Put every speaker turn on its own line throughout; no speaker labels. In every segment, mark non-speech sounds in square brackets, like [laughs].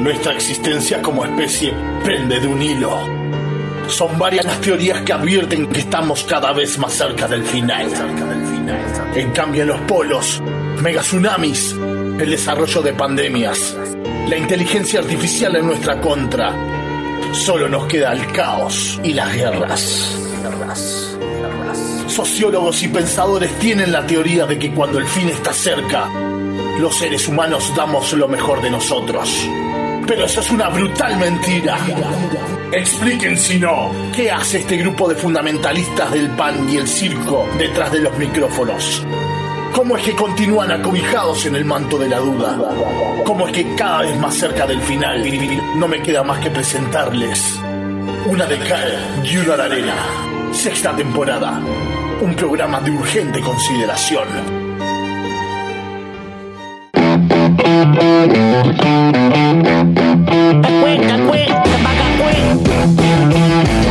Nuestra existencia como especie pende de un hilo. Son varias las teorías que advierten que estamos cada vez más cerca del final. En cambio, en los polos, megatsunamis, el desarrollo de pandemias, la inteligencia artificial en nuestra contra, solo nos queda el caos y las guerras. Sociólogos y pensadores tienen la teoría de que cuando el fin está cerca, los seres humanos damos lo mejor de nosotros. Pero eso es una brutal mentira. Expliquen si no, ¿qué hace este grupo de fundamentalistas del pan y el circo detrás de los micrófonos? ¿Cómo es que continúan acobijados en el manto de la duda? ¿Cómo es que cada vez más cerca del final no me queda más que presentarles una de cal y una de arena? Sexta temporada. Un programa de urgente consideración.
Cuenta, cuenta, paga cuenta.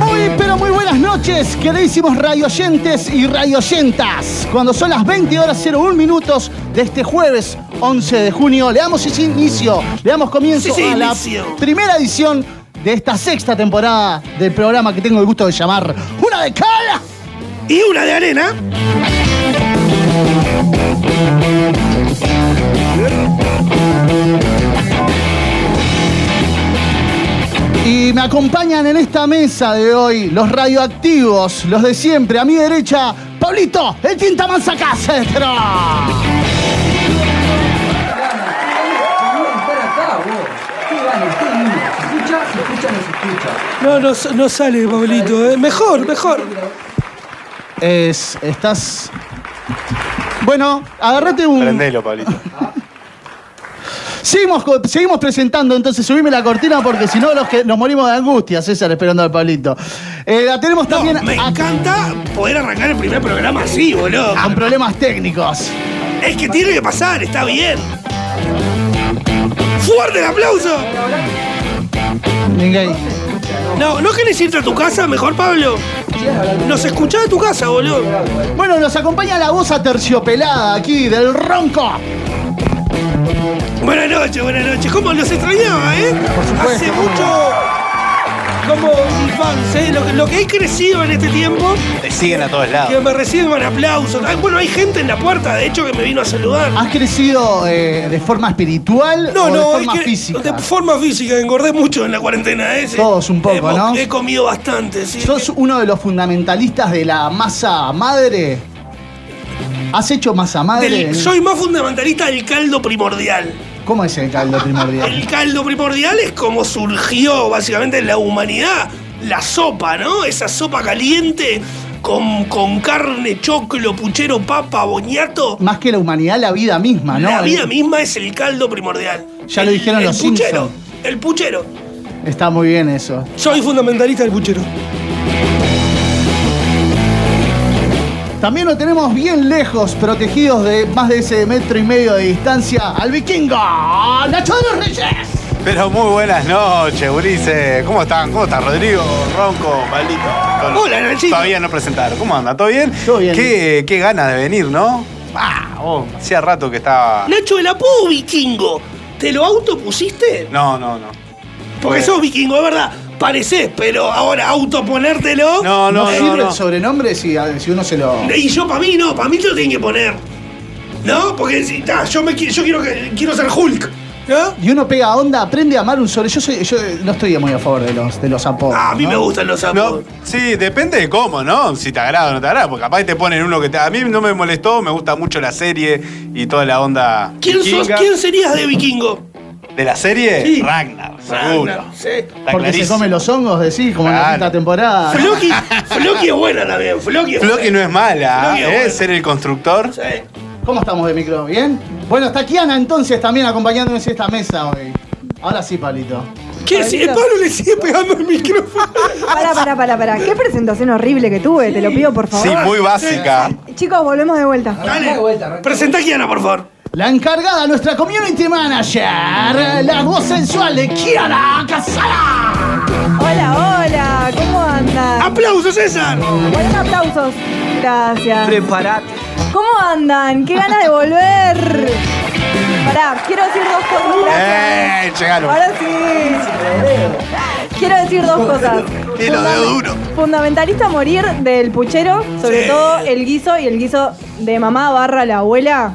Muy, pero muy buenas noches, queridísimos radioyentes y radioyentas. Cuando son las 20 horas 01 minutos de este jueves 11 de junio, le damos ese inicio, le damos comienzo
Sí, sí,
a la
inicio.
primera edición de esta sexta temporada del programa que tengo el gusto de llamar Una de Cala.
Y una de arena.
Y me acompañan en esta mesa de hoy los radioactivos, los de siempre. A mi derecha, Pablito, el Tinta Manzacastro.
No, no, s- no sale, Pablito. eh. Mejor, mejor.
Es, estás. Bueno, agarrate un.
Prendelo, Pablito.
Seguimos, co- seguimos presentando, entonces subime la cortina porque si no los que nos morimos de angustia, César, esperando al Pablito. Eh, la tenemos
No,
también
me
a-
encanta poder arrancar el primer programa así, boludo.
con problemas técnicos.
Es que tiene que pasar, está bien. ¡Fuerte el aplauso!
Ningay.
No, ¿no querés irte a tu casa mejor, Pablo? Nos escuchás a tu casa, boludo.
Bueno, nos acompaña la voz aterciopelada aquí del ronco.
Buenas noches, buenas noches. ¿Cómo los extrañaba, eh? Hace mucho. Como un fan, ¿eh? Lo, que- lo que he crecido en este tiempo,
Te siguen a todos
que
lados.
me reciban aplausos. Ay, bueno, hay gente en la puerta, de hecho, que me vino a saludar.
¿Has crecido eh, de forma espiritual o
No,
de
no,
forma
es que-
física?
De forma física, engordé mucho en la cuarentena, ¿eh? Sí.
Todos un poco,
Hemos-
¿no?
He comido bastante, sí.
¿Sos uno de los fundamentalistas de la masa madre? ¿Has hecho masa madre?
Del- soy más fundamentalista del caldo primordial.
¿Cómo es el caldo primordial?
El caldo primordial es como surgió básicamente la humanidad. La sopa, ¿no? Esa sopa caliente con, con carne, choclo, puchero, papa, boñato.
Más que la humanidad, la vida misma, ¿no?
la vida misma es el caldo primordial.
Ya lo
El-
dijeron
el
los
puchero.
Simpson.
El puchero.
Está muy bien eso.
Soy fundamentalista del puchero.
También lo tenemos bien lejos, protegidos de más de ese metro y medio de distancia, al vikingo Nacho de los Reyes.
Pero muy buenas noches, Ulises. ¿Cómo están? ¿Cómo están? Rodrigo, Ronco, Pablito. Todos los-
Hola, Nachito.
Todavía no presentaron. ¿Cómo andan? ¿Todo bien?
Todo bien.
Qué, qué ganas de venir, ¿no? Ah, vos, hacía rato que estaba...
Nacho, el apodo vikingo. ¿Te lo autopusiste?
No, no, no.
Porque
Bueno.
sos vikingo, es verdad. Parecés, pero ahora autoponértelo.
No, no, no,
sirve
no.
el sobrenombre si, si uno se lo.
Y yo, para mí, no. Para mí te lo tienen que poner. ¿No? Porque si, ta, yo, me, qui- yo quiero, que- quiero ser Hulk. ¿eh? ¿No?
Y uno pega onda, aprende a amar un sobre. Yo, soy, yo no estoy muy a favor de los, de los apodos.
Ah, a mí
¿no?
me gustan los
No,
apodos.
sí, depende de cómo, ¿no? Si te agrada o no te agrada, porque capaz te ponen uno que te... A mí no me molestó, me gusta mucho la serie y toda la onda...
¿Quién, sos,
vikinga.
¿Quién serías de vikingo?
¿De la serie?
Sí.
Ragnar, seguro.
Ragnar, sí.
Está
Porque se
clarísimo.
comen los hongos, decís, como en la
Claro.
quinta temporada. ¿no?
Floki, Floki es buena también. Floki es
Floki no
buena.
es mala,
Floki es
¿eh?
bueno.
Ser el constructor.
Sí.
¿Cómo estamos de micro? ¿Bien? Bueno, está Kiana entonces también acompañándonos en esta mesa hoy. Ahora sí, Palito.
¿Qué? Si el Pablo le sigue pegando el micrófono.
[laughs] Pará, pará, pará, pará. Qué presentación horrible que tuve, te lo pido por favor.
Sí, muy básica.
Chicos, volvemos de vuelta.
Dale. Presenta a Kiana, por favor.
La encargada, nuestra community manager, la voz sensual de Kiara Casara.
Hola, hola, ¿cómo andan?
¡Aplausos, César!
Buenos aplausos. Gracias.
Preparate.
¿Cómo andan? ¡Qué ganas de volver! Pará, quiero decir dos cosas. gracias.
¡Eh! Llegaron.
Ahora sí. Quiero decir dos cosas.
Y lo
Funda-
de duro.
Fundamentalista a morir del puchero, sobre
Sí.
todo el guiso y el guiso de mamá barra la abuela.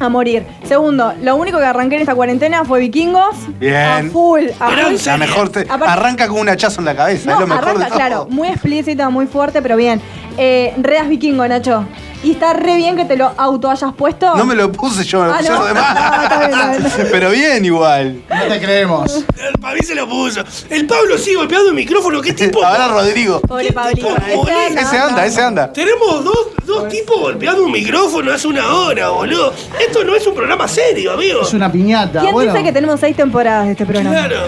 A morir. Segundo, lo único que arranqué en esta cuarentena fue Vikingos.
Bien.
A full, a full.
Gran
La mejor te-
Aparte-
arranca con un hachazo en la cabeza,
No,
es lo mejor
arranca,
de todo.
claro, muy explícita, muy fuerte, pero bien. Eh, Redas Vikingo, Nacho. Y está re bien que te lo auto hayas puesto.
No me lo puse yo, me lo
Ah,
pusieron
¿no?
de
Ah, está bien, está bien.
más. [laughs] Pero bien igual.
No te creemos.
El Para mí se lo puso. El Pablo sigue golpeando el micrófono. ¿Qué
[laughs]
tipo?
Ahora Rodrigo.
Pobre Pablito.
Tipo,
Ese
boludo,
Ese
no,
anda,
no.
ese anda.
Tenemos dos, dos
Pues.
tipos golpeando un micrófono hace una hora, boludo. Esto no es un programa serio, amigo.
Es una piñata.
¿Quién
bueno.
dice que tenemos seis temporadas de este programa?
Claro.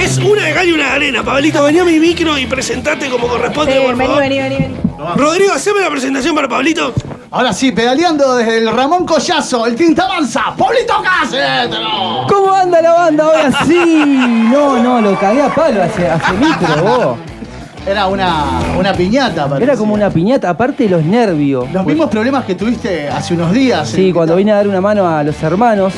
Es una de cal y una de arena. Pablito, vení a mi micro y presentate como corresponde,
Sí,
por
vení,
favor.
vení, vení, vení.
Rodrigo, haceme la presentación para Pablito.
Ahora sí, pedaleando desde el Ramón Collazo, el Tintamanza, Pablito Cáceres.
¿Cómo anda la banda ahora sí? No, no, lo cagué a palo hace, hace litro, vos.
Era una, una piñata, parecía.
Era como una piñata, aparte de los nervios.
Los mismos problemas que tuviste hace unos días. eh,
Sí, cuando vine a dar una mano a los hermanos,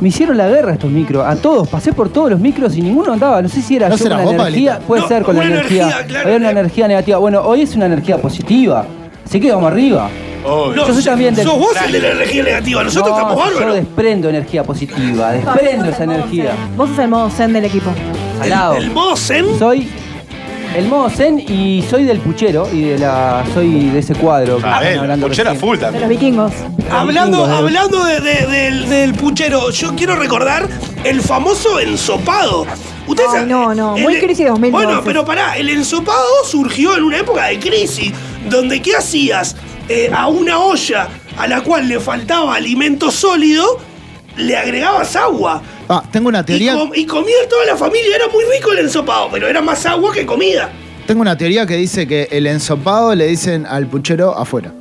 me hicieron la guerra estos micros, a todos, pasé por todos los micros y ninguno andaba, no sé si era
¿No
yo
serás
con la
vos,
energía,
Pablito?
puede
No,
ser con la
una
energía,
energía, claro.
había una energía negativa, bueno, hoy es una energía positiva, así que vamos arriba.
No,
Yo soy también del-
Sos vos el de la energía negativa. Nosotros
No,
estamos
yo
bárbaros.
desprendo energía positiva,
Vos
desprendo
sos
esa
el modo
energía,
zen. Vos sos el modo zen del equipo.
al lado.
El Mosen.
Soy el modo zen y soy del puchero y de la, soy de ese cuadro. que
A
Ah,
estaban
ver,
hablando
puchera
recién.
full
De
también.
los vikingos.
Hablando,
Vikingos, eh.
hablando de- de- del, del puchero, yo quiero recordar el famoso ensopado. Ustedes
Ay,
saben-
no, no, muy crisis 2012.
Bueno, pero pará, el ensopado surgió en una época de crisis, donde ¿qué hacías? Eh, a una olla a la cual le faltaba alimento sólido, le agregabas agua.
Ah, tengo una
Y,
teoría.
com- y comía toda la familia, era muy rico el ensopado, pero era más agua que comida.
Tengo una teoría que dice que el ensopado le dicen al puchero afuera.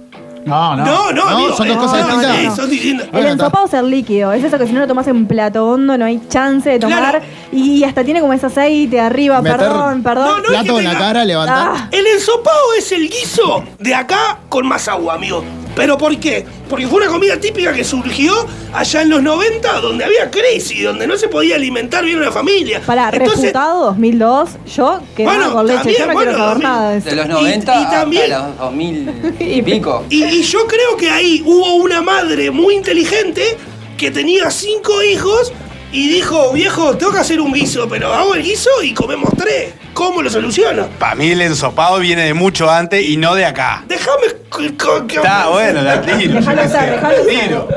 No, no.
No, no,
No,
amigo,
son dos
eh,
cosas
no,
distintas.
sí, son distintas.
El
Bueno,
ensopado es el líquido. Es eso que si no lo tomás en plato hondo no hay chance de tomar.
Claro.
Y hasta tiene como ese aceite arriba.
Meter-
Perdón, perdón.
No, no, es que
Plato en la
tenga-
cara, levantar.
Ah.
El ensopado es el guiso de acá con más agua, amigo. ¿Pero por qué? Porque fue una comida típica que surgió allá en los 90, donde había crisis, donde no se podía alimentar bien a la familia.
Pará, refutado 2002, yo quedaba
Bueno,
con leche, yo
también,
no quiero
bueno,
saber nada de eso.
De los
Y-
90
y también-
hasta los 2000 y pico.
Y, y yo creo que ahí hubo una madre muy inteligente que tenía cinco hijos y dijo, viejo, tengo que hacer un guiso, pero hago el guiso y comemos tres. ¿Cómo lo soluciono?
Para mí el ensopado viene de mucho antes y no de acá.
Déjame... c- c- c-
Está bueno,
[laughs]
la tiro. yo
Dejalo
qué
estar,
sé,
dejalo
la
estar.
tiro.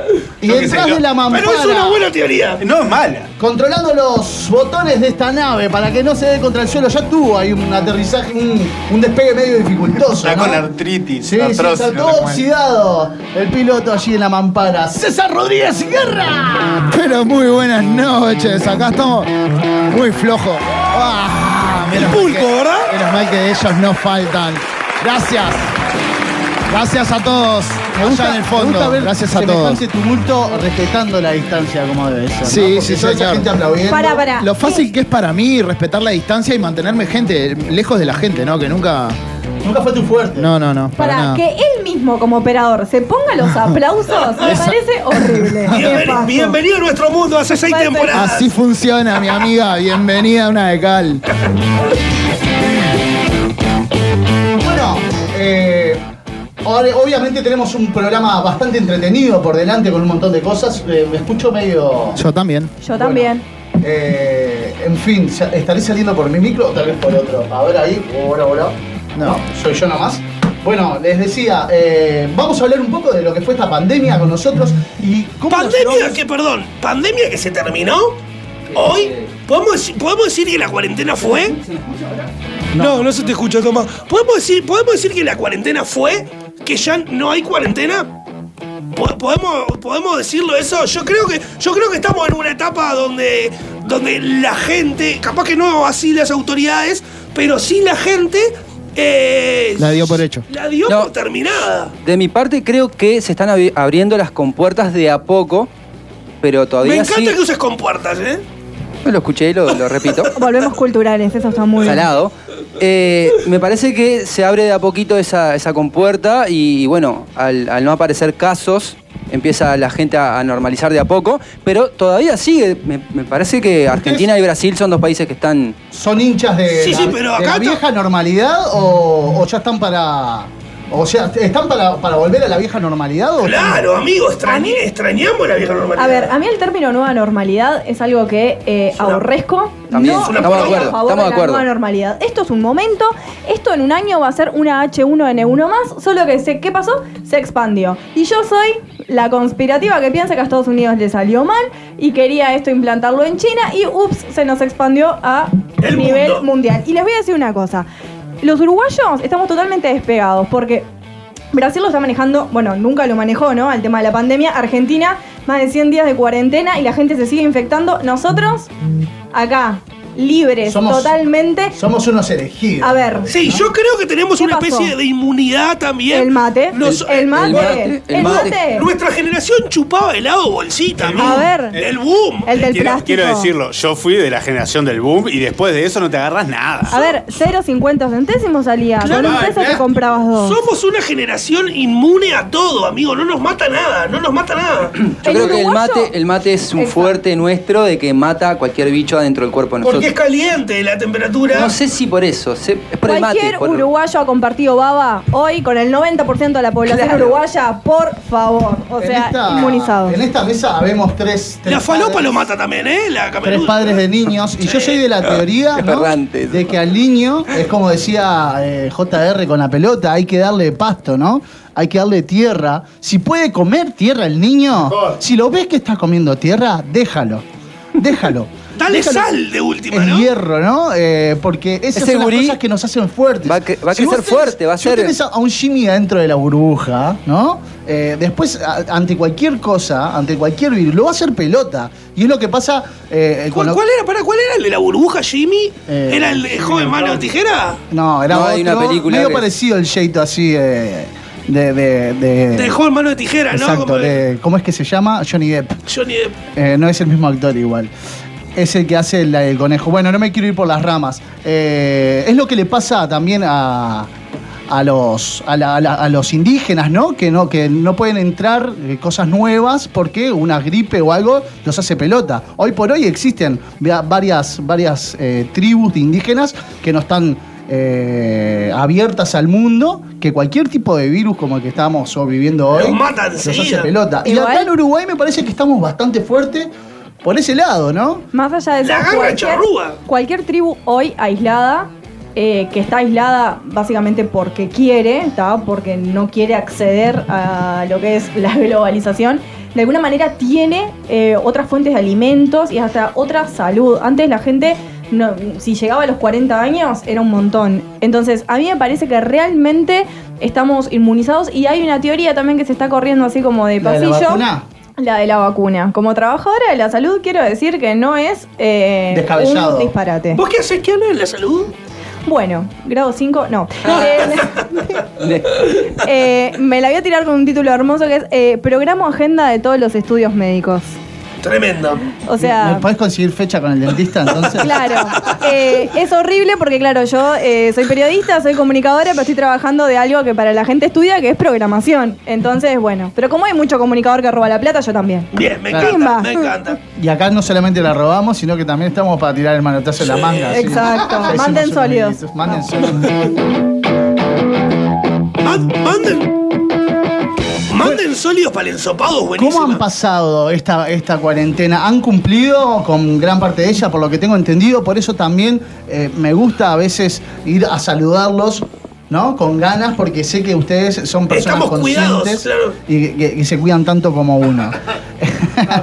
Y
Yo qué sé,
detrás
no-
de la mampara,
Pero es una buena teoría.
No es mala.
controlando los botones de esta nave para que no se dé contra el suelo, ya tuvo ahí un aterrizaje, un, un despegue medio dificultoso.
Está
¿no?
con artritis,
Sí, sí,
artrosis,
está
no
todo
sé cómo es.
oxidado el piloto allí en la mampara. César Rodríguez Guerra.
Pero muy buenas noches, acá estamos muy flojos. Ah,
El
menos mal
pulpo,
que-
¿verdad?
Menos mal que ellos no faltan. Gracias. Gracias a todos. Allá en el
Me gusta
fondo.
ver
Gracias a todos.
semejante tumulto respetando la distancia como debe ser. ¿no?
Sí,
Porque
sí,
toda esa
señor.
gente aplaudiendo.
Pará, pará.
Lo fácil que es para mí respetar la distancia y mantenerme gente, lejos de la gente, ¿no? Que nunca.
Nunca fue tu fuerte.
No, no, no. Para,
Para
nada.
que él mismo como operador se ponga los aplausos, me parece
[laughs]
horrible.
[laughs] Bienveni- bienvenido a nuestro mundo hace seis
Perfecto.
temporadas.
Así funciona, mi amiga. Bienvenida a una de cal.
Bueno, eh, ahora, obviamente tenemos un programa bastante entretenido por delante con un montón de cosas. Eh, me escucho medio.
Yo también.
Yo también.
Eh, en fin, sa- ¿estaré saliendo por mi micro o tal vez por otro? A ver ahí, ahora, ahora. No, soy yo nomás. Bueno, les decía, eh, vamos a hablar un poco de lo que fue esta pandemia con nosotros y cómo nos
Pandemia
llevamos-
que, perdón, pandemia que se terminó hoy. ¿Podemos, deci- podemos decir que la cuarentena fue?
No, no se te escucha, toma.
¿Podemos decir, ¿Podemos decir que la cuarentena fue? ¿Que ya no hay cuarentena? Po- ¿Podemos, podemos decirlo eso? Yo creo que, yo creo que estamos en una etapa donde, donde la gente, capaz que no así las autoridades, pero sí la gente Eh,
La dio por hecho.
La dio
No.
por terminada.
De mi parte, creo que se están abri- abriendo las compuertas de a poco, pero todavía
Me encanta
sí.
que uses compuertas, ¿eh?
Lo escuché y lo, lo repito.
Volvemos culturales, eso está muy bien.
Salado. Eh, me parece que se abre de a poquito esa, esa compuerta y, bueno, al, al no aparecer casos, empieza la gente a, a normalizar de a poco, pero todavía sigue. Me, me parece que Argentina y Brasil son dos países que están.
¿Son hinchas de,
Sí,
la,
sí, pero
de
acá
la
está-
vieja normalidad o, o ya están para. O sea, ¿están para, para volver a la vieja normalidad? O
Claro, amigo, extrañe- extrañamos la vieja normalidad.
A ver, a mí el término nueva normalidad es algo que eh,
una-
aborrezco.
También,
no
estamos
estoy
de acuerdo,
a favor
estamos de
la
acuerdo.
nueva normalidad. Esto es un momento, esto en un año va a ser una H1N1 más, solo que sé qué pasó, se expandió. Y yo soy la conspirativa que piensa que a Estados Unidos le salió mal y quería esto implantarlo en China y ups, se nos expandió a
El
nivel
mundo.
mundial. Y les voy a decir una cosa, los uruguayos estamos totalmente despegados porque Brasil lo está manejando, bueno, nunca lo manejó, ¿no? Al tema de la pandemia. Argentina, más de 100 días de cuarentena y la gente se sigue infectando. Nosotros, acá, libres,
Somos-
totalmente.
Somos unos elegidos.
A ver,
Sí, yo creo que tenemos
¿Qué
una
pasó?
especie de inmunidad también.
el mate,
Nos-
el
el
mate,
mate,
el
el
mate.
mate.
Nuestra generación chupaba helado bolsita, amigo.
A ver.
El boom.
El del
Quiero,
plástico.
quiero decirlo, yo fui de la generación del boom y después de eso no te agarras nada.
A ver, 0,50 centésimos salía.
Claro,
Con un peso
¿eh?
te comprabas dos.
Somos una generación inmune a todo, amigo. No nos mata nada, no nos mata nada.
Yo
¿El
creo que el
uruguayo?
mate, el mate es un
Exacto.
fuerte nuestro de que mata a cualquier bicho adentro del cuerpo de
Porque es
nosotros.
caliente la temperatura.
No sé si por eso, sé- es por el mate.
Cualquier
por-
uruguayo ha compartido baba hoy con el 90% de la población
Claro.
uruguaya, por favor. O
En
sea,
esta-
inmunizados.
En esta mesa vemos tres. tres
la falopa
padres-
lo mata también, ¿eh? La
Tres
cameluda. Ah,
padres de niños, y yo soy de la teoría
Qué
¿no?
aberrante eso.
de que al niño, es como decía eh, JR con la pelota, hay que darle pasto, ¿no? Hay que darle tierra. Si puede comer tierra el niño,
Mejor.
si lo ves que está comiendo tierra, déjalo. Déjalo.
Dale
Déjalo.
sal de última,
Es
¿no?
hierro, ¿no? Eh, porque esas
Ese
son las
gurí
cosas que nos hacen fuertes.
va a cre- va a
vos
crecer fuerte, va a
si
ser-
vos tenés a a un Jimmy dentro de la burbuja, ¿no? Eh, después, a- ante cualquier cosa, ante cualquier virus, lo va a hacer pelota. Y es lo que pasa eh, eh, con
¿Cuál,
lo-
cuál era? Pará, ¿Cuál era el de la burbuja, Jimmy?
Eh,
¿Era el de joven mano de tijera?
No, era
No,
otro,
hay una película
medio
que-
parecido el Jeito así eh, de... de, de-
Del joven mano de tijera, ¿no?
Exacto,
Como de-
de- ¿cómo es que se llama? Johnny Depp.
Johnny Depp.
Eh, no es el mismo actor igual. Es el que hace el, el conejo. Bueno, no me quiero ir por las ramas. Eh, es lo que le pasa también a, a los, a, la- a la- a los indígenas, ¿no? Que, ¿no? que no pueden entrar eh, cosas nuevas porque una gripe o algo los hace pelota. Hoy por hoy existen va- varias, varias eh, tribus de indígenas que no están eh, abiertas al mundo, que cualquier tipo de virus como el que estamos oh, viviendo hoy
Los mata
los hace
enseguida.
pelota. Y
Igual-
acá en Uruguay me parece que estamos bastante fuertes por ese lado, ¿no?
Más allá de eso,
La garra charrúa.
cualquier tribu hoy aislada, eh, que está aislada básicamente porque quiere, ¿tá? porque no quiere acceder a lo que es la [laughs] globalización, de alguna manera tiene eh, otras fuentes de alimentos y hasta otra salud. Antes la gente, no- si llegaba a los 40 años, era un montón. Entonces, a mí me parece que realmente estamos inmunizados y hay una teoría también que se está corriendo así como de
La de
pasillo.
la vacuna.
La de la vacuna. Como trabajadora de la salud, quiero decir que no es eh,
Descabellado.
un disparate.
¿Vos qué haces, Kiana, en la salud? Ah.
Bueno, grado 5, no. Eh, [laughs] eh, me la voy a tirar con un título hermoso que es eh, Programa o Agenda de todos los estudios médicos.
Tremendo.
O sea.
¿Me podés conseguir fecha con el dentista entonces?
Claro, Eh, es horrible porque claro, yo eh, soy periodista, soy comunicadora, pero estoy trabajando de algo que para la gente estudia, que es programación. Entonces, bueno, pero como hay mucho comunicador que roba la plata, yo también.
Bien, me
Claro.
encanta,
Timba.
me encanta.
Y acá no solamente la robamos, sino que también estamos para tirar el manotazo de la manga. así.
Exacto.
Ya hicimos
Manden
unos
sólidos.
videitos. Manden sólidos.
[laughs]
Ah,
Man- manden. Manden sólidos para el ensopado, buenísimo.
¿Cómo han pasado esta, esta cuarentena? ¿Han cumplido con gran parte de ella, por lo que tengo entendido? Por eso también eh, me gusta a veces ir a saludarlos, ¿no? Con ganas, porque sé que ustedes son personas
Estamos cuidados,
conscientes
claro.
y que, que se cuidan tanto como
[laughs]
uno. [laughs]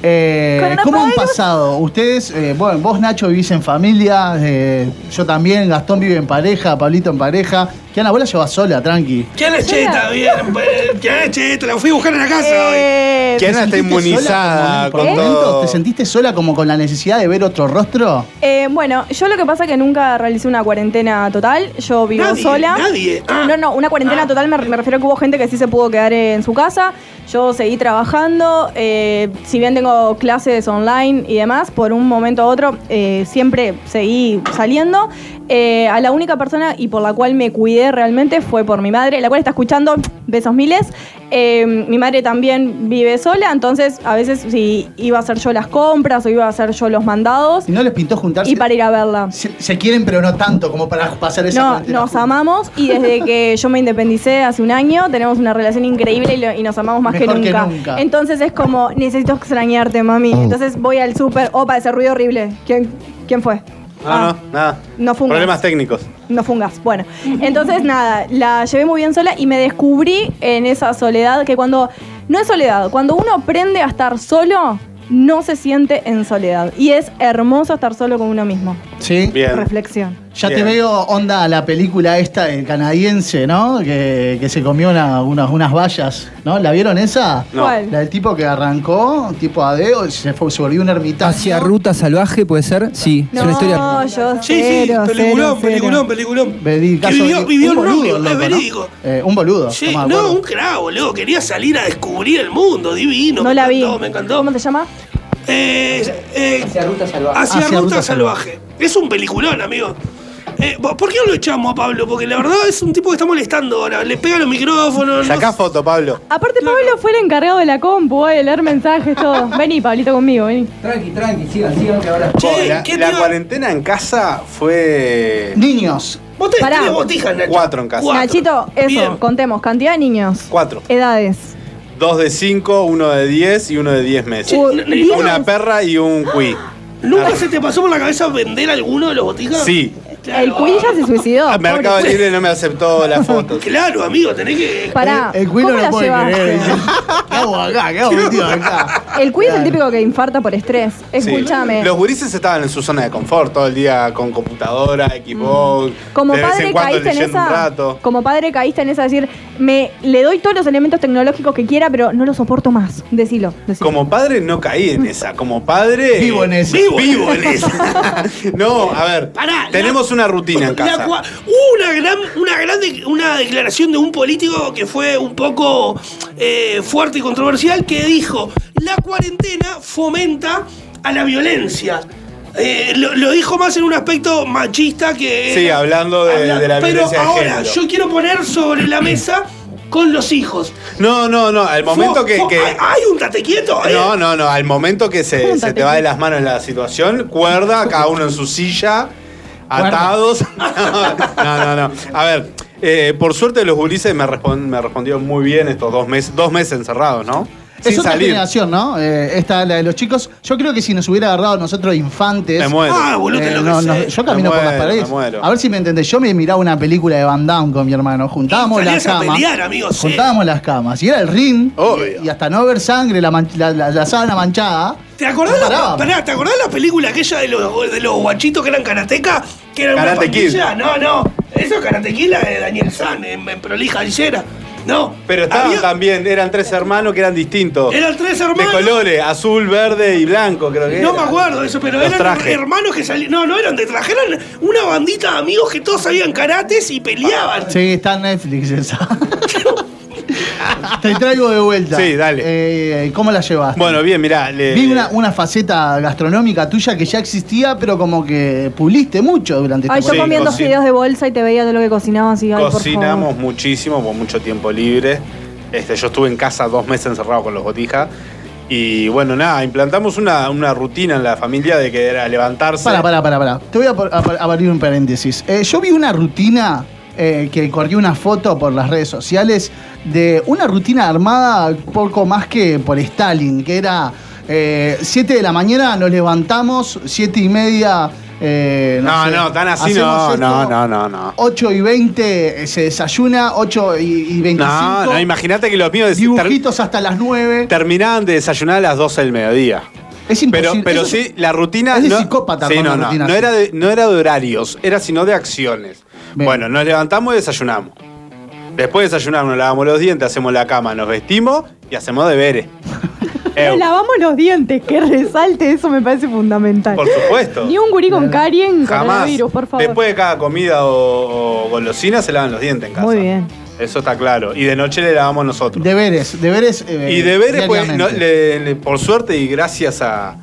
Eh,
Coronavirus.
¿Cómo han pasado? Ustedes, eh, bueno, vos Nacho vivís en familia, eh, yo también, Gastón vive en pareja, Pablito en pareja, Que Ana abuela lleva sola, tranqui.
Eh,
¿Quién es cheta? Bien, eh, ¿quién es cheta? La fui a buscar en la casa hoy.
Eh,
¿Quién está
¿Te sentiste
inmunizada
sola como en-
con
por momentos?
todo?
¿Te sentiste sola como con la necesidad de ver otro rostro?
eh, bueno, yo lo que pasa es que nunca realicé una cuarentena total. Yo vivo
Nadie,
sola.
nadie. Ah.
No, no, una cuarentena
Ah.
total me, me refiero a que hubo gente que sí se pudo quedar en su casa. Yo seguí trabajando. eh, si bien tengo clases online y demás, por un momento a otro eh, siempre seguí saliendo. Eh, a la única persona y por la cual me cuidé realmente fue por mi madre, la cual está escuchando besos miles. Eh, mi madre también vive sola, entonces a veces si iba a hacer yo las compras o iba a hacer yo los mandados
Y no les pintó juntarse.
y para ir a verla.
se, se quieren, pero no tanto como para pasar esa
No,
cuarentena
nos
juntos.
amamos y desde
[laughs]
que yo me independicé hace un año tenemos una relación increíble y, lo- y nos amamos más
Mejor que
que, nunca.
nunca.
Entonces es como, necesito extrañarte, mami. Entonces voy al súper. Opa, ese ruido horrible. ¿Quién, quién fue?
No,
Ah,
no, nada.
No fungas.
Problemas técnicos.
No fungas. Bueno, entonces nada, la llevé muy bien sola y me descubrí en esa soledad que cuando. No es soledad, cuando uno aprende a estar solo, no se siente en soledad. Y es hermoso estar solo con uno mismo.
Sí.
Bien.
Reflexión.
Ya te
Bien.
veo onda la película esta del canadiense, ¿no? Que, que se comió una- unas, unas vallas, ¿no? ¿La vieron esa?
No.
¿Cuál?
La del tipo que arrancó, tipo adeo, y se, fue, se volvió un ermitaño.
Hacia ruta salvaje, puede ser. Sí, es
No,
una historia.
yo
Sí, sí,
cero, cero,
peliculón,
cero.
peliculón, peliculón.
Vedi-
Que
caso
vivió,
de-
vivió el
un boludo,
propio,
loco,
es
¿no?
verídico.
Eh, un boludo.
Sí,
no me
no,
acuerdo.
un cravo, boludo. Quería salir a descubrir el mundo, divino.
No
me
la vi.
encantó, me encantó.
¿Cómo te llama?
Eh, eh, hacia
ruta salvaje.
Hacia
Ruta
Ruta
Salvaje. Es un peliculón, amigo. Eh, ¿po- ¿Por qué no lo echamos a Pablo? Porque la verdad es un tipo que está molestando ahora. Le pega los micrófonos. no
Sacá foto, Pablo.
Aparte, Pablo fue el encargado de la compu, eh, de leer mensajes,
[laughs]
todo. vení, Pablito, conmigo, vení.
Tranqui, tranqui, sigan, sigan que ahora.
Che,
la
¿qué
la
te iba-
cuarentena en casa fue.
Niños.
Vos tenés
Pará.
tres botijas, Nacho.
Cuatro en casa.
Cuatro.
Nachito, eso,
Bien.
contemos. Cantidad de niños.
Cuatro.
Edades.
Dos de cinco, uno de diez y uno de diez meses.
Uh,
n-
¿diez?
Una perra y un cuí.
¿Nunca se te pasó por la cabeza vender alguno de los botijas?
Sí.
Claro.
El Queen ya se suicidó.
Ah, Mercado
pobre.
Libre no me aceptó la foto.
[laughs] Claro, amigo, tenés que.
[laughs] Pará,
El
¿cómo
cuilo no
la
puede
llevaste?
creer. ¿Qué hago acá? ¿Qué hago metido acá?
[laughs] El Queen es el típico que infarta por estrés.
Sí.
Escúchame.
Los gurises estaban en su zona de confort todo el día con computadora, Xbox.
Mm. Como
de vez
padre
en cuando
caíste en
leyendo un
esa.
rato.
Como padre caíste en esa decir, me le doy todos los elementos tecnológicos que quiera, pero no los soporto más.
[laughs]
Decilo, decilo.
Como padre no caí en esa. Como padre.
Vivo en eso.
Vivo,
Vivo en esa. [laughs] no, a ver.
Pará, la-
tenemos una rutina en
La
casa.
cua- Hubo una gran, una gran de- una declaración de un político que fue un poco eh, fuerte y controversial que dijo, la cuarentena fomenta a la violencia. Eh, lo, lo dijo más en un aspecto machista que...
Sí, hablando de- de la violencia de
Pero ahora,
género.
yo quiero poner
[clears throat]
sobre la mesa con los hijos.
No, no, no. Al momento
Fo-
que.
fo-
que-
Hay, hay un tate quieto. eh.
No, no, no. Al momento que se,
Júntate.
se te va de las manos la situación, cuerda, cada uno en su silla, atados. [laughs] No, no, no. A ver, eh, por suerte los gurises me, respon- me respondieron muy bien estos dos meses, dos meses encerrados, ¿no?
Es otra generación, ¿no? Eh, esta, la de los chicos. Yo creo que si nos hubiera agarrado a nosotros infantes.
Me muero.
Ah, boludo, te
Eh,
lo
no, no, yo camino
Me
por las
muero,
paredes.
me muero.
A ver si me entendés. Yo me miraba una película de Van Damme con mi hermano. Juntábamos las
Salías a
camas.
pelear, amigo, sí.
Juntábamos las camas. Y era el ring.
Obvio.
Y hasta no ver sangre, la, man- la, la- la sábana manchada.
¿Te acordás,
No
la,
parábamos.
pará, ¿Te acordás la película aquella de los, de los guachitos que eran karateca? Que eran una
Karate Kid.
pandilla. No, no. Eso es Karate Kid, la de Daniel San, en, en Prolija Villera. No.
Pero estaban
Había-
también, eran tres hermanos que eran distintos.
Eran tres hermanos.
Oh. De colores, azul, verde y blanco, creo que
No me
era.
acuerdo de eso, pero
Los
eran
trajes.
hermanos que salían. No, no eran de traje, eran una bandita de amigos que todos sabían karates y
Ah,
peleaban.
Sí, está en Netflix esa. [laughs] Te traigo de vuelta.
Sí, dale.
Eh, ¿Cómo la llevaste?
Bueno, eh, bien, mirá. le-
Vi una, una faceta gastronómica tuya que ya existía, pero como que puliste mucho durante esta
Ay, yo
Sí,
cuarentena.
comiendo
cocin-
fideos de bolsa y te veía todo lo que cocinabas y ay, por favor.
Cocinamos muchísimo, por mucho tiempo libre. Este, yo estuve en casa dos meses encerrado con los botijas. Y bueno, nada, implantamos una, una rutina en la familia de que era levantarse.
Pará, pará, pará, pará. Te voy a, por- a par- a abrir un paréntesis. Eh, yo vi una rutina eh, que corrió una foto por las redes sociales de una rutina armada poco más que por Stalin, que era 7 de la mañana nos levantamos, 7 y media... eh,
No,
sé,
no, tan así
hacemos
no, no, no, no, no.
8 y 20 eh, se desayuna, 8 y, y 25.
No, no, imagínate que los míos des- ter-
Dibujitos hasta las 9.
terminaban de desayunar a las 12 del mediodía.
Es
Pero,
imposible.
pero
Eso-
sí, la rutina.
es de
no,
psicópata
Sí,
armar
no,
una
no,
rutina
no
así.
era de, no era de horarios, era sino de acciones.
Bien.
Bueno, nos levantamos y desayunamos. Después de desayunar nos lavamos los dientes, hacemos la cama, nos vestimos y
[laughs]
hacemos deberes. Eh,
Nos
Eu,
lavamos los dientes, que resalte, eso me parece fundamental.
por supuesto.
Ni un gurí con caries en
Jamás.
coronavirus, por favor.
Después de cada comida o, o golosina se lavan los dientes en casa.
Muy bien.
Eso está claro. Y de noche le lavamos nosotros.
Deberes, deberes. eh,
y deberes, pues, no-
diariamente.
le- le- por suerte y gracias a,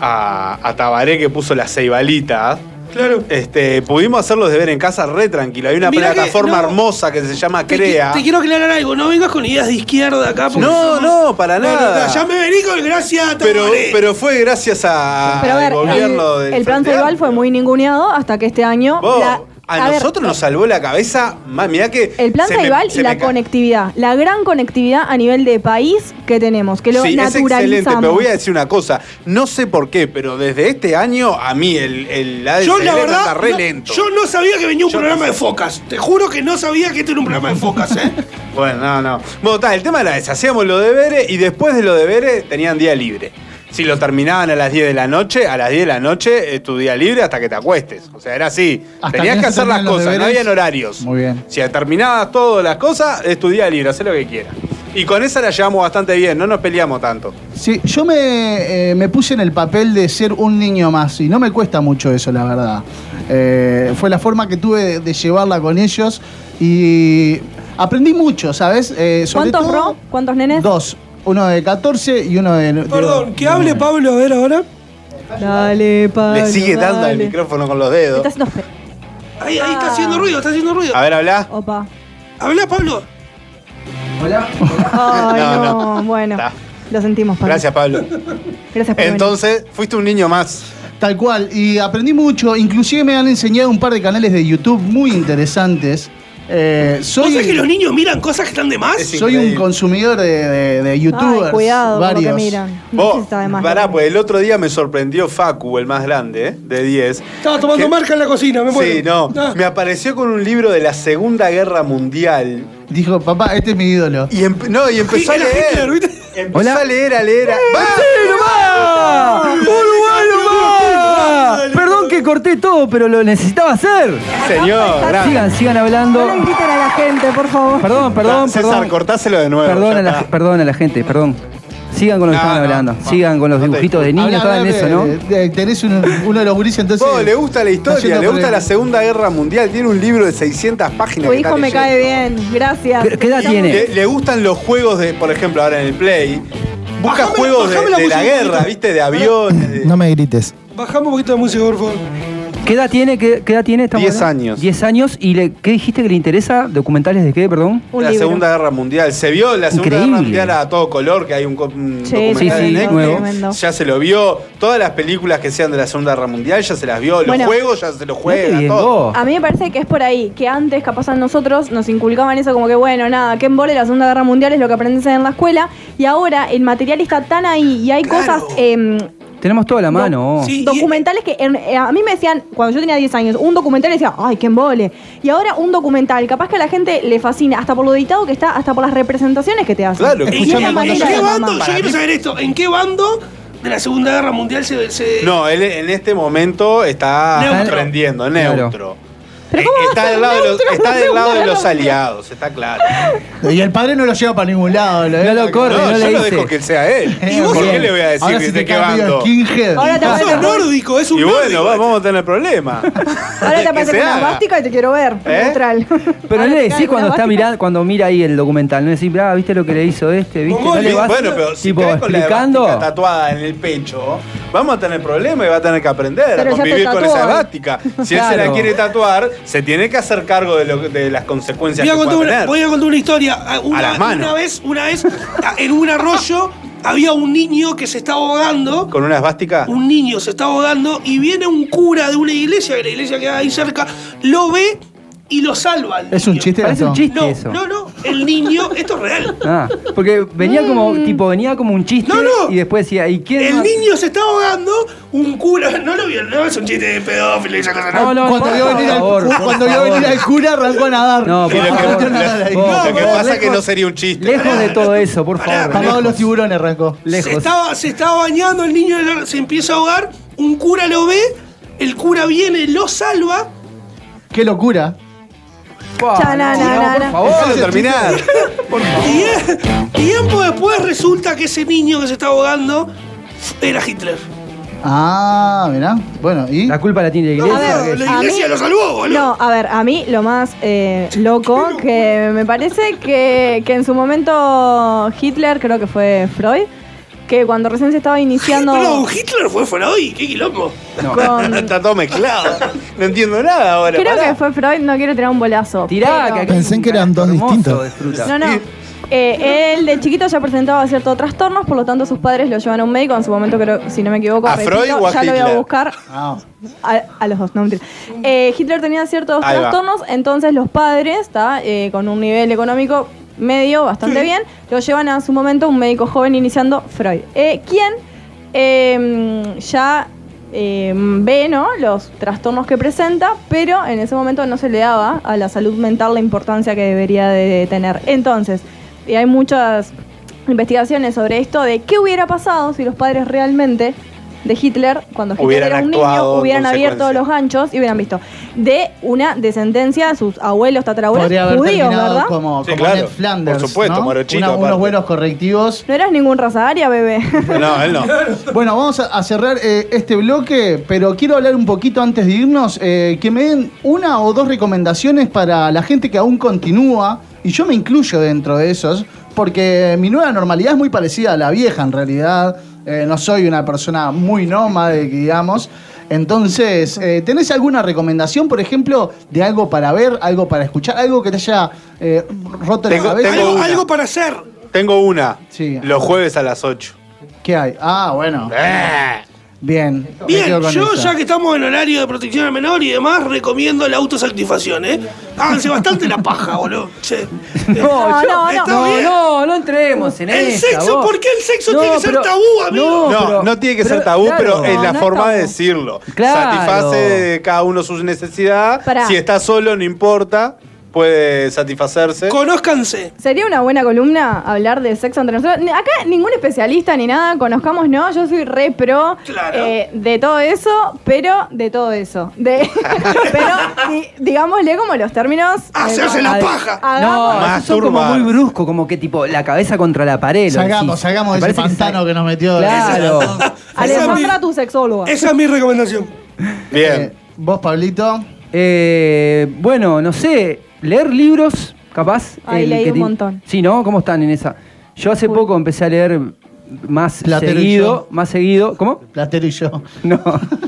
a, a Tabaré que puso las ceibalitas,
Claro.
este, pudimos hacer los deberes en casa re tranquilo. Hay una
Mirá que-
plataforma
no.
hermosa que se llama
Te,
Crea.
qui- te quiero aclarar algo, no vengas con ideas de izquierda acá. porque
No,
somos-
no, para nada.
ya me vení con el gracias a
pero,
Tabaré.
pero fue gracias a,
Pero a ver,
al Ah, gobierno
el,
del
el plan
Frente
Ceibal
Amplio.
fue muy ninguneado hasta que este año.
Vos,
la-
a,
ver, eh,
nosotros nos salvó la cabeza. Más, mirá que.
El plan
se me-
Ceibal y
se me
la
ca-
conectividad, la gran conectividad a nivel de país que tenemos, que lo
sí, es
naturalizamos.
excelente, pero voy a decir una cosa. No sé por qué, pero desde este año a mí el, el ADCL
yo la verdad,
está re
no-
lento.
yo no sabía que venía un
Yo-
programa de focas. Te juro que no sabía que este era un programa de focas, ¿eh?
Bueno, no, no. Bueno, está, el tema era ese. Hacíamos los deberes y después de los deberes tenían día libre. Si lo terminaban a las 10 de la noche, a las 10 de la noche eh, tu día libre hasta que te acuestes. O sea, era así.
Hasta
Tenías
que
que
no se
hacer las
terminan los
cosas, no
deberes.
habían horarios.
Muy bien.
Si terminabas todas las cosas, es tu día libre, haz lo que quieras. Y con esa la llevamos bastante bien, no nos peleamos tanto.
Sí, yo me, eh, me puse en el papel de ser un niño más y no me cuesta mucho eso, la verdad. Eh, fue la forma que tuve de, de llevarla con ellos y aprendí mucho, ¿sabes? Eh, sobre
¿Cuántos
todo-
ro? ¿Cuántos nenes?
Dos. Uno de 14 y uno de... de-
Perdón, que
de-
hable Pablo, a ver ahora.
Dale, Pablo.
Le sigue dando
dale. Ah.
el micrófono con los
Me
dedos.
Está haciendo fe.
Ahí, ahí está haciendo ruido, está haciendo ruido.
A ver, habla.
Opa.
Habla, Pablo.
Ay,
No,
no.
no.
Bueno,
Está.
lo sentimos, Pablo.
Gracias, Pablo.
Gracias por venir.
Entonces, fuiste un niño más.
Tal cual, y aprendí mucho. Inclusive me han enseñado un par de canales de YouTube muy interesantes. Eh,
¿No
soy
sabes que los niños miran cosas que están de más?
Es
soy un
increíble.
consumidor de, de- de
Ay,
YouTubers.
cuidado con lo
varios.
que miran. No sé si
Vos,
está de más.
pará, pues el otro día me sorprendió Facu, el más grande, ¿eh? de 10.
Estaba tomando
¿Qué?
marca en la cocina, me muero.
Sí, no.
Ah.
Me apareció con un libro de la Segunda Guerra Mundial.
Dijo, papá, este es mi ídolo.
Y empe- no, y empezó a
Era Hitler,
leer.
¿viste?
Empezó
Hola.
a leer, a leer. a-
Eh,
¡Va!
¡Ah! ¡Uruguay nomás! [laughs] Perdón que corté todo, pero lo necesitaba hacer.
Señor, gracias.
Sigan, sigan hablando.
No le griten a la gente, por favor.
Perdón, perdón,
César,
perdón.
cortáselo de nuevo.
Perdón
ya
a, la,
está.
perdón a la gente, perdón. Sigan con lo que
No,
estaban
no,
hablando.
vamos.
Sigan con los
No te
dibujitos de niños,
Habla,
estaban en
habla
eso,
de-
¿no?
de- Eh, tenés un- uno de los gurises, entonces.
Vos, le gusta la historia,
Haciendo
le
por
gusta
el-
la Segunda Guerra Mundial. Tiene un libro de 600 páginas.
Tu
que está
hijo me
leyendo.
cae bien.
eh,
Gracias.
¿Qué- qué edad
Estamos-
tiene?
Le, le gustan los juegos de, por ejemplo, ahora en el Play. Busca
Bajame-
juegos de,
bajame la
de la
musiquita.
guerra, ¿viste? De aviones. de-
No me grites.
Bajamos un poquito de música, por favor.
¿Qué edad tiene? ¿Qué, qué edad tiene? Estamos
Diez
hablando.
años.
Diez años. ¿Y le, qué dijiste que le interesa? ¿Documentales de qué, perdón?
Un
la
libro.
Segunda Guerra Mundial. Se vio la Segunda
Increíble.
Guerra Mundial a todo color, que hay un, co- un
Sí,
documental
sí,
en
sí,
Netflix.
nuevo.
tremendo.
Ya se lo vio. Todas las películas que sean de la Segunda Guerra Mundial ya se las vio. Los
Bueno.
juegos ya se
Mirá
los
qué
juegan.
bien,
todo.
vos.
A mí me parece que es por ahí, que antes capaz a nosotros nos inculcaban eso como que bueno, nada, que en vole la Segunda Guerra Mundial es lo que aprendes en la escuela y ahora el material está tan ahí y hay cosas em,
Tenemos toda la mano. oh.
sí. y-
documentales que en- eh, a mí me decían cuando yo tenía 10 años, un documental y decía, ay, que en vole. Y ahora un documental, capaz que a la gente le fascina, hasta por lo editado que está, hasta por las representaciones que te hacen.
Claro,
¿En,
escuchame
qué-
una
en
cosa.
qué bando?
Para
Yo quiero saber esto. ¿En qué bando de la Segunda Guerra Mundial se. se-
No, él en este momento está
Neutro.
aprendiendo,
Claro.
neutro.
Pero
Eh,
¿cómo va a
está
ser
del lado, de los,
neutro
está
en la
del lado
Segunda
de
[laughs]
los
Guerra Mundial?
aliados, está claro.
Y el padre no lo lleva para ningún lado. Lo
No lo corre, no,
No, yo
le
lo
dice.
dejo que él sea
[laughs]
él.
Eh,
¿Por
bien.
qué le voy a decir
Ahora se
desde
te
qué
cae medio
bando?
skinhead.
Ahora te
Ah,
aparece,
sos nórdico, es un
Y bueno,
nórdico.
va- vamos a tener problemas.
ahora te
Que
aparece
se
con una
haga.
bástica y te quiero ver,
¿Eh?
neutral.
Pero
Ahora
no
te
le
cae
decís
con una
cuando está
bástica.
mirando, cuando mira ahí el documental, no le decís, ah, viste lo que le hizo este, viste, no
Mongol,
le vas
bueno, pero si
tipo
caes con la
explicando.
esvástica tatuada en el pecho, vamos a tener problemas y va a tener que aprender
Pero
a
ya te
convivir con
tatuó.
esa esvástica. Si él se
Claro.
la quiere tatuar, se tiene que hacer cargo de, lo- de las consecuencias
Voy
que
a, contar
pueda
una,
tener.
voy a contar una historia. Ah, Una,
las manos.
una vez, una vez, a- en un arroyo había un niño que se estaba ahogando.
Con una esvástica.
Un niño se está ahogando y viene un cura de una iglesia, que la iglesia queda ahí cerca, lo ve y lo salva. al
Es un
niño.
chiste,
Parece un
Gastón.
chiste
No,
eso.
no, no. El niño, esto es real.
Ah, porque venía como,
Mm.
tipo, venía como un chiste
No, no.
y después decía, ¿y quién
El
más?
niño se está ahogando, un cura. No lo vio, no es un chiste de pedófilo y esa cosa.
No, no,
Cuando
por
vio venir al-
favor, por
cuando vio
favor.
[laughs] venir al cura, arrancó a nadar.
No,
Y
por
lo que,
favor.
lo-
No,
lo que
por
pasa
favor,
es que no
lejos-
sería un chiste.
Lejos de todo eso, por
Pará,
favor.
pará.
Papá de
lejos.
los tiburones arrancó.
Se
Lejos.
estaba, se estaba bañando el niño, en el- se empieza a ahogar, un cura lo ve, el cura viene, lo salva
Qué locura.
Pa,
Chanana,
no,
nana.
por favor.
Déjalo terminar.
Y- eh, Tiempo después resulta que ese niño que se está ahogando era Hitler.
Ah, mirá. Bueno, ¿y?
La culpa la tiene la
A
iglesia.
ver,
¿qué?
la iglesia lo salvó, boludo.
No, a ver, a mí lo más eh,
[laughs]
loco que me parece que, que en su momento Hitler, creo que fue Freud, que cuando recién se estaba
[laughs]
iniciando.
Perdón, Hitler fue fuera hoy, qué quilombo.
con-
Está todo mezclado. No entiendo nada ahora.
creo
pará.
que fue Freud, no quiero tirar un bolazo.
Tirá,
pero-
que acá
Pensé
hay un
que eran dos
carajo
distintos.
hermoso de fruta.
No, no. Eh, él de chiquito ya presentaba ciertos trastornos, por lo tanto sus padres lo llevan a un médico. En su momento, creo, si no me equivoco,
¿A Freud o a
ya lo voy
Hitler?
a buscar.
Ah,
A, a los dos, no mentira. Eh, Hitler tenía ciertos
Ahí va.
trastornos, entonces los padres, está Eh, con un nivel económico medio, bastante bien, lo llevan a su momento un médico joven iniciando Freud, eh, quien eh, ya eh, ve ¿no? los trastornos que presenta, pero en ese momento no se le daba a la salud mental la importancia que debería de tener. Entonces, y hay muchas investigaciones sobre esto de qué hubiera pasado si los padres realmente de Hitler, cuando Hitler
Hubieran
era un
actuado
niño,
en
hubieran abierto
consecuencia.
los ganchos y hubieran visto de una descendencia de sus abuelos, tatarabuelos
Podría haber
judíos,
terminado
¿verdad?
como,
Sí,
como
claro.
Ned Flanders.
Por supuesto,
¿no?
morochito,
Una-
aparte.
unos buenos correctivos.
No eras ningún raza aria, bebé. [laughs]
[laughs] No, él no.
Bueno, vamos a, a cerrar eh, este bloque, pero quiero hablar un poquito antes de irnos, eh, que me den una o dos recomendaciones para la gente que aún continúa, y yo me incluyo dentro de esos, porque mi nueva normalidad es muy parecida a la vieja en realidad, Eh, no soy una persona muy nómade, digamos. Entonces, eh, ¿tenés alguna recomendación, por ejemplo, de algo para ver, algo para escuchar, algo que te haya eh, roto
Tengo-
la cabeza?
tengo
Algo,
una.
algo para hacer.
Tengo una.
Sí.
Los jueves a las 8.
¿Qué hay? Ah, bueno. Bien. me quedo
Eh. Bien,
con
yo
esa.
ya que estamos en horario de protección al menor y demás, recomiendo la autosatisfacción, ¿eh? Háganse bastante la paja, boludo. Che.
[laughs] No,
No, no,
yo- no,
no.
no, no, entremos en
El
esa,
sexo,
vos.
¿por qué el sexo tiene que ser tabú, amigo?
No,
pero-
no tiene que
pero-
ser tabú, pero
claro.
es la
No, no es
forma de
tabú.
decirlo.
Claro.
Satisface cada uno su necesidad.
Pará.
Si está solo, no importa. Puede satisfacerse.
Conózcanse.
Sería una buena columna hablar de sexo entre nosotros. Ni- Acá ningún especialista ni nada, conozcamos, no. Yo soy re pro
Claro.
eh, de todo eso, pero de todo eso. De, [laughs] pero di- digámosle como los términos.
Hacerse
eh,
la
a ver.
paja.
hagamos-
No, eso es como
Masturbar.
muy brusco, como que tipo la cabeza contra la pared. lo
Salgamos,
decís.
salgamos
Me
de ese
parece que
pantano
sa-
que nos metió.
Claro.
Alejandra, tu sexóloga.
Esa es mi recomendación.
Eh,
Bien.
vos, Pablito.
Eh, bueno, no sé, leer libros, capaz.
Ay,
el
leí
que
un
te-
montón.
Sí, ¿no? ¿Cómo están en esa? Yo hace
Uy.
poco empecé a leer más
Platero y
seguido,
yo.
más seguido. ¿Cómo?
Platero y yo.
No.
[laughs]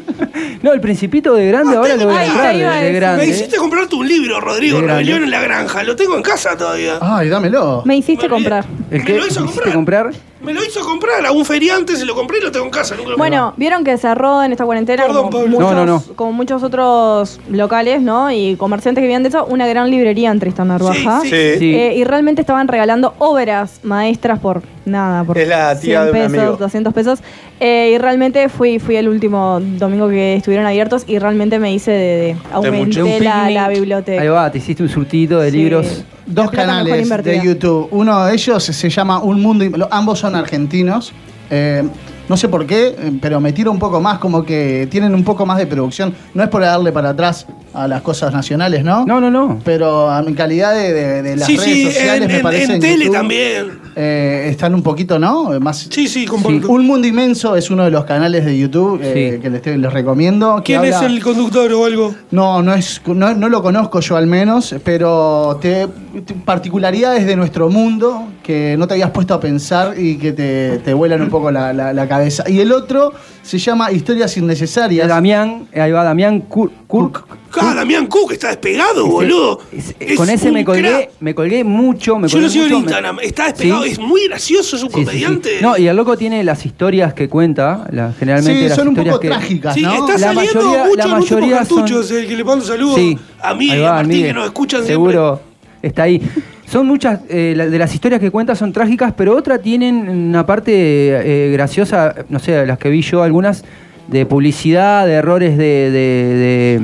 No, el principito de grande ahora lo voy a
Ay,
entrar
te iba a
de, de
decir.
grande.
Me hiciste comprarte un libro, Rodrigo,
De grande.
Rebelión en la Granja. Lo tengo en casa todavía.
Ay, dámelo.
Me hiciste comprar.
¿El
¿El
que
Me lo hizo
hiciste
comprar.
comprar?
Me lo hizo comprar a un feriante, se lo compré y lo tengo en casa. nunca lo-
Bueno, vieron que cerró en esta cuarentena
Perdón,
como,
Pablo.
muchos,
No, no,
como muchos otros locales, ¿no? Y comerciantes que vivían de eso, una gran librería en Tristán Narvaja.
Sí.
Sí.
Sí.
Eh, y realmente estaban regalando obras maestras por nada, por
Es la tía de un
pesos,
amigo.
200 pesos. Eh, y realmente fui fui el último domingo que estuvieron abiertos y realmente me hice de, de- aumenté
un
la,
picnic.
la biblioteca.
Ahí va, te hiciste un surtito de
Sí.
libros.
Dos
La plata mejor
canales
invertida.
de YouTube. Uno de ellos se llama Un Mundo. Im- lo- Ambos son argentinos. Eh, no sé por qué, eh, pero me tiro un poco más, como que tienen un poco más de producción. No es por darle para atrás a las cosas nacionales, ¿no?
No, no, no.
Pero a mi calidad de, de- de las
sí,
redes
sí,
sociales
en,
me
en-
parece.
en
en
tele
YouTube,
también.
eh, están un poquito, ¿no? Más,
Sí, sí,
Sí.
comparto.
Un Mundo Inmenso es uno de los canales de YouTube eh,
Sí.
que les, te- les recomiendo. que
¿Quién es
habla-
el conductor o algo?
No, no, es, no, no lo conozco yo al menos, pero te, te- particularidades de nuestro mundo que no te habías puesto a pensar y que te, te vuelan un poco la, la- la cabeza. Y el otro se llama Historias Innecesarias.
Damián, ahí va Damián Kur- Kurk.
Ah, Damián Cook está despegado, boludo.
Es-
Es
con ese
un
me colgué,
crack.
me colgué mucho. Me
Yo lo
colgué
sigo en
mucho, me-
Instagram. Está despegado,
Sí.
es muy gracioso, es un
Sí, sí, sí.
comediante.
No, y el loco tiene las historias que cuenta, la- generalmente
Sí,
las
son un
historias
poco
que-
trágicas,
Sí,
¿no?
está
La
saliendo
mayoría-
mucho
la
en últimos
mayoría son-
cartuchos, el que le mando saludos
Sí,
a mí
ahí
y
va,
a Martín,
Miguel.
que nos escuchan
Seguro está ahí. Son muchas, eh, la- de las historias que cuenta son trágicas, pero otra tienen una parte eh, graciosa, no sé, las que vi yo algunas, de publicidad, de errores de, de, de-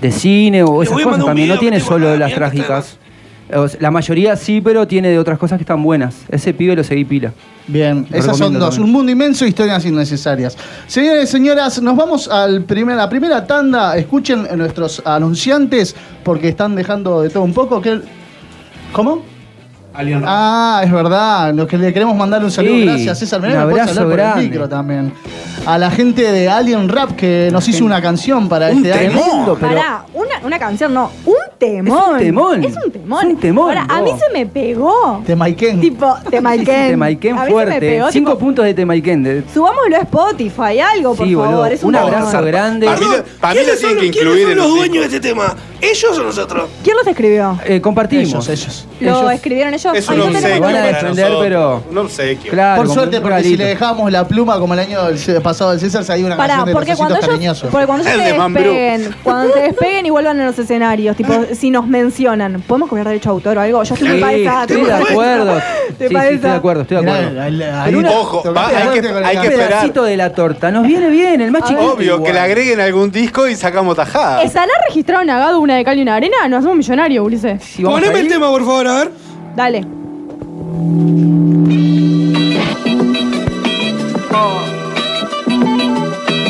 de cine o
Le
esas
voy a
cosas
mandar un
también. No
video
tiene
que tengo
solo
acá,
las
mirá que está
trágicas. O sea, La mayoría sí, pero tiene de otras cosas que están buenas. Ese pibe lo seguí pila.
Bien,
Lo
esas son
recomiendo
dos.
también.
Un mundo inmenso y historias innecesarias. Señores y señoras, nos vamos al primer, a la primera tanda. Escuchen a nuestros anunciantes porque están dejando de todo un poco. que- ¿Cómo?
Alien Rock.
Ah, es verdad. Los que le queremos mandar un saludo.
Sí,
Gracias, César. Mirá,
un
me podés
abrazo
hablar por el
grande.
micro también. A la gente de Alien Rap que nos hizo una canción para
Un
este año.
temón.
Pero-
Pará, una, una canción no, un temón.
Es un temón.
Es un temón.
Es un temón,
Pará, ah. a
vos.
mí se me pegó.
De Maiken.
tipo,
[laughs]
Temaiken.
Temaiken
A mí se me
fuerte.
pegó,
Cinco
tipo,
puntos de Temaiken. de-
Subámoslo a Spotify, algo, por
Sí,
favor.
boludo.
Es un,
Un
temón.
abrazo grande.
Para mí,
Perdón,
para mí la
¿quiénes
tienen
son
que
los- quiénes
incluir
son
en
los
el
dueños de
disco.
este tema? ¿Ellos o nosotros?
¿Quién los escribió?
Eh, compartimos.
Ellos, ellos.
¿Lo
Ellos-
escribieron ellos?
Es
Ay, no
un
tenemos
obsequio.
Van a
nombre.
para
defender,
nosotros.
pero-
Un obsequio.
Claro,
Por
como
suerte,
un
porque si
regalito.
le dejamos la pluma como el año del- pasado del César, salió una
Pará,
canción de
porque
los
cuando,
ositos
ellos,
cariñosos.
porque cuando ellos
El
se
de Man
despeguen, cuando se despeguen y vuelvan a los escenarios, tipo, si nos mencionan, ¿podemos cobrar derecho a autor o algo? Yo estoy
Sí,
muy para esa,
estoy de
para esa. [laughs]
acuerdo.
¿Te
Sí, sí,
parece?
estoy de acuerdo, estoy de
Mirá,
acuerdo.
ahí- ahí-
Pero una-
Ojo,
tocaste
va, hay que-
fuerte con el
hay que
cable.
esperar.
pedacito de la torta. Nos viene bien, el más
A
chiquito.
ver.
Obvio que le agreguen algún disco y sacamos tajada.
¿Estará registrado en Agado una de cal y una arena? Nos hacemos millonarios, Ulises.
Si vamos
Poneme
ahí,
el tema, por favor, a ver.
Dale.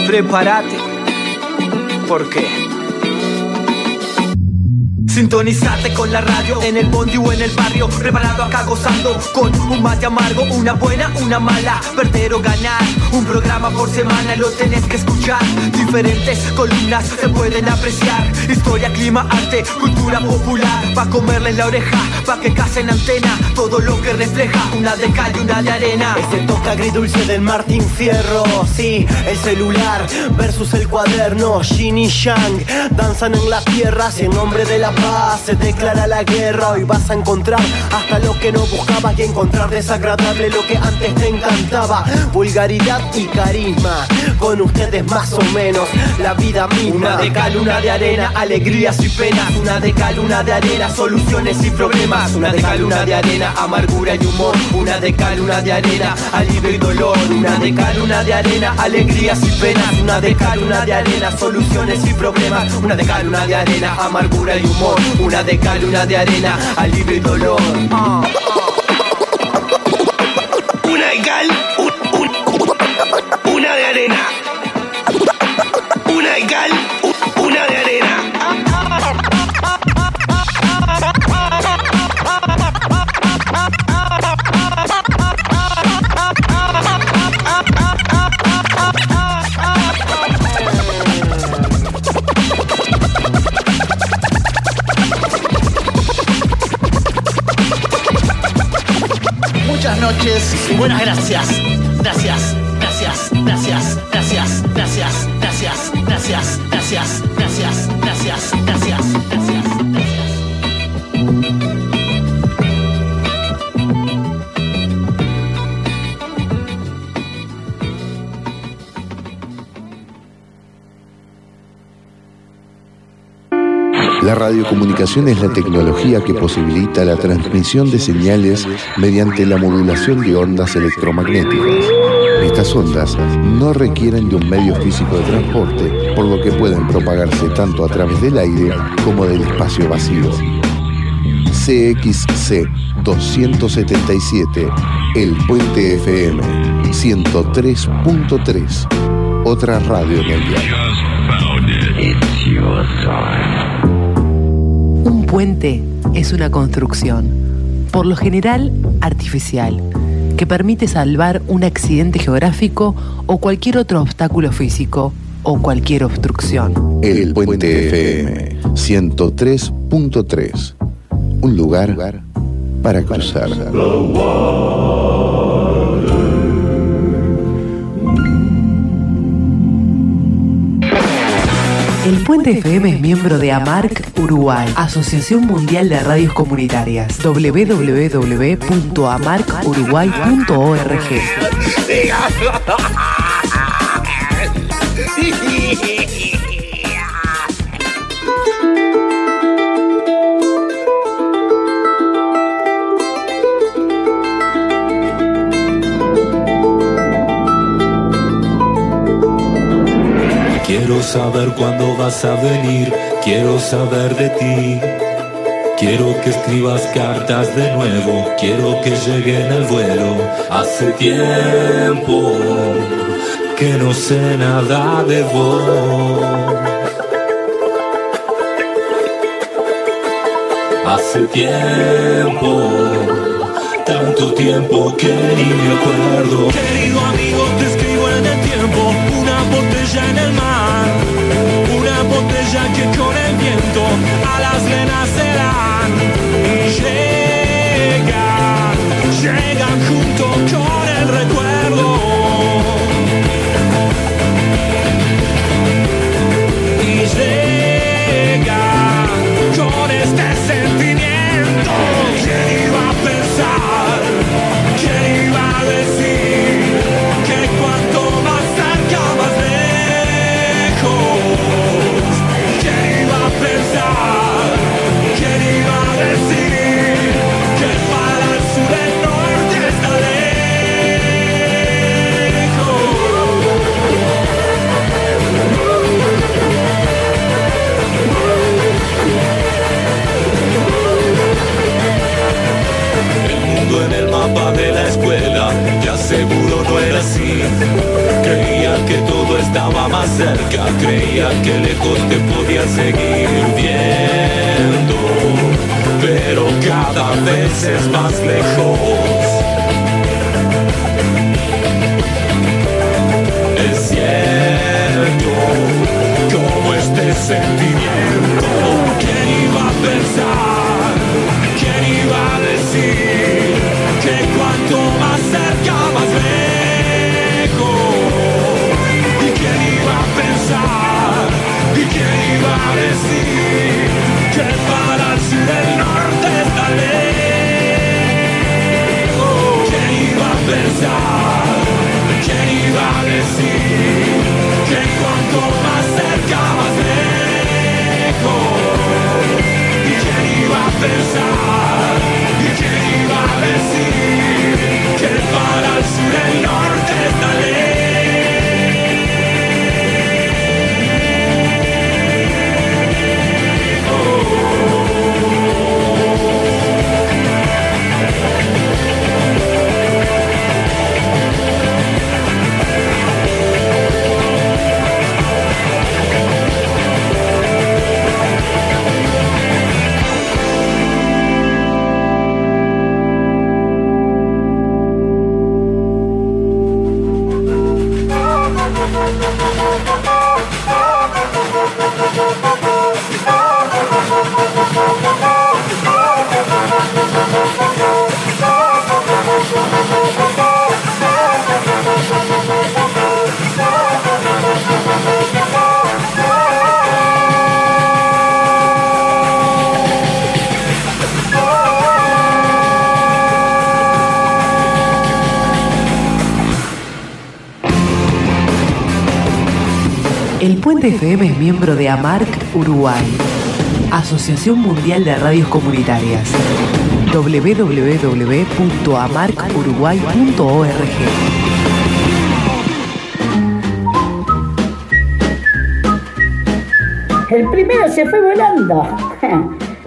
Prepárate. ¿Por qué? Sintonizate con la radio en el bondi o en el barrio, preparado acá gozando con un mate amargo, una buena, una mala, perder o ganar. Un programa por semana lo tenés que escuchar. Diferentes columnas se pueden apreciar. Historia, clima, arte, cultura popular. Pa' comerle la oreja, pa' que casen antena. Todo lo que refleja una de cal y una de arena.
Ese toque agridulce del Martín Fierro, sí, el celular versus el cuaderno, Yin y Yang danzan en la tierra, si en nombre de la paz se declara la guerra, hoy vas a encontrar hasta lo que no buscabas y encontrar desagradable lo que antes te encantaba, vulgaridad y carisma, con ustedes más o menos, la vida misma, una de cal, una de arena, alegrías y penas, una de cal, una de arena, soluciones y problemas, una de cal, una de arena, amargura y humor, una de cal, una de arena, alivio y dolor, una de cal, una de arena, alegrías y penas, una de cal, una de arena, soluciones y problemas, una de cal, una de arena, amargura y humor, una de cal, una de arena, alivio y dolor.
Una de cal, un- un- una de arena. Una de cal, un- una de arena.
Muchas noches y buenas gracias. Gracias, gracias, gracias, gracias, gracias, gracias, gracias, gracias, gracias, gracias, gracias, gracias, gracias.
La radiocomunicación es la tecnología que posibilita la transmisión de señales mediante la modulación de ondas electromagnéticas. Estas ondas no requieren de un medio físico de transporte, por lo que pueden propagarse tanto a través del aire como del espacio vacío. CXC 277, El Puente FM 103.3, otra radio en el diario.
Un puente es una construcción, por lo general artificial, que permite salvar un accidente geográfico o cualquier otro obstáculo físico o cualquier obstrucción.
El Puente FM 103.3. Un lugar para cruzar.
El Puente FM es miembro de AMARC Uruguay, Asociación Mundial de Radios Comunitarias, www.amarcuruguay.org.
Quiero saber cuándo vas a venir, quiero saber de ti. Quiero que escribas cartas de nuevo, quiero que lleguen al vuelo. Hace tiempo que no sé nada de vos. Hace tiempo, tanto tiempo que ni me acuerdo. Querido amigo, te escribo en el tiempo, una botella en el mar, una botella que con el viento alas le nacerán y llegan, llegan junto con el recuerdo. Y llegan con este sentimiento. ¿Quién iba a pensar? ¿Quién iba a decir que cuanto más cerca más lejos? ¿Quién iba a pensar? ¿Quién iba a decir que para el sur el norte está mundo en el mapa de la escuela, ya seguro no era así. Creía que todo estaba más cerca, creía que lejos te podía seguir viendo, pero cada vez es más lejos. Es cierto, como este sentimiento, ¿quién iba a pensar? ¿Quién iba a decir que cuanto más cerca más lejos? ¿Y quién iba a pensar? ¿Y quién iba a decir que para el sur el norte está lejos? ¿Quién iba a pensar? ¿Quién iba a decir que cuanto más cerca más lejos? ¿Y quién iba a pensar? ¿Y quién iba a decir que para el sur el norte está
El Puente FM es miembro de AMARC Uruguay, Asociación Mundial de Radios Comunitarias. www.amarcuruguay.org
El primero se fue volando.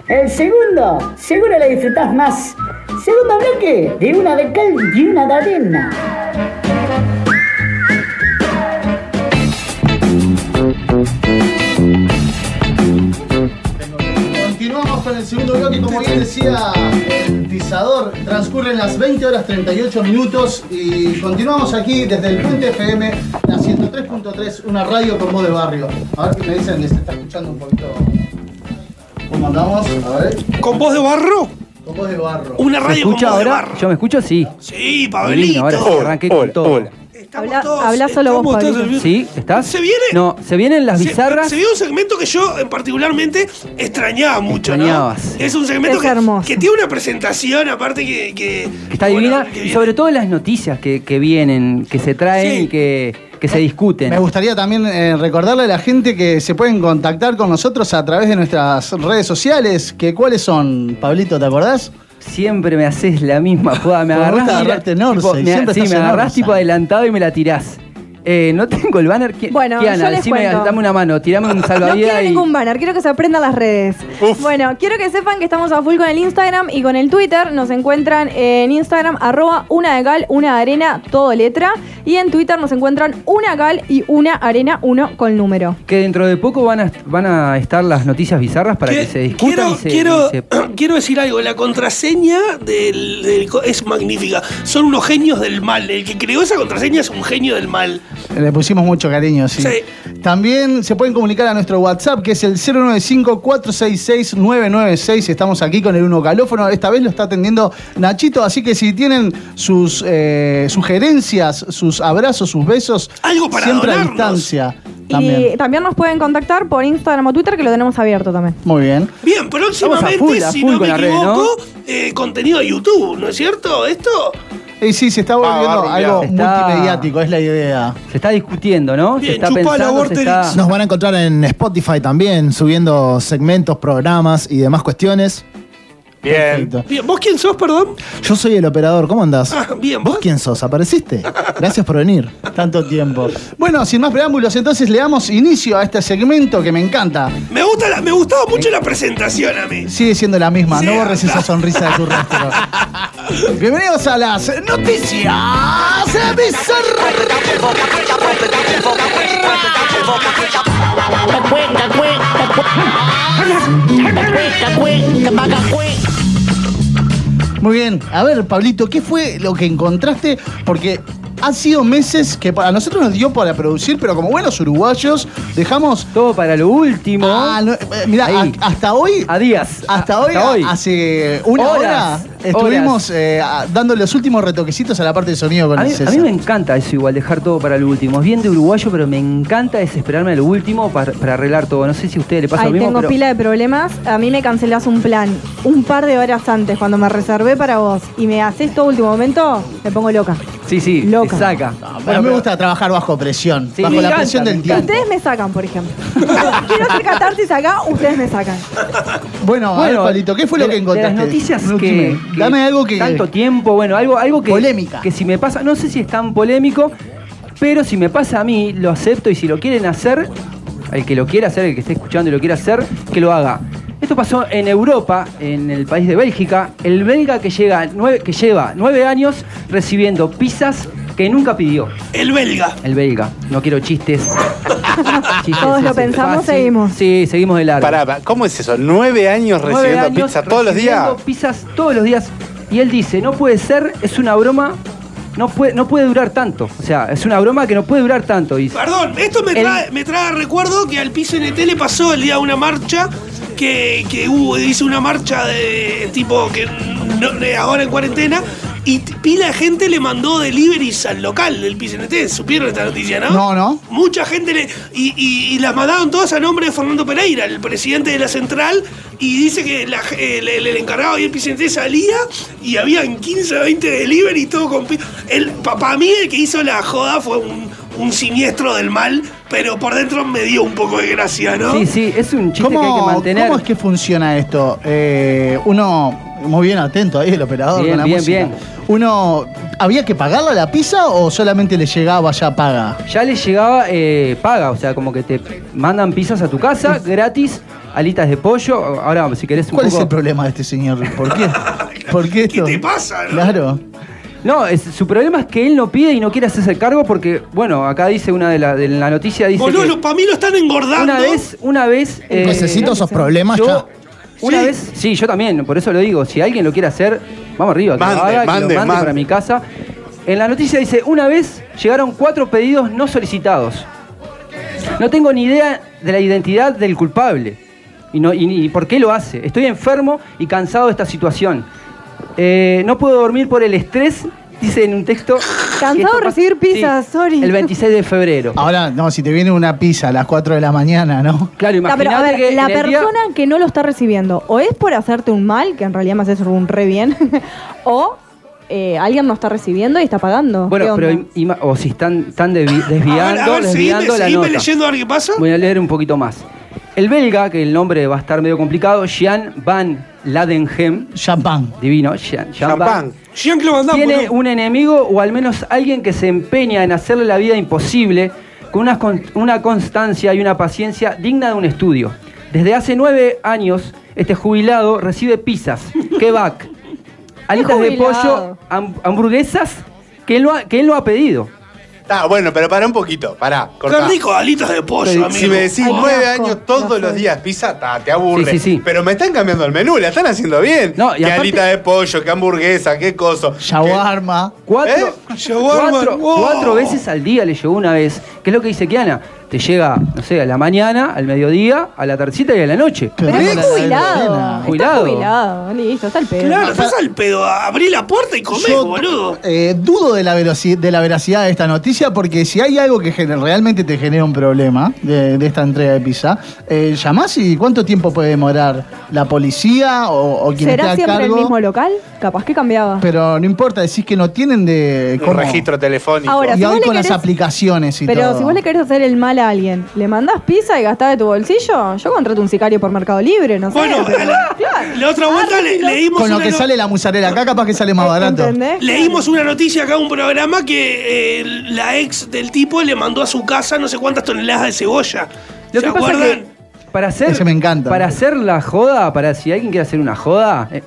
El segundo, seguro la disfrutás más. Segundo bloque, de una de cal y una de arena.
Continuamos con el segundo bloque, como bien decía el pisador, transcurren las 20 horas 38 minutos y continuamos aquí desde el Puente FM, la 103.3, una radio con voz de barrio. A ver qué me dicen que se está escuchando un poquito. ¿Cómo andamos? A ver.
¿Con voz de barro?
Con voz de barro.
¿Se escucha ahora? ¿Yo me escucho? Sí.
Sí,
Pablito. Ahora sí, arranqué con todo.
Habla, habla solo vos,
estamos todos
Pablito.
¿Sí? ¿Estás?
Se viene.
No, se vienen las bizarras.
Se, se vio un segmento que yo eh, particularmente extrañaba mucho,
Extrañabas.
¿no? Es un segmento que, que tiene una presentación, aparte que. que- [clears throat]
que está divina. y sobre todo las noticias que, que vienen, que se traen y que, que se discuten.
Me gustaría también eh, recordarle a la gente que se pueden contactar con nosotros a través de nuestras redes sociales, que cuáles son, Pablito, ¿te acordás?
Siempre me haces la misma joda, me
[laughs] Porque vos
agarrás. mira,
te agarraste en Orsay,
me,
siempre
sí,
estás
me
en
agarrás
Orsay.
tipo adelantado y me la tirás. Eh, no tengo el banner. ¿Qui-
Bueno,
Kiana,
yo les
decime,
cuento.
dame una mano, tirame
[laughs]
un
No
salvavidas
quiero
y-
ningún banner, quiero que se aprendan las redes. Bueno, quiero que sepan que estamos a full con el Instagram y con el Twitter. Nos encuentran en Instagram arroba una de gal, una de arena, todo letra. Y en Twitter nos encuentran una gal y una arena, uno con número.
Que dentro de poco van a, est- van a estar las noticias bizarras para que se discutan
Quiero,
y se-
quiero-
y se-
quiero decir algo, la contraseña del, del co- es magnífica. Son unos genios del mal. El que creó esa contraseña es un genio del mal.
Le pusimos mucho cariño, sí. También se pueden comunicar a nuestro WhatsApp, que es el 095-466-996. Estamos aquí con el uno calófono. Esta vez lo está atendiendo Nachito, así que si tienen sus eh, sugerencias, sus abrazos, sus besos,
Algo para
siempre
donarnos.
a distancia. También.
Y también nos pueden contactar por Instagram o Twitter, que lo tenemos abierto también.
Muy bien.
Bien, próximamente,
Estamos a full, a
si
full
no
con
me
la red, ¿no?
equivoco, eh, contenido de YouTube, ¿no es cierto? Esto.
Y sí, se está volviendo
va a
algo
rumbear. Está-
multimediático, es la idea.
Ah, Se está discutiendo, ¿no? se está pensando, se está-
Nos van a encontrar en Spotify también, subiendo segmentos, programas y demás cuestiones.
Bien.
Bien, ¿vos quién sos, perdón?
Yo soy el operador, ¿cómo andás?
Ah, bien,
¿Vos quién sos? ¿Apareciste? Gracias por venir.
Tanto tiempo. Bueno, sin más preámbulos, entonces le damos inicio a este segmento que me encanta.
Me, gusta la- me gustaba mucho la presentación a mí.
Sigue siendo la misma, no borres esa sonrisa de tu rostro. Bienvenidos a las noticias Muy bien, a ver, Pablito, ¿qué fue lo que encontraste? Porque han sido meses que a nosotros nos dio para producir, pero como buenos uruguayos, dejamos.
Todo para lo último.
Ah, no, eh, mirá,
Ahí.
a- hasta hoy.
A días.
Hasta
A-
hoy,
hasta hoy.
hace una
Horas,
hora, estuvimos eh, a- dando los últimos retoquecitos a la parte de sonido con
A mí,
el
a
César.
mí me encanta eso igual, dejar todo para lo último. Es bien de uruguayo, pero me encanta desesperarme a lo último para, para arreglar todo. No sé si a ustedes le pasa
Ahí
lo mismo,
tengo
pero
pila de problemas. A mí me cancelás un plan un par de horas antes, cuando me reservé para vos, y me haces todo último momento, me pongo loca.
Sí, sí,
Loca.
te saca.
Bueno, a mí me gusta trabajar bajo presión,
Sí,
bajo
me
la
encanta,
presión
me
del
encanta.
tiempo.
Ustedes me sacan, por ejemplo. Quiero hacer catarsis acá, ustedes me sacan.
Bueno, a ver,
Bueno,
Pablito, ¿qué fue
de
lo
la-
que
de las
encontraste?
noticias
No,
que,
dime,
que-
Dame algo que.
Tanto tiempo, bueno, algo, algo que.
Polémica.
Que si me pasa, no sé si es tan polémico, pero si me pasa a mí, lo acepto y si lo quieren hacer, el que lo quiera hacer, el que esté escuchando y lo quiera hacer, que lo haga. Esto pasó en Europa, en el país de Bélgica. El belga que, llega nueve- que lleva nueve años recibiendo pizzas que nunca pidió.
El belga.
El belga. No quiero chistes.
[laughs]
Chistes
Todos lo
así,
pensamos,
fácil.
seguimos.
Sí, seguimos de largo.
Pará, pará, ¿cómo es eso? ¿Nueve años
Nueve
recibiendo
años
pizza todos los días?
recibiendo pizzas todos los días. Y él dice, no puede ser, es una broma, no puede, no puede durar tanto. O sea, es una broma que no puede durar tanto. Y
Perdón, esto me
El-
trae, me trae recuerdo que al PCNT le pasó el día de una marcha que, que hubo, hizo una marcha de tipo que no- de ahora en cuarentena y t- pila de gente le mandó deliveries al local del PCNT. ¿Supieron esta noticia, no?
No, no.
Mucha gente le. Y, y- y las mandaron todas a nombre de Fernando Pereira, el presidente de la central, y dice que la- el, el- el encargado y el presidente salía y habían 15 o 20 delivery y todo con. pi- El, para mí, el que hizo la joda fue un, un siniestro del mal, pero por dentro me dio un poco de gracia, ¿no?
Sí, sí, es un chiste que hay que
¿Cómo,
mantener.
cómo es que funciona esto? Eh, uno, muy bien atento ahí el operador
Bien,
con la
bien,
música.
bien.
Uno, ¿había que pagarla la pizza o solamente le llegaba ya paga?
Ya le llegaba eh, paga, o sea, como que te mandan pizzas a tu casa gratis, alitas de pollo. Ahora, si querés un
¿Cuál es
poco-
el problema de este señor? ¿Por qué? ¿Por qué esto?
te pasa, no?
Claro.
No, es- su problema es que él no pide y no quiere hacerse cargo porque, bueno, acá dice una de la, de la noticia, dice que
Boludo, para mí lo están engordando.
una vez, una vez... eh,
Necesito esos problemas
yo-
ya.
Una
Sí.
vez, sí, yo también, por eso lo digo, si alguien lo quiere hacer, vamos arriba, que
Mande,
lo haga, que lo
mande,
mande
mande.
para mi casa. En la noticia dice, una vez llegaron cuatro pedidos no solicitados. No tengo ni idea de la identidad del culpable y, no, y- y por qué lo hace. Estoy enfermo y cansado de esta situación. Eh, no puedo dormir por el estrés, dice en un texto.
Cansado de recibir pizzas, sorry.
El 26 de febrero.
Ahora, no, si te viene una pizza a las 4 de la mañana, ¿no?
Claro,
No,
imagínate
pero a ver,
que
la
en el día-
persona que no lo está recibiendo, o es por hacerte un mal, que en realidad me haces un re bien, [laughs] o eh, alguien no está recibiendo y está pagando. ¿Qué
Bueno,
onda?
pero ima- o si están, están devi-
[laughs] A ver,
desviando,
a ver, seguime,
desviando la
seguime
nota.
leyendo a ver qué pasa.
Voy a leer un poquito más. El belga, que el nombre va a estar medio complicado, Jean Van Ladenham.
Champán.
Divino. Jean-
Champán.
Champán. Tiene un enemigo o al menos alguien que se empeña en hacerle la vida imposible con una, con- una constancia y una paciencia digna de un estudio. Desde hace nueve años, este jubilado recibe pizzas, kebab, alitas de pollo,
jubilado?
ham- hamburguesas que él, no ha- que él no ha pedido.
Está bueno, pero para un poquito, pará. cortá.
Qué rico, alitas de pollo,
Si-
amigo.
Si me decís
Ay, qué
nueve
asco,
años todos los días pizza, ta, te aburre.
Sí, sí, sí.
Pero me están cambiando el menú, la están haciendo bien.
No, y
qué
aparte-
alita de pollo, qué hamburguesa, qué coso.
Shawarma.
Cuatro,
¿Eh? Shawarma,
cuatro,
wow.
cuatro veces al día le llegó una vez. ¿Qué es lo que dice Kiana? Te llega, no sé, a la mañana, al mediodía, a la tardecita y a la noche.
Pero está jubilado.
Jubilado.
Está jubilado. Listo, está el pedo.
Claro, estás al pedo. Abrí la puerta y comés,
Yo-
boludo.
Eh, dudo de la, veloci- de la veracidad de esta noticia porque si hay algo que gener- realmente te genera un problema de, de esta entrega de pizza, eh, llamás y cuánto tiempo puede demorar la policía o, o quien
¿Será
esté a
siempre el
cargo.
mismo local? Capaz que cambiaba.
Pero no importa, decís que no tienen de
Un registro telefónico.
Ahora,
y
si
hoy
vos le
con las
querés-
aplicaciones y
Pero
todo.
si vos le querés hacer el mal a alguien, ¿le mandás pizza y gastás de tu bolsillo? Yo contrato un sicario por Mercado Libre, no sé.
Bueno,
[laughs]
pero-
a la, la otra vuelta le- leímos
Con lo
una
que
no-
sale la musarela acá, capaz que sale más
Eh,
barato.
Leímos una noticia acá, un programa que eh, la ex del tipo le mandó a su casa no sé cuántas toneladas de cebolla.
Lo
¿Se
que pasa es
acuerdan?
que para hacer,
me encanta.
para hacer la joda, para si alguien quiere hacer una joda, eh,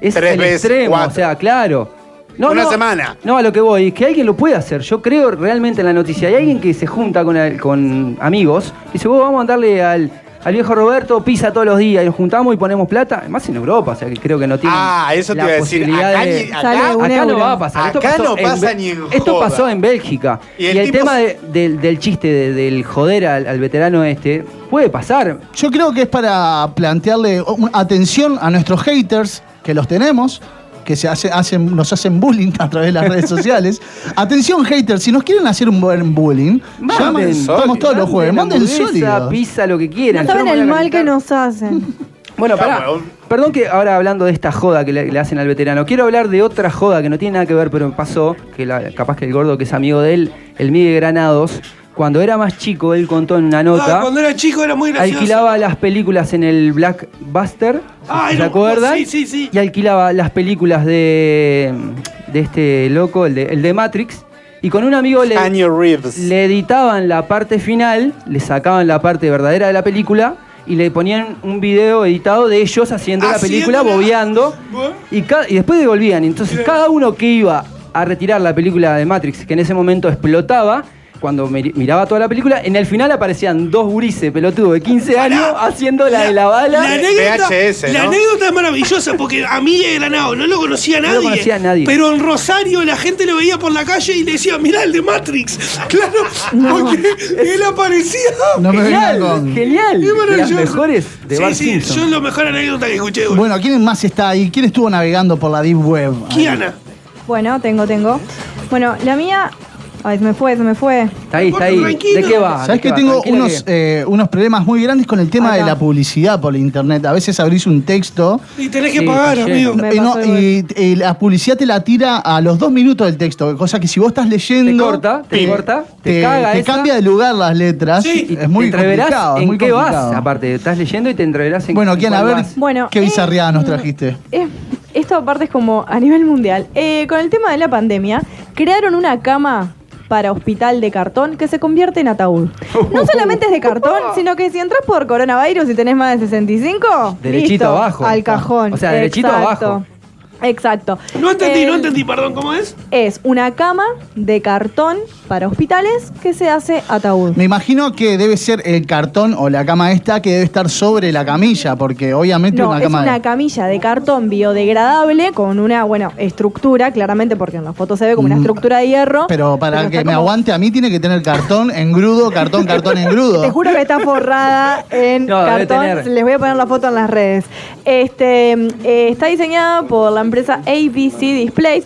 es
Tres
el
veces,
extremo,
cuatro.
o sea, claro.
Una semana.
No, a lo que voy, es que alguien lo puede hacer. Yo creo realmente en la noticia. Hay alguien que se junta con, el- con amigos y dice, vos vamos a mandarle al, al viejo Roberto pizza todos los días y nos juntamos y ponemos plata. Más en Europa, o sea, que creo que no tiene.
Ah, eso te
la
iba a decir.
posibilidad
Acá
de-
ni- acá- Sale un
acá no
euro.
va a pasar. Esto
Acá
pasó
no pasa
Be-
ni en
Esto
joda.
pasó en Bélgica.
Y
Y
el
el,
tipo
tema de- del, del chiste, de- del joder al, al veterano este, puede pasar.
Yo creo que es para plantearle un- atención a nuestros haters, que los tenemos, que se hace- hacen, nos hacen bullying a través de las
[laughs]
redes sociales. Atención, haters, si nos quieren hacer un buen bullying,
Manden.
llamen, estamos todos los jueves, manden
hamburguesa,
sólido.
pizza, lo que quieran.
no
Yo
saben
no me
el
voy a
mal que nos hacen.
Bueno, pará. Perdón que ahora hablando de esta joda que le, le hacen al veterano, quiero hablar de otra joda que no tiene nada que ver, pero me pasó, que la- capaz que el gordo que es amigo de él, el Miguel Granados, cuando era más chico, él contó en una nota.
Ah, cuando era chico era muy gracioso.
Alquilaba las películas en el Blackbuster,
Ah,
¿se
era un-
acuerdan?
sí, sí, sí.
Y alquilaba las películas de, de este loco, el de, el de Matrix. Y con un amigo le, le editaban la parte final, le sacaban la parte verdadera de la película y le ponían un video editado de ellos haciendo la película,
Haciéndola.
bobeando. Y, ca- y después devolvían. Entonces, cada uno que iba a retirar la película de Matrix, que en ese momento explotaba, cuando mir- miraba toda la película, en el final aparecían dos gurises pelotudos de 15 años haciendo la de la bala.
La anécdota, la anécdota es maravillosa porque a mí de Granado no lo conocía
No
nadie.
lo conocía a nadie.
Pero en Rosario la gente lo veía por la calle y le decía, mirá el
[laughs]
de Matrix. Claro, porque él aparecía.
No me venga Genial, con- genial.
Es maravilloso.
De las mejores de
sí,
Bart
sí,
Simpson.
yo es la mejor anécdota que escuché. boludo.
Bueno, ¿quién más está ahí? ¿Quién estuvo navegando por la Deep Web?
Kiana.
Bueno, tengo, tengo. Bueno, la mía. Ay, se me fue, se me fue.
Está ahí, está ahí. ¿De qué va?
Sabes que tengo unos, eh, unos problemas muy grandes con el tema de la publicidad por internet. A veces abrís un texto.
Y tenés que Sí, pagar, está lleno. amigo.
Y, no,
Me pasó
y- y la publicidad te la tira a los dos minutos del texto. Cosa que si vos estás leyendo.
Te corta, te corta, te
te,
caga
te
esa.
cambia de lugar las
[laughs]
letras. es muy
te entreverás
complicado. es
en
muy
qué
complicado.
vas, aparte, estás leyendo y te entreverás en
Bueno,
en
¿quién? A
cuál
ver,
vas.
¿qué bizarriada nos trajiste?
Eh, esto aparte es como a nivel mundial. Eh, con el tema de la pandemia, crearon una cama para hospital de cartón que se convierte en ataúd.
[laughs]
No solamente es de
[laughs]
cartón, sino que si entras por coronavirus y tenés más de 65,
Derechito
listo,
abajo.
al cajón.
O sea, derechito
Exacto.
abajo.
Exacto.
No
Eh,
entendí, no
El-
entendí, perdón, ¿cómo es?
Es una cama de cartón para hospitales que se hace ataúd.
Me imagino que debe ser el cartón o la cama esta que debe estar sobre la camilla, porque obviamente
No,
una
es
cama. de-
una camilla de cartón biodegradable con una, bueno, estructura, claramente, porque en la foto se ve como una
Mm,
estructura de hierro.
Pero para
Pero
que
está
me
como-
aguante a mí tiene que tener cartón, engrudo, cartón,
[laughs]
cartón,
Te
engrudo.
juro que está forrada en
[laughs] No, debe
cartón.
tener.
Les voy a poner la foto en las redes. Este, eh, está diseñada por la empresa ABC Displays.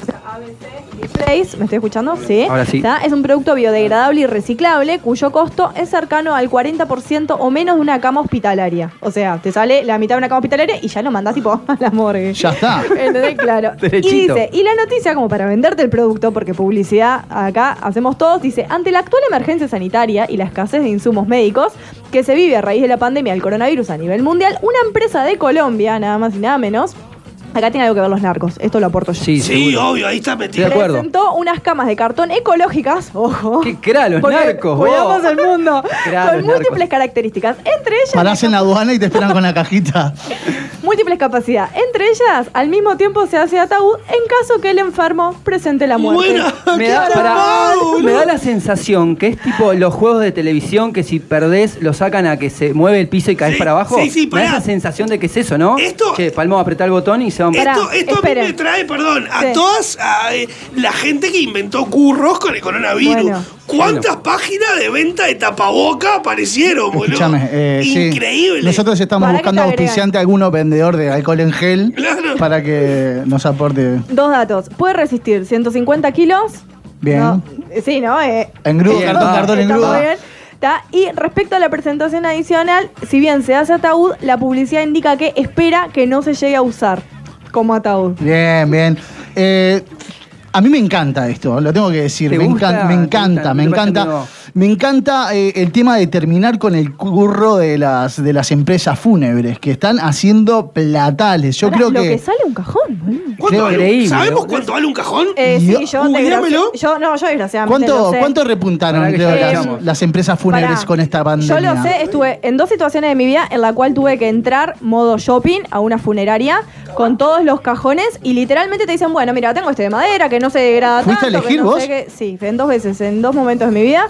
Place, ¿me estoy escuchando? Sí.
Ahora sí.
¿Está? Es un producto biodegradable y reciclable cuyo costo es cercano al 40% o menos de una cama hospitalaria. O sea, te sale la mitad de una cama hospitalaria y ya lo mandás tipo [laughs] a la morgue.
Ya está.
Entonces, claro.
Derechito.
Y dice, y la noticia, como para venderte el producto, porque publicidad acá hacemos todos, dice, ante la actual emergencia sanitaria y la escasez de insumos médicos que se vive a raíz de la pandemia del coronavirus a nivel mundial, una empresa de Colombia, nada más y nada menos, acá tiene algo que ver los narcos, esto lo aporto yo.
Sí, obvio, ahí está metido.
Presentó unas camas de cartón ecológicas, ojo. ¡Qué
cra, los narcos, vos.
Cuidamos el mundo.
Cra,
con
los
múltiples características. Entre ellas,
Parás en la aduana y te esperan con la
[laughs]
cajita.
múltiples capacidades. Entre ellas, al mismo tiempo se hace ataúd en caso que el enfermo presente la muerte. [laughs]
me, da, pará, me da la sensación que es tipo los juegos de televisión que si perdés lo sacan a que se mueve el piso y caes para abajo.
sí, sí,
me da
pará.
esa sensación de que es eso, ¿no? Esto. Che, Palmo va a apretar el botón y se van
esto esto a mí me trae, perdón, a
Sí.
todas a, eh, la gente que inventó curros con el coronavirus.
Bueno.
¿Cuántas páginas de venta de tapaboca aparecieron, boludo?
Escúchame, eh, sí.
Increíble.
Nosotros estamos
¿Para qué
buscando
te agregan?
auspiciante alguno vendedor de alcohol en gel para que nos aporte.
Dos datos. Puede resistir 150 kilos.
Bien.
No, eh, sí, ¿no? Eh,
En grúa,
eh,
cartón,
está-
cartón en
está
grúa.
muy bien. Está. Y respecto a la presentación adicional, si bien se hace ataúd, la publicidad indica que espera que no se llegue a usar como ataúd.
Bien, bien. Eh, a mí me encanta esto, lo tengo que decir.
¿Te
Me,
gusta?
encan- me
¿Te
encanta,
gusta?
me
¿Te parece
encanta.
nuevo?
Me encanta eh, el tema de terminar con el curro de las, de las empresas fúnebres que están haciendo platales. Yo
Pará,
creo
lo que...
que.
sale un cajón, boludo.
¿Cuánto
creo-
vale un-
Increíble,
¿Sabemos
boludo.
cuánto vale un cajón?
Eh, sí, yo,
Googleámelo.
desgraci- yo no, yo desgraciadamente
¿Cuánto,
lo sé.
cuánto repuntaron
Pará que
creo,
ya
las,
llegamos.
las empresas fúnebres
Pará.
con esta pandemia?
Yo lo sé, estuve en dos situaciones de mi vida en la cual tuve que entrar modo shopping a una funeraria con todos los cajones y literalmente te dicen, bueno, mira, tengo este de madera que no se degrada
¿Fuiste a
tanto, que
elegir
no
vos?
sé qué". Sí, en dos veces, en dos momentos de mi vida.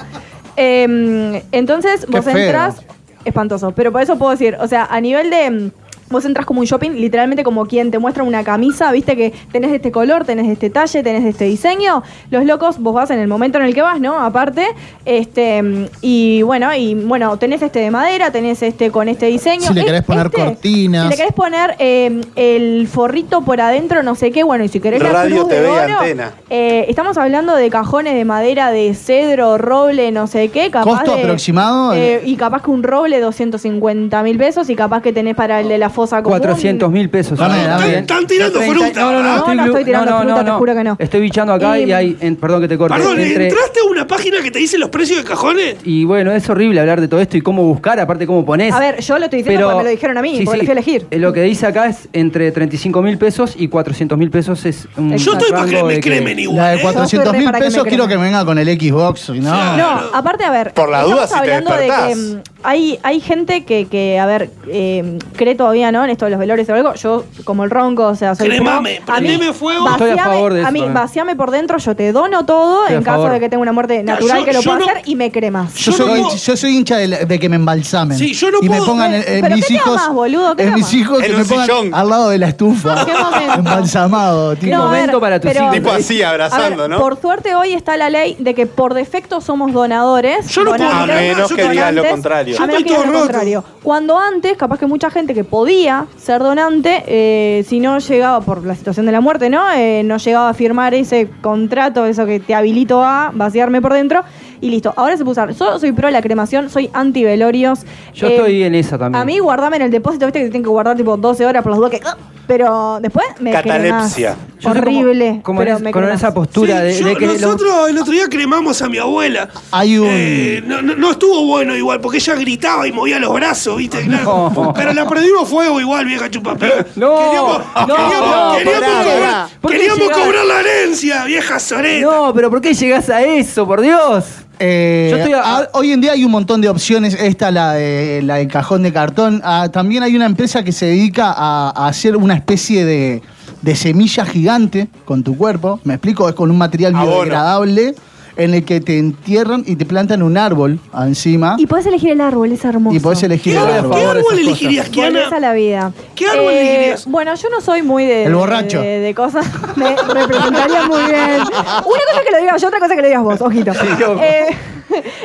Eh, entonces,
Qué
vos
feo.
entras, espantoso, pero por eso puedo decir, o sea, a nivel de... mm, Vos entras como un shopping, literalmente como quien te muestra una camisa, viste que tenés de este color, tenés de este talle, tenés de este diseño. Los locos, vos vas en el momento en el que vas, ¿no? Aparte, este mm, y bueno, y bueno, tenés este de madera, tenés este con este diseño.
Si le
Es-
querés poner
este,
cortinas.
Si le querés poner eh, el forrito por adentro, no sé qué, bueno, y si querés la
Radio,
cruz de
TV y
oro,
antena.
eh, estamos hablando de cajones de madera de cedro, roble, no sé qué. Capaz
¿Costo
de-
aproximado?
eh, y capaz que un roble 250 mil pesos y capaz que tenés para el de la fosa común.
400 mil pesos.
Dame, dame.
Están tirando fruta.
No, no, no,
No, no
glu-
estoy tirando fruta, te juro que no.
Estoy bichando acá y,
Y-
hay, en- perdón que te corte.
Perdón,
entre-
¿entraste a una página que te dice los precios de cajones?
y bueno, es horrible hablar de todo esto y cómo buscar, aparte cómo ponés.
A ver, yo lo estoy diciendo
Pero-
porque me lo dijeron a mí,
sí,
porque
sí.
lo fui a elegir.
Eh, Lo que dice acá es entre 35 mil pesos y 400 mil pesos es un
Yo estoy para que
rango
me
de que-
cremen igual.
La de
¿eh?
400
Yo
mil
estoy re para que me
pesos quiero
crean.
que me venga con el Xbox, ¿no?
No, aparte, a ver.
Por la duda,
estamos
si te
hablando de que
despertás.
mm, hay, hay gente que, que, a ver, eh, cree todavía, ¿no? En esto de los velores o algo. Yo, como el ronco, o sea, soy. pro.
Cremame,
A mí,
prendeme fuego.
vaciame-
Estoy a favor de eso
A mí,
también.
vaciame por dentro, yo te dono todo
Estoy a
en caso
favor.
de que tenga una muerte
Claro,
natural
yo-
que lo
yo
pueda
no-
hacer y me cremas.
Yo,
Yo
soy,
no puedo-
yo soy hincha de, la- de que me embalsamen.
Sí, yo no
y me
puedo-
pongan eh,
¿Pero
mis
qué te
hijos.
amas, boludo? ¿Qué
eh,
te
mis
amas?
hijos que
En
me
un
pongan
sillón.
al lado de la estufa.
¿Qué momento?
Embalsamado, tipo.
No, a
momento para tus hijos.
Tipo así, abrazando,
a ver,
¿no?
Por suerte hoy está la ley de que por defecto somos donadores.
Yo no puedo
Donantes,
hablar,
A menos
yo
que
estoy-
digan lo
donantes,
contrario.
A
Yo
menos
estoy
que digan
todo
lo
roto.
contrario. Cuando antes, capaz que mucha gente que podía ser donante, eh, si no llegaba por la situación de la muerte, ¿no? Eh, no llegaba a firmar ese contrato, eso que te habilito a vaciarme por dentro. Y listo. Ahora se puede usar. Yo soy pro la cremación, soy anti velorios.
Yo
Eh,
estoy en esa también.
a mí guardame en el depósito, viste que tienen que guardar tipo 12 horas por las dudas que... Pero después me
Catalepsia.
cremás.
Yo soy como-
Horrible.
Como, en
pero
es-
me
con
cremás.
esa postura
Sí,
de,
yo-
de que lo-
nosotros el otro día cremamos a mi abuela.
Hay un.
Eh, no, no- no estuvo bueno igual, porque ella gritaba y movía los brazos,
[laughs]
¿viste? Claro.
No.
Pero la prendimos fuego igual, vieja chupapé.
[laughs] No,
queríamos
no,
queríamos-
no,
queríamos
pará,
cobrar,
pará. ¿Por qué
queríamos
llegás?
cobrar la herencia, vieja soreta.
No, pero ¿por qué llegás a eso, por Dios?
Eh,
Yo estoy a-
ah, hoy en día hay un montón de opciones. Esta, la de la del cajón de cartón. Ah, también hay una empresa que se dedica a, a hacer una especie de, de semilla gigante con tu cuerpo. Me explico, es con un material
Abono.
biodegradable en el que te entierran y te plantan un árbol encima.
Y podés elegir el árbol, es hermoso.
Y podés elegir
¿Qué,
el
ar-
árbol.
qué
favor, esas
árbol elegirías,
Volvés a
Kiana?
la vida. Eh,
¿Qué árbol elegirías?
Bueno, yo no soy muy de.
El borracho.
De, de cosas. [laughs] Me representaría muy bien. Una cosa es que lo diga yo, otra cosa es que lo digas vos, ojito.
ojo.
Eh,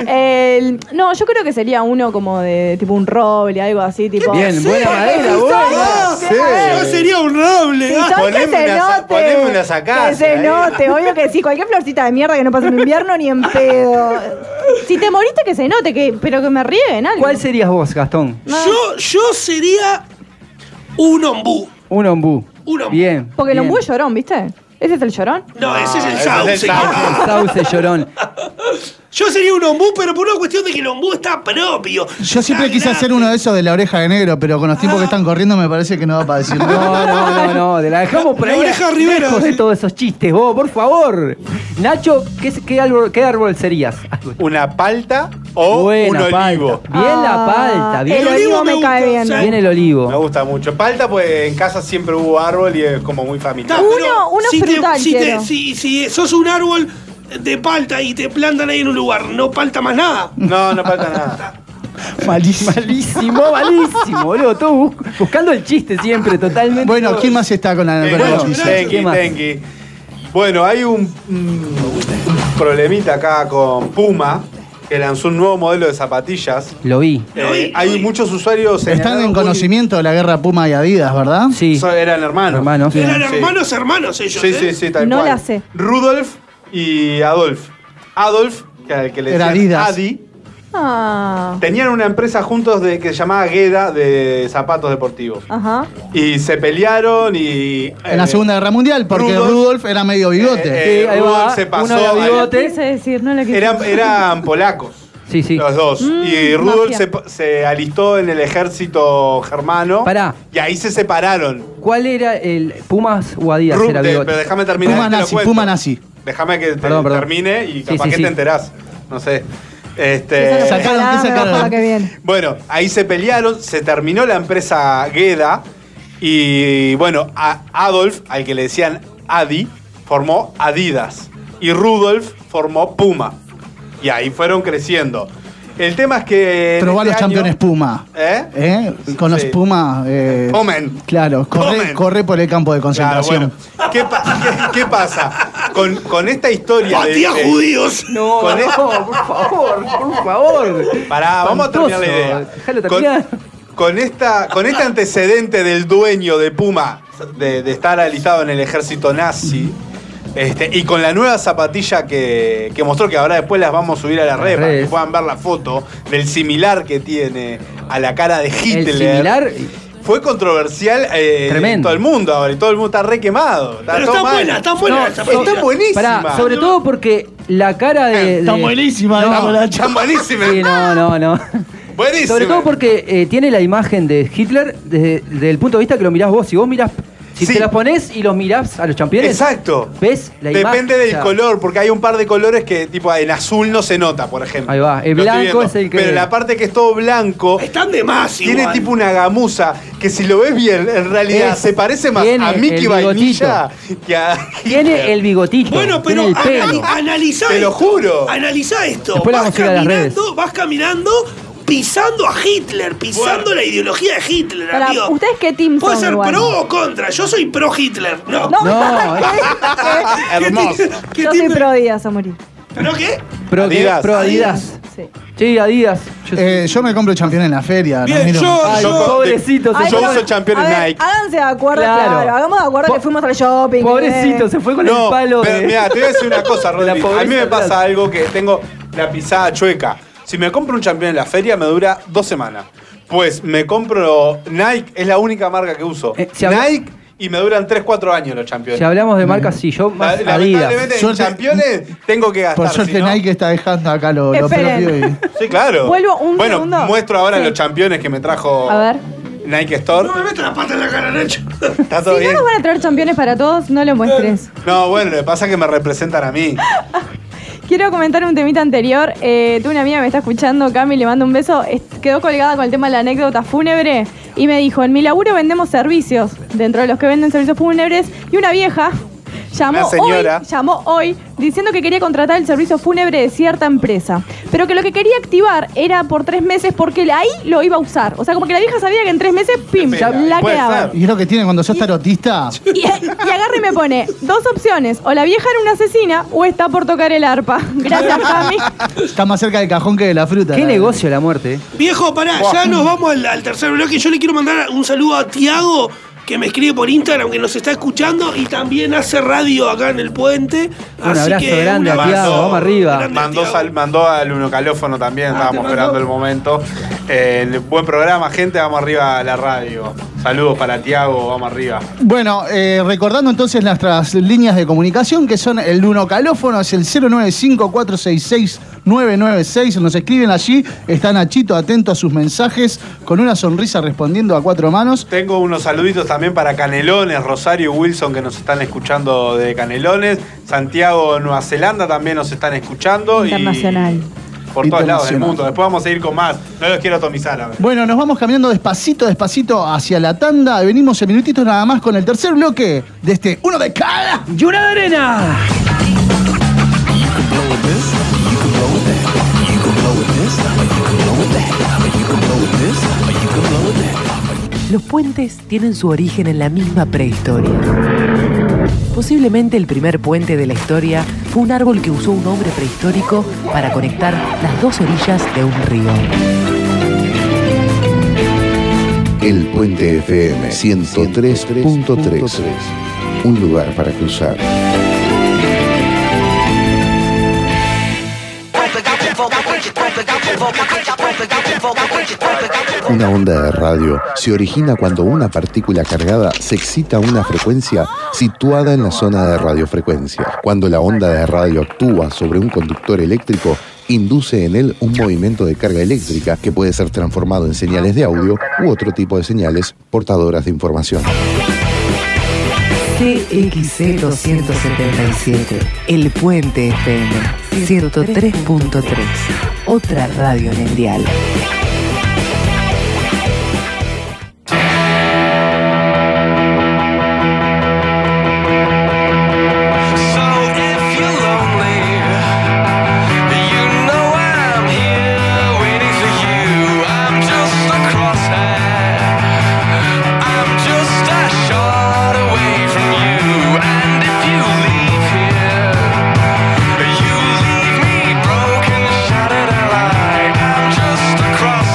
[laughs] el- no, yo creo que sería uno como de tipo un roble, algo así, tipo.
Bien, buena
Porque
madera,
si
buena.
sos-
Sí.
No sería honrable.
Sí, yo que se note.
sacás,
Que se
ahí.
note, obvio que sí. Cualquier florcita de mierda que no pase en invierno ni en pedo. Si te moriste, que se note, que, pero que me rieguen algo.
¿Cuál serías vos, Gastón?
Yo, yo sería un ombú.
Un ombú.
Un ombú.
Bien.
Porque el
bien.
ombú es llorón, ¿viste? ¿Ese es el llorón?
No, ese es el
Ah,
sauce.
ese es el sauce, el sauce llorón.
Yo sería un ombú, pero por una cuestión de que el ombú está propio.
Yo siempre quise hacer uno de esos de la oreja de negro, pero con los tiempos que están corriendo me parece que no va para decir.
No, no, no, no, de la dejamos por
La
ahí.
oreja ¿eh? Rivero.
lejos de todos esos chistes, vos, por favor. Nacho, ¿qué, es- qué árbol, qué árbol serías?
Una palta o
Buena
un
palta.
olivo.
Bien la palta, bien
Ah, el olivo me cae bien.
Bien el olivo.
Me gusta mucho. Palta, pues en casa siempre hubo árbol y es como muy familiar.
Ta, pero
uno
si te-
frutal
si, te-
quiero.
si- si sos un árbol de palta y te plantan ahí en un lugar, no palta más nada.
No, no palta nada.
Malísimo.
Malísimo, malísimo, boludo. Todo bus- buscando el chiste siempre, totalmente.
Bueno, ¿quién más está con la, con la
Bueno,
noticia?
tenqui, tenqui. Bueno, hay un mm, problemita acá con Puma, que lanzó un nuevo modelo de zapatillas.
Lo vi.
Eh, hay muchos usuarios
Están en conocimiento de la guerra Puma y Adidas, ¿verdad?
Sí.
Eran hermanos.
Hermanos.
Eran hermanos, hermanos ellos.
Sí,
¿eh?
sí, sí, tal
No
cual.
la sé.
Rudolf y Adolf. Adolf, que al que le
Era
decían
Adidas.
Adi,
Ah.
tenían una empresa juntos de, que se llamaba Gueda de zapatos deportivos.
Ajá.
Y se pelearon y...
En la
eh,
Segunda Guerra Mundial, porque
Rudolf-
Rudolf, era medio bigote.
Eh, eh, Rudolf se pasó.
uno de bigote.
Quise decir, no la quise
Eran,
decir.
eran polacos.
Sí, sí.
Los dos. y
Mm,
Rudolf
mafia.
se, se alistó en el ejército germano.
Pará.
Y ahí se separaron.
¿Cuál era el Pumas o Adidas?
Ru-
Era
te-
bigote.
pero déjame terminar.
Puma
te lo
nazi,
cuento.
Puma nazi.
Déjame que te-
Perdón, perdón.
termine y
Sí,
capaz
sí,
que
sí.
te enterás. No sé.
Esa
Este,
no-
Sacaron, ¿qué
Ah, me
sacaron?
bajó la que viene.
Bueno, ahí se pelearon, se terminó la empresa Gueda y bueno, a Adolf, al que le decían Adi, formó Adidas y Rudolf formó Puma. Y ahí fueron creciendo. El tema es que... en
Probá
este
los
año-
campeones Puma.
¿Eh?
¿Eh? Con los
Sí.
Puma. eh,
Omen.
Claro, corre,
Omen.
corre por el campo de
Claro, bueno.
concentración.
¿Qué, pa- qué- qué pasa? Con, con esta historia de...
Patía
de-
judíos.
No,
Con
no,
esto-
por favor, por favor.
Pará, vamos a terminar la
Espantoso.
idea.
Déjalo
Con,
terminar.
con esta, con este antecedente del dueño de Puma de, de estar alistado en el ejército nazi. Este, y con la nueva zapatilla que, que mostró, que ahora después las vamos a subir a la red para que
redes.
puedan ver la foto del similar que tiene a la cara de Hitler.
El similar.
Fue controversial eh, en
Tremendo.
todo el mundo ahora, y todo el mundo está re quemado. Está
Pero
todo
está
mal.
buena, está buena
No,
la zapatilla.
está buenísima.
eh, Pará, sobre todo porque la cara de.
Está
de-
buenísima,
No.
la bolacha.
Está buenísima.
Sí, no, no, no.
Buenísima.
Sobre todo porque eh, tiene la imagen de Hitler desde, desde el punto de vista que lo mirás vos. Si vos mirás, si
Sí.
te la ponés y los mirás a los campeones,
Exacto.
ves la imagen.
Depende del
o sea,
color, porque hay un par de colores que, tipo, en azul no se nota, por ejemplo.
Ahí va, el
Lo estoy
blanco
viendo.
es el que-
Pero la parte que es todo blanco.
Están de más igual.
Tiene tipo una gamuza que si lo ves bien, en realidad
Es-
se parece más
tiene
a Mickey
el
Vainilla que a.
Tiene el bigotito.
Bueno, pero
tiene el
ana-
pelo.
analizá
Te lo
esto,
juro.
Analizá esto.
Después la
vas,
vamos a ir a las
caminando, vas caminando pisando a Hitler, pisando la ideología de Hitler,
Pará,
amigo.
¿ustedes qué team
Puede
son
ser
igual?
pro o contra. Yo soy pro Hitler. No.
No,
No, [laughs] es
Hermoso.
¿Qué
yo soy
tipo de-
pro Díaz a morir.
¿Pero qué?
pro
Adidas.
Adidas. Pro Adidas.
Sí.
Sí, Adidas. Yo
Eh, yo me compro champión en la feria.
Bien,
miro-
yo-
Ay,
yo-
pobrecito,
Ay,
se
yo
fue.
uso champión
a
en
ver,
Nike.
Háganse de acuerdo,
Claro.
claro. Hagamos de acuerdo que
Po-
fuimos al shopping.
Pobrecito,
eh.
se fue con
no,
el palo.
pero
de-
mira, te voy a
[laughs]
decir una cosa,
de la
Rodri. A mí me
pobreza
pasa
atrás.
algo que tengo la pisada chueca. Si me compro un champión en la feria, me dura dos semanas. Pues me compro Nike, es la única marca que uso.
Eh, si habla-
Nike y me duran 3-4 años los campeones.
Si hablamos de marcas, sí, yo más Adidas.
Lamentablemente en
Suerte-
campeones tengo que gastar.
Por suerte
si no-
Nike está dejando acá lo, lo
Esperen.
propio. y-
Sí, claro.
Vuelvo un
bueno,
segundo.
muestro ahora
Sí.
los campeones que me trajo
A ver.
Nike Store.
No me metas la pata en la cara, Nacho.
¿Está todo
Si no
bien?
nos van a traer campeones para todos, no lo muestres.
No, bueno, lo que pasa es que me representan a mí.
Quiero comentar un temita anterior. Eh, tuve una amiga que me está escuchando, Cami, le mando un beso. Es- quedó colgada con el tema de la anécdota fúnebre y me dijo, en mi laburo vendemos servicios, dentro de los que venden servicios fúnebres, y una vieja llamó,
Una señora.
Hoy, llamó hoy diciendo que quería contratar el servicio fúnebre de cierta empresa, pero que lo que quería activar era por tres meses porque ahí lo iba a usar. O sea, como que la vieja sabía que en tres meses, pim,
Espera,
la
puede
quedaba.
ser.
Y es lo que tiene cuando sos
[laughs]
tarotista.
Y, y agarra y me pone dos opciones: o la vieja era una asesina o está por tocar el arpa. Gracias, Cami.
Está más cerca del cajón que de la fruta.
Qué
la-
negocio la muerte. eh.
Viejo, pará, ya nos vamos al, al tercer bloque. Yo le quiero mandar un saludo a Tiago, que me escribe por Instagram, que nos está escuchando y también hace radio acá en el puente.
Un abrazo grande a
abrazo.
Tiago, vamos arriba. Ah,
Mandó, sal- mandó al unocalófono también, estábamos esperando el momento. Eh, buen programa, gente, vamos arriba a la radio. Saludos para Tiago, vamos arriba.
Bueno, eh, recordando entonces nuestras líneas de comunicación, que son el 1 calófono, es el 095-466-996. Nos escriben allí, está Nachito atento a sus mensajes, con una sonrisa respondiendo a cuatro manos.
Tengo unos saluditos también para Canelones, Rosario y Wilson que nos están escuchando de Canelones, Santiago, Nueva Zelanda también nos están escuchando
Internacional.
y por todos lados del
Internacional.
mundo. Después vamos a ir con más, no los quiero atomizar. a ver.
Bueno, nos vamos caminando despacito, despacito hacia la tanda. Venimos en minutitos nada más con el tercer bloque de este Uno de Cada y una de arena.
Los puentes tienen su origen en la misma prehistoria. Posiblemente el primer puente de la historia fue un árbol que usó un hombre prehistórico para conectar las dos orillas de un río.
El Puente FM 103.3. Un lugar para cruzar. Una onda de radio se origina cuando una partícula cargada se excita a una frecuencia situada en la zona de radiofrecuencia. Cuando la onda de radio actúa sobre un conductor eléctrico, induce en él un movimiento de carga eléctrica que puede ser transformado en señales de audio u otro tipo de señales portadoras de información.
CXC 277, El Puente FM 103.3, otra radio en el dial.
Across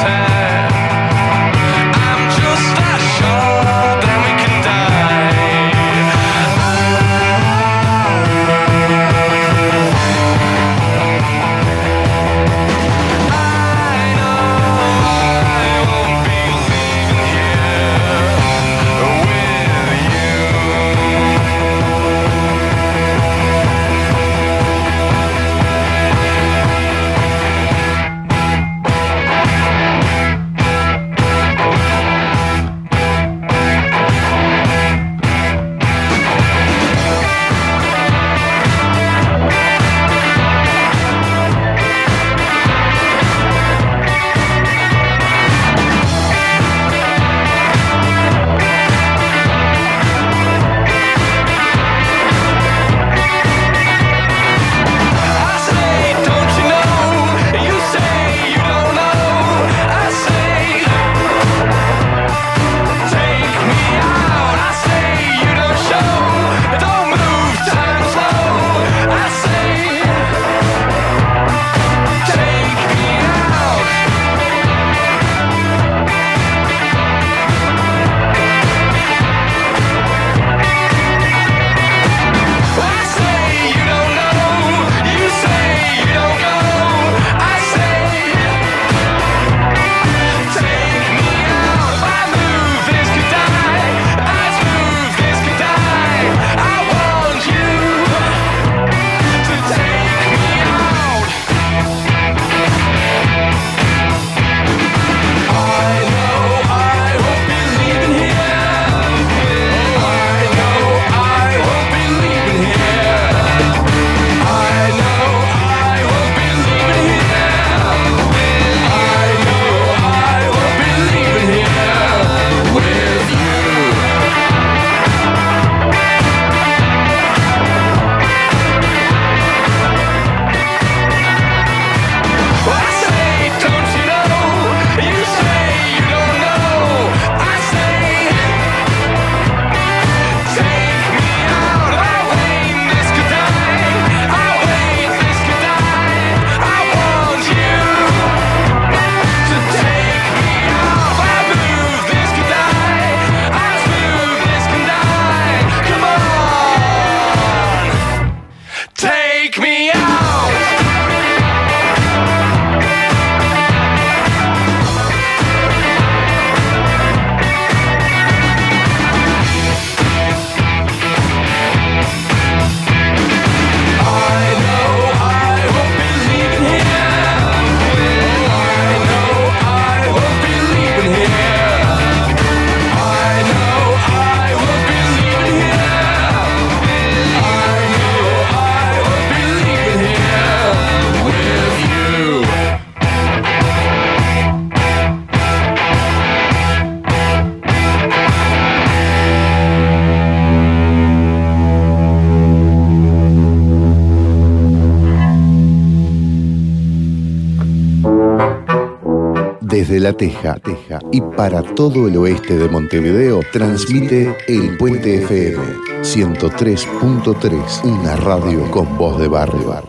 Desde La Teja, Teja y para todo el oeste de Montevideo, transmite El Puente FM 103.3, una radio con voz de barrio.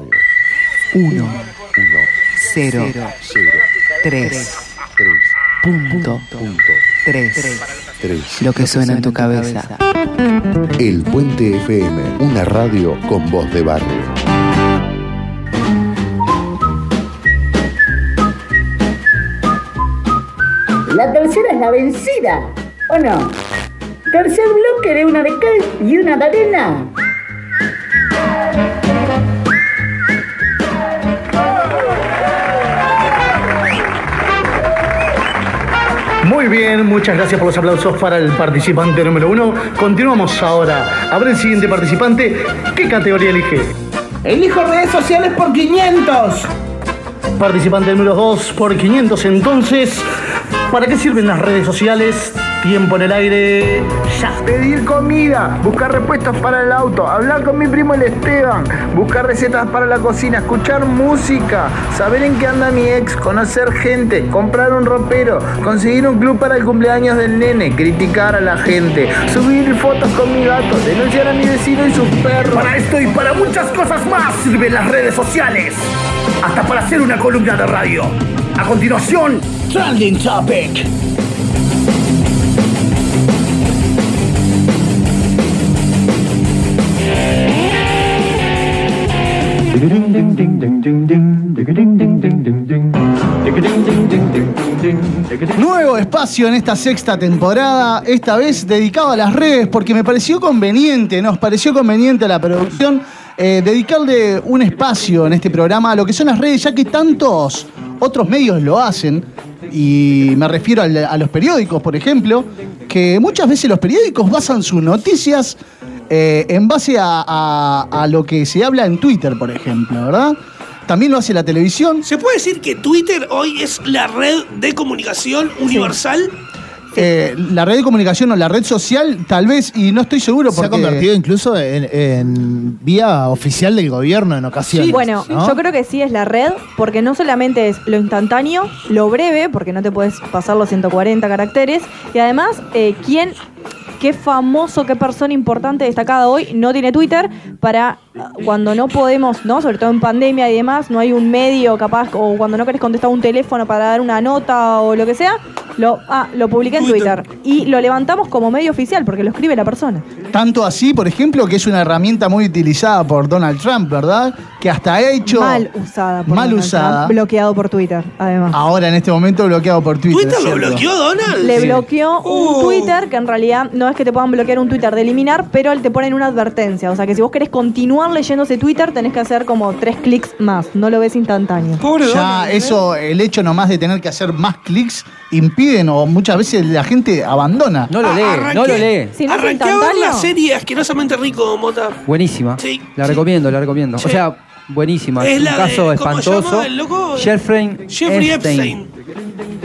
1, 0, 3, punto, 3. Lo que suena en tu cabeza.
El Puente FM, una radio con voz de barrio.
La tercera es la vencida, ¿o no? Tercer bloque de una de cal y una de arena.
Muy bien, muchas gracias por los aplausos para el participante número uno. Continuamos ahora. A ver el siguiente participante. ¿Qué categoría elige? Elijo redes sociales por 500. Participante número 2 por 500 entonces. ¿Para qué sirven las redes sociales? Tiempo en el aire.
Eh, Pedir comida, buscar repuestos para el auto, hablar con mi primo el Esteban, buscar recetas para la cocina, escuchar música, saber en qué anda mi ex, conocer gente, comprar un ropero, conseguir un club para el cumpleaños del nene, criticar a la gente, subir fotos con mi gato, denunciar a mi vecino y su perro.
Para esto y para muchas cosas más sirven las redes sociales. Hasta para hacer una columna de radio. A continuación, Trending Topic.
Nuevo espacio en esta sexta temporada, esta vez dedicado a las redes, porque me pareció conveniente, nos pareció conveniente a la producción eh, dedicarle un espacio en este programa a lo que son las redes, ya que tantos otros medios lo hacen, y me refiero al- a los periódicos, por ejemplo, que muchas veces los periódicos basan sus noticias eh, en base a, a- a lo que se habla en Twitter, por ejemplo, ¿verdad? También lo hace la televisión.
¿Se puede decir que Twitter hoy es la red de comunicación universal?
Eh, la red de comunicación o la red social, tal vez, y no estoy seguro
Se
porque...
ha convertido incluso en, en vía oficial del gobierno en ocasiones.
bueno,
¿no?
yo creo que sí es la red, porque no solamente es lo instantáneo, lo breve, porque no te puedes pasar los 140 caracteres, y además, eh, quién, qué famoso, qué persona importante destacada hoy no tiene Twitter para ah, cuando no podemos, ¿no? Sobre todo en pandemia y demás, no hay un medio capaz, o cuando no querés contestar un teléfono para dar una nota o lo que sea, lo, ah, lo publiqué en Twitter. Y lo levantamos como medio oficial, porque lo escribe la persona.
Tanto así, por ejemplo, que es una herramienta muy utilizada por Donald Trump, ¿verdad? Que hasta ha hecho...
Mal usada. por
Mal
Donald
usada.
Trump, bloqueado por Twitter, además.
Ahora, en este momento, bloqueado por Twitter.
¿Twitter lo
¿cierto?
bloqueó, Donald? Uh.
Le
Sí.
bloqueó un Twitter que en realidad no es que te puedan bloquear un Twitter de eliminar, pero te ponen una advertencia. O sea que si vos querés continuar leyendo ese Twitter, tenés que hacer como tres clics más. No lo ves instantáneo.
ya eso, el hecho nomás de tener que hacer más clics, impiden o muchas veces la gente abandona.
No lo lee,
Ah, Arranqué-
no lo lee.
Arranqué a ver la serie Asquerosamente Rico, Mota.
Buenísima.
Sí,
la recomiendo, la recomiendo. O sea, buenísima.
Es
Es un
la de-
caso
¿cómo se
espantoso.
llama el loco?
Jeffrey,
Jeffrey
Epstein.
Epstein.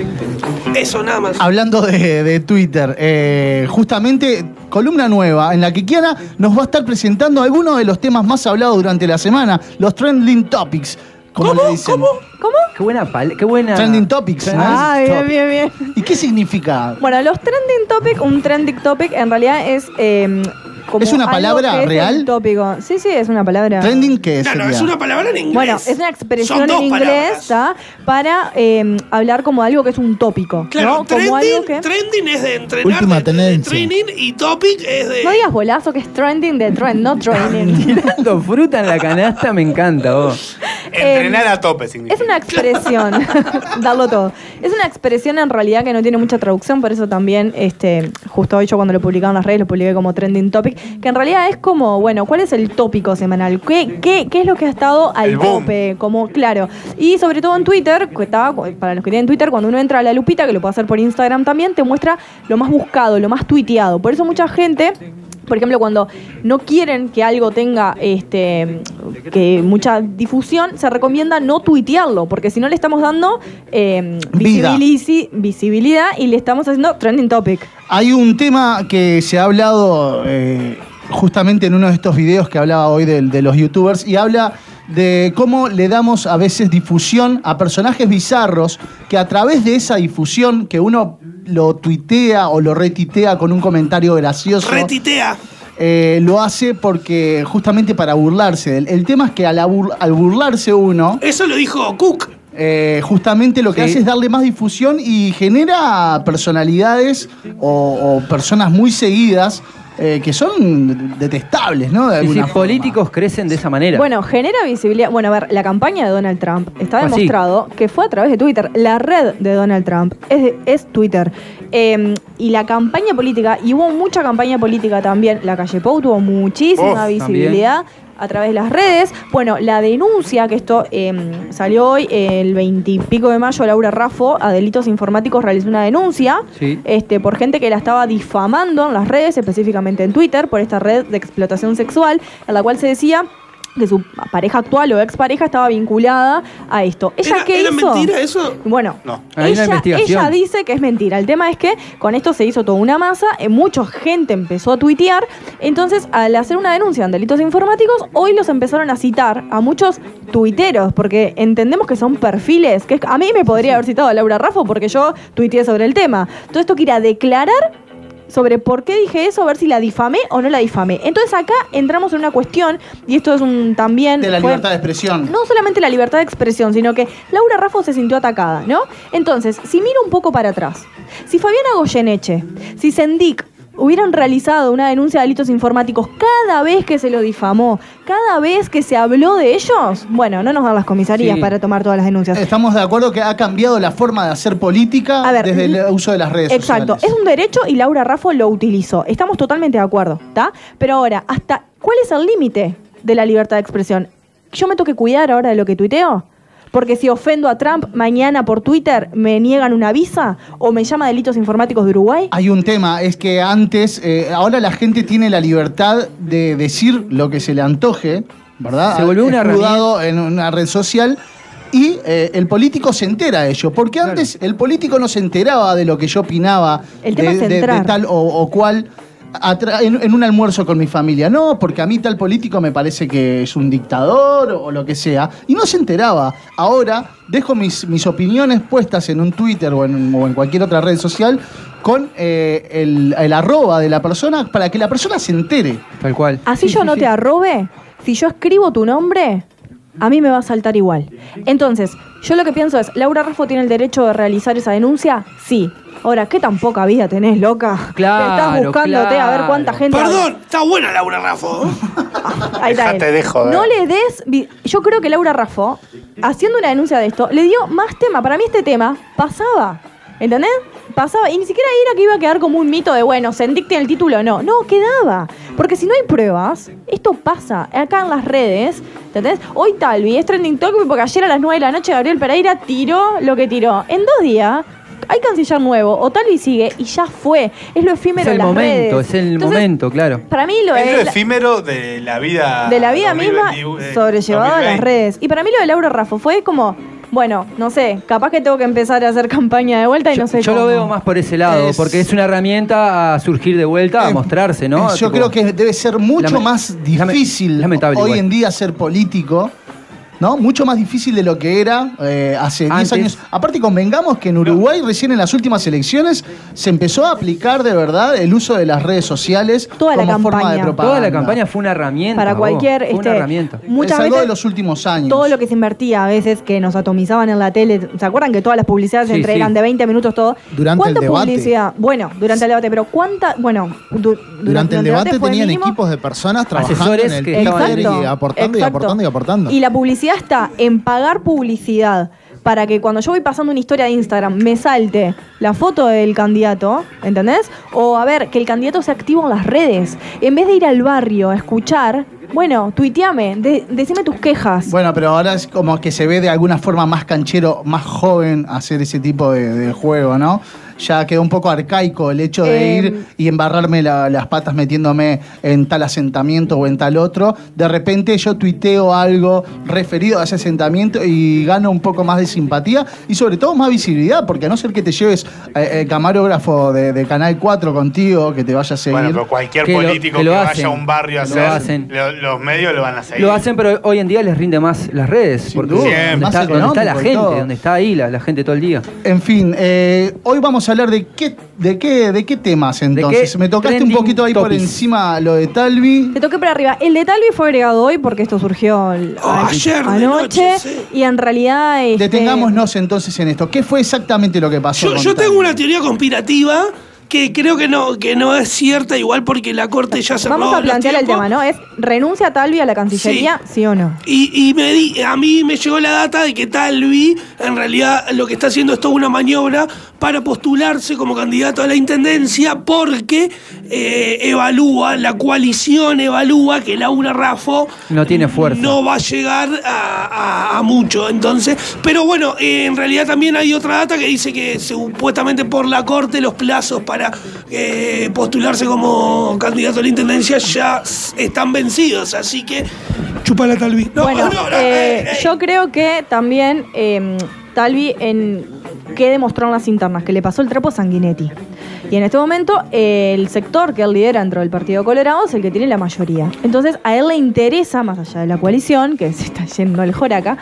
Eso nada más.
Hablando de, de Twitter, eh, justamente columna nueva en la que Kiana nos va a estar presentando algunos de los temas más hablados durante la semana, los trending topics. Como le dicen. ¿Cómo?
¿Cómo?
Qué buena, pal- qué buena.
Trending topics. ¿no?
Ah, bien, bien, bien.
¿Y qué significa?
Bueno, los trending topic, un trending topic en realidad es eh, como
¿Es una
algo
palabra
que es
real?
el tópico. Sí, sí, es una palabra.
¿Trending qué
No, no,
sería?
es una palabra en inglés.
Bueno, es una
Son
expresión
dos
en inglés ¿tá? para eh, hablar como de algo que es un tópico.
Claro,
¿no? Como algo
trending,
que.
trending es de entrenar,
Última
de- de
tendencia.
training y topic es de...
No digas bolazo que es trending de trend, no
[laughs]
training.
Tirando fruta en la canasta me encanta, vos.
Entrenar a tope significa.
Eh, Es una
[laughs]
expresión, darlo todo. Es una expresión en realidad que no tiene mucha traducción, por eso también, este, justo hoy yo cuando lo publicaba en las redes, lo publiqué como trending topic, que en realidad es como, bueno, ¿cuál es el tópico semanal? ¿Qué, qué, qué es lo que ha estado al
El boom.
tope? Como, claro. Y sobre todo en Twitter, que está- para los que tienen Twitter, cuando uno entra a la lupita, que lo puede hacer por Instagram también, te muestra lo más buscado, lo más tuiteado. Por eso mucha gente por ejemplo, cuando no quieren que algo tenga este que mucha difusión, se recomienda no tuitearlo, porque si no le estamos dando eh,
Vida.
visibilici- visibilidad y le estamos haciendo trending topic.
Hay un tema que se ha hablado eh, justamente en uno de estos videos que hablaba hoy del- de, los youtubers y habla de cómo le damos a veces difusión a personajes bizarros que a través de esa difusión que uno lo tuitea o lo retitea con un comentario gracioso.
Retitea.
eh, lo hace porque justamente para burlarse. del- El, tema es que al, abur- al burlarse uno,
Eso lo dijo Cook.
eh, justamente lo que
Sí.
hace es darle más difusión y genera personalidades o, o personas muy seguidas eh, que son detestables, ¿no? De
Y si
alguna forma.
políticos crecen de esa manera.
Bueno, genera visibilidad. Bueno, a ver, la campaña de Donald Trump está
Ah, sí.
demostrado que fue a través de Twitter. La red de Donald Trump es, de- es Twitter. Eh, y la campaña política, y hubo mucha campaña política también. La calle Pou tuvo muchísima
Oh,
visibilidad. a través de las redes. Bueno, la denuncia que esto eh, salió hoy, el veintipico de mayo, Laura Raffo, a delitos informáticos, realizó una denuncia
Sí.
este, por gente que la estaba difamando en las redes, específicamente en Twitter, por esta red de explotación sexual, en la cual se decía que su pareja actual o expareja estaba vinculada a esto. ¿Ella
¿Era-
qué
era
hizo?
mentira eso?
Bueno,
No.
Hay una
ella,
investigación.
ella dice que es mentira. El tema es que con esto se hizo toda una masa, eh, mucha gente empezó a tuitear. Entonces, al hacer una denuncia en delitos informáticos, hoy los empezaron a citar a muchos tuiteros, porque entendemos que son perfiles. que es- A mí me podría haber citado a Laura Raffo porque yo tuiteé sobre el tema. Todo esto que ir a declarar sobre por qué dije eso, a ver si la difamé o no la difamé. Entonces acá entramos en una cuestión, y esto es un también...
De la
fue-
libertad de expresión.
no solamente la libertad de expresión, sino que Laura Raffo se sintió atacada, ¿no? Entonces, si miro un poco para atrás, si Fabiana Goyeneche, si Sendik hubieran realizado una denuncia de delitos informáticos cada vez que se lo difamó, cada vez que se habló de ellos, bueno, no nos dan las comisarías
Sí.
para tomar todas las denuncias.
Estamos de acuerdo que ha cambiado la forma de hacer política desde el uso de las redes
mm, Exacto,
sociales.
es un derecho y Laura Raffo lo utilizó. Estamos totalmente de acuerdo, ¿está? Pero ahora, hasta ¿cuál es el límite de la libertad de expresión? ¿Yo me tengo que cuidar ahora de lo que tuiteo? Porque si ofendo a Trump mañana por Twitter, ¿me niegan una visa? ¿O me llama delitos informáticos de Uruguay?
Hay un tema, es que antes, eh, ahora la gente tiene la libertad de decir lo que se le antoje, ¿verdad?
Se volvió una
Escudado en una red social y eh, el político se entera de ello, porque antes el político no se enteraba de lo que yo opinaba
El
de,
tema es
de- de
entrar.
tal o, o cual. atra- En, en un almuerzo con mi familia, no, porque a mí tal político me parece que es un dictador o, o lo que sea, y no se enteraba. Ahora dejo mis, mis opiniones puestas en un Twitter o en, o en cualquier otra red social con eh, el, el arroba de la persona para que la persona se entere.
Tal cual.
Así yo no te arrobe, si yo escribo tu nombre, a mí me va a saltar igual. Entonces, yo lo que pienso es, ¿Laura Raffo tiene el derecho de realizar esa denuncia? Sí. Ahora, ¿qué tan poca vida tenés, loca?
Claro,
Estás buscándote a ver
claro.
cuánta gente...
Perdón, está buena Laura Raffo.
[laughs] Ahí está
Dejate
él.
de joder.
No le des. vi- Yo creo que Laura Raffo, haciendo una denuncia de esto, le dio más tema. Para mí, este tema pasaba. ¿Entendés? Pasaba. Y ni siquiera era que iba a quedar como un mito de, bueno, Sendik tiene el título o no. No, quedaba. Porque si no hay pruebas, esto pasa. Acá en las redes, ¿entendés? Hoy Talvi es trending topic porque ayer a las 9 de la noche Gabriel Pereira tiró lo que tiró. En dos días. Hay canciller nuevo, o Talvi sigue y ya fue. Es lo efímero
Es
de
el
las
momento,
redes.
es el
Entonces,
momento, claro.
Para mí lo
Es lo
es.
efímero de la vida.
de la vida misma
2021, eh,
sobrellevado a las
2020.
redes. Y para mí lo de Laura Raffo fue como, bueno, no sé, capaz que tengo que empezar a hacer [laughs] campaña de vuelta y no sé
Yo
cómo.
lo veo más por ese lado, porque es una herramienta a surgir de vuelta, a mostrarse, ¿no?
Eh, Yo creo que debe ser mucho más difícil
lamentable
hoy
igual.
en día ser político. ¿No? Mucho más difícil de lo que era eh, hace 10
Antes.
años. Aparte, convengamos que en Uruguay, recién en las últimas elecciones, se empezó a aplicar de verdad el uso de las redes sociales
Toda la
como forma de
campaña.
propaganda.
Toda la campaña fue una herramienta.
Para
vos,
cualquier,
fue
este,
una herramienta.
muchas
es algo
veces-
de los últimos años.
Todo lo que se invertía a veces, que nos atomizaban en la tele. ¿Se acuerdan que todas las publicidades
Sí,
entre
sí.
eran de 20 minutos todo?
Durante
¿Cuánta
el debate.
publicidad? Bueno, durante el debate, pero ¿cuánta? Bueno, du- durante,
Durante el debate
fue
tenían
mínimo-
equipos de personas trabajando
Asesores
en el
que
Twitter
estaban
y
ahí.
aportando y
Exacto.
aportando y aportando.
Y la publicidad está en pagar publicidad para que cuando yo voy pasando una historia de Instagram me salte la foto del candidato, ¿entendés? O a ver, que el candidato se activa en las redes. En vez de ir al barrio a escuchar, bueno, tuiteame, de- decime tus quejas.
Bueno, pero ahora es como que se ve de alguna forma más canchero, más joven hacer ese tipo de, de juego, ¿no? ya quedó un poco arcaico el hecho de
Eh,
ir y embarrarme la- las patas metiéndome en tal asentamiento o en tal otro. De repente yo tuiteo algo referido a ese asentamiento y gano un poco más de simpatía y sobre todo más visibilidad, porque a no ser que te lleves eh, eh, camarógrafo de, de Canal 4 contigo, que te vaya a seguir.
Bueno, pero cualquier
Que lo-
político
que
que,
lo hacen.
vaya a un barrio a
Lo
hacer, eh,
hacen.
lo- los medios lo van a seguir.
Lo hacen, pero hoy en día les rinde más las redes. porque
duda.
donde
Siempre.
está,
Más
donde está la
económico y
gente,
todo.
donde está ahí la, la gente todo el día.
En fin, eh, hoy vamos a hablar de qué, de qué, de qué temas entonces.
qué
Me tocaste un
trending
poquito ahí por
topics?
encima lo de Talvi.
Te toqué para arriba. El de Talvi fue agregado hoy porque esto surgió el-
ayer de
anoche. Y en realidad. este,
Detengámonos entonces en esto. ¿Qué fue exactamente lo que pasó?
Yo-
con
yo
Talvi?
Tengo una teoría conspirativa que creo que no, que no es cierta, igual porque la corte ya cerró.
Vamos a
los
plantear el tema, ¿no? Es renuncia Talvi a la Cancillería, sí, o no.
Y, y me di- a mí me llegó la data de que Talvi, en realidad, lo que está haciendo es toda una maniobra para postularse como candidato a la intendencia porque eh, evalúa, la coalición evalúa que Laura Raffo
No tiene fuerza.
no va a llegar a, a- a mucho. Entonces, pero bueno, eh, en realidad también hay otra data que dice que supuestamente por la corte los plazos para eh, postularse como candidato a la intendencia ya s- están vencidos. Así que.
Chupala Talvi. No,
bueno,
no, no,
eh, yo creo que también eh, Talvi en qué demostró en las internas, que le pasó el trapo a Sanguinetti. Y en este momento eh, el sector que él lidera dentro del Partido Colorado es el que tiene la mayoría. Entonces a él le interesa, más allá de la coalición, que [laughs] se está yendo el joraca,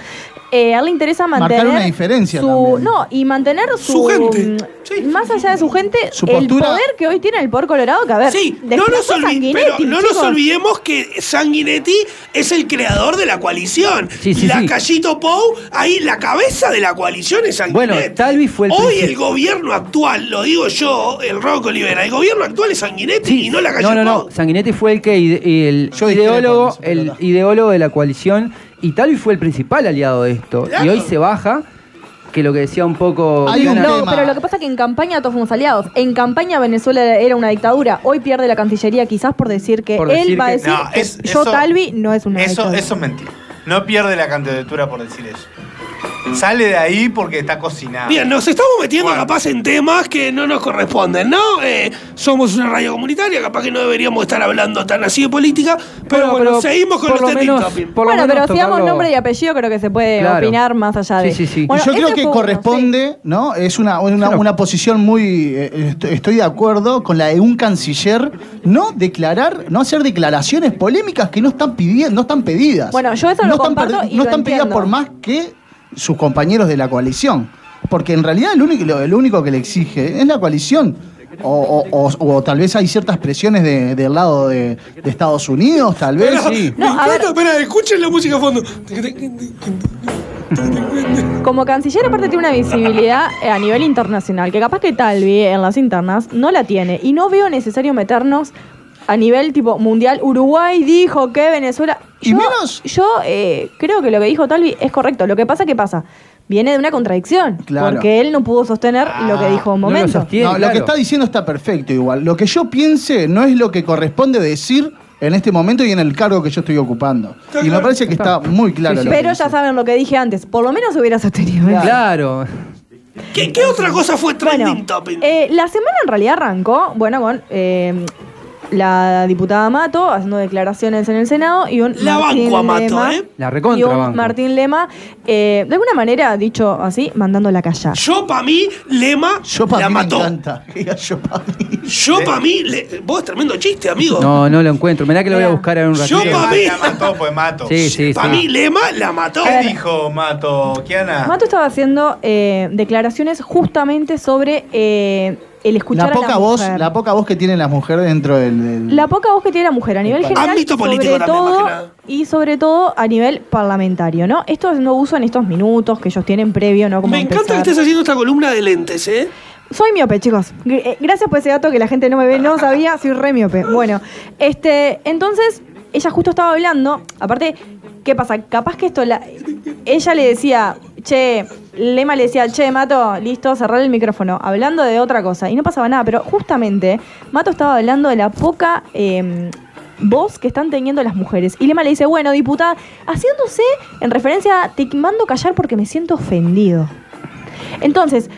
eh, a él le interesa
Marcar
mantener
una diferencia
su-
también.
no, y mantener su,
Su gente.
mm, más allá de su gente,
Su
el
postura-
poder que hoy tiene el por Colorado, que a ver,
Sí, no nos,
desplazó a
olvi-
Sanguinetti,
pero no nos
chicos.
olvidemos que Sanguinetti es el creador de la coalición.
Sí, sí,
la
sí.
Callito Pou, ahí la cabeza de la coalición es Sanguinetti.
Bueno, Talvi fue el
Hoy
principal-
el gobierno actual, lo digo yo, el Rocco Olivera, el gobierno actual es Sanguinetti y no la Callito
No, no, no. Sanguinetti fue el que ide- el ideólogo, el ideólogo de la coalición y Talvi fue el principal aliado de esto. Y hoy se baja, que lo que decía un poco. Diana-
no, pero lo que pasa es que en campaña todos fuimos aliados. En campaña Venezuela era una dictadura. Hoy pierde la Cancillería quizás por decir que
Por
él
decir
va a
que-
decir
No,
que
es-
yo
eso-
Talvi no es una
Eso,
dictadura.
eso es mentira. No pierde la candidatura por decir eso. Sale de ahí porque está cocinado.
Bien, nos estamos metiendo capaz en temas que no nos corresponden, ¿no? Eh, somos una radio comunitaria, capaz que no deberíamos estar hablando tan así de política, pero bueno,
pero
seguimos con este
por
los
este
lo
trending
menos-
topics.
por lo
bueno, pero
menos
si damos
tocarlo-
nombre y apellido creo que se puede
Claro.
opinar más allá de... Bueno,
y yo creo
ese
que
fue uno,
corresponde, ¿no? Es una, una, una posición muy. eh, est- estoy de acuerdo con la de un canciller no declarar, no hacer declaraciones polémicas que no están pidiendo, no están pedidas.
Bueno, yo eso
no
lo
están
comparto
perdi-
y
No
lo
están pedidas
entiendo.
por más que sus compañeros de la coalición. Porque en realidad el único, lo- el único que le exige es la coalición. O, o- o- o tal vez hay ciertas presiones de- del lado de, de Estados Unidos, tal vez. sí.
No,
me encanta, espera, escuchen la música a fondo.
Como canciller aparte tiene una visibilidad eh, a nivel internacional, que capaz que Talvi en las internas no la tiene. Y no veo necesario meternos a nivel tipo mundial. Uruguay dijo que Venezuela...
Y
yo,
menos-
Yo eh, creo que lo que dijo Talvi es correcto. Lo que pasa, ¿qué pasa? Viene de una contradicción.
Claro.
Porque él no pudo sostener lo
Ah,
que dijo en un momento.
No, lo que está diciendo está perfecto igual. Lo que yo piense no es lo que corresponde decir en este momento y en el cargo que yo estoy ocupando. Y me parece que está muy claro. lo que
Pero ya saben lo que dije antes. Por lo menos hubiera sostenido. eso.
Claro.
¿Qué, qué otra cosa fue trending topic?
Eh, la semana en realidad arrancó, bueno, con eh, la diputada Mato haciendo declaraciones en el Senado y un
La
Martín
banco a Mato,
Lema,
¿eh?
La
Y
recontra
un
banco.
Martín Lema, eh, de alguna manera, dicho así, mandándola a callar.
Yo para mí, Lema la mató.
yo para
mí. le- vos tremendo chiste, amigo.
No, no lo encuentro. Mirá que lo voy a buscar en un ratito.
Yo para mí.
La mató, pues mato.
Sí, sí,
Pa'
sí.
mí
Lema la mató.
¿Qué dijo Mato, Kiana?
Mato estaba haciendo eh, declaraciones justamente sobre eh, el escuchar
La
a
poca,
la
voz,
mujer.
la poca voz que tienen las mujeres dentro del... del-
La poca voz que tiene la mujer a nivel general,
Ámbito político
sobre
también, más
todo,
que nada.
y sobre todo a nivel parlamentario, ¿no? Esto no uso en estos minutos que ellos tienen previo, ¿no? Como
Me encanta que
empezar.
estés haciendo esta columna de lentes, ¿eh?
Soy miope, chicos. Gr- eh, Gracias por ese dato que la gente no me ve, no sabía, soy re miope. Bueno, este, entonces, ella justo estaba hablando, aparte, ¿qué pasa? Capaz que esto la. Ella le decía, che, Lema le decía, che, Mato, listo, cerrar el micrófono, hablando de otra cosa. Y no pasaba nada, pero justamente Mato estaba hablando de la poca. eh, voz que están teniendo las mujeres. Y Lema le dice, bueno, diputada, haciéndose en referencia a te mando callar porque me siento ofendido. Entonces,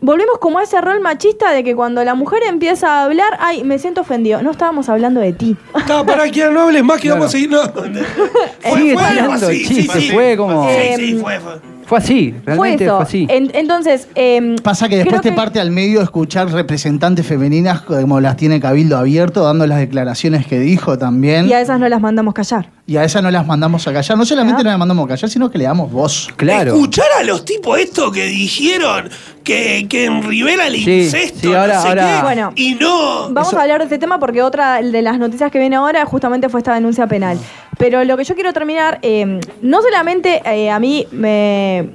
volvemos como a ese rol machista de que cuando la mujer empieza a hablar, ay, me siento ofendido. No estábamos hablando de ti.
No, pará, que no hables más, que vamos a seguir. No. Fue,
Sigue
fue algo
tirando
así, sí,
chistes,
sí.
fue como-
Sí, sí, fue, fue.
Fue así,
Fue
realmente
eso.
fue así.
En- entonces, em,
Pasa que después
creo
te parte al medio escuchar representantes femeninas como las tiene Cabildo Abierto, dando las declaraciones que dijo también.
Y a esas no las mandamos callar.
Y a esa no las mandamos a callar. No solamente no las mandamos a callar, sino que le damos voz.
Escuchar a los tipos estos que dijeron que, que en Rivera le
Sí,
incesto,
sí, ahora-
no sé
ahora-
qué,
Bueno.
y no...
Vamos a hablar de este tema porque otra de las noticias que viene ahora justamente fue esta denuncia penal. Pero lo que yo quiero terminar, eh, no solamente eh, a mí me,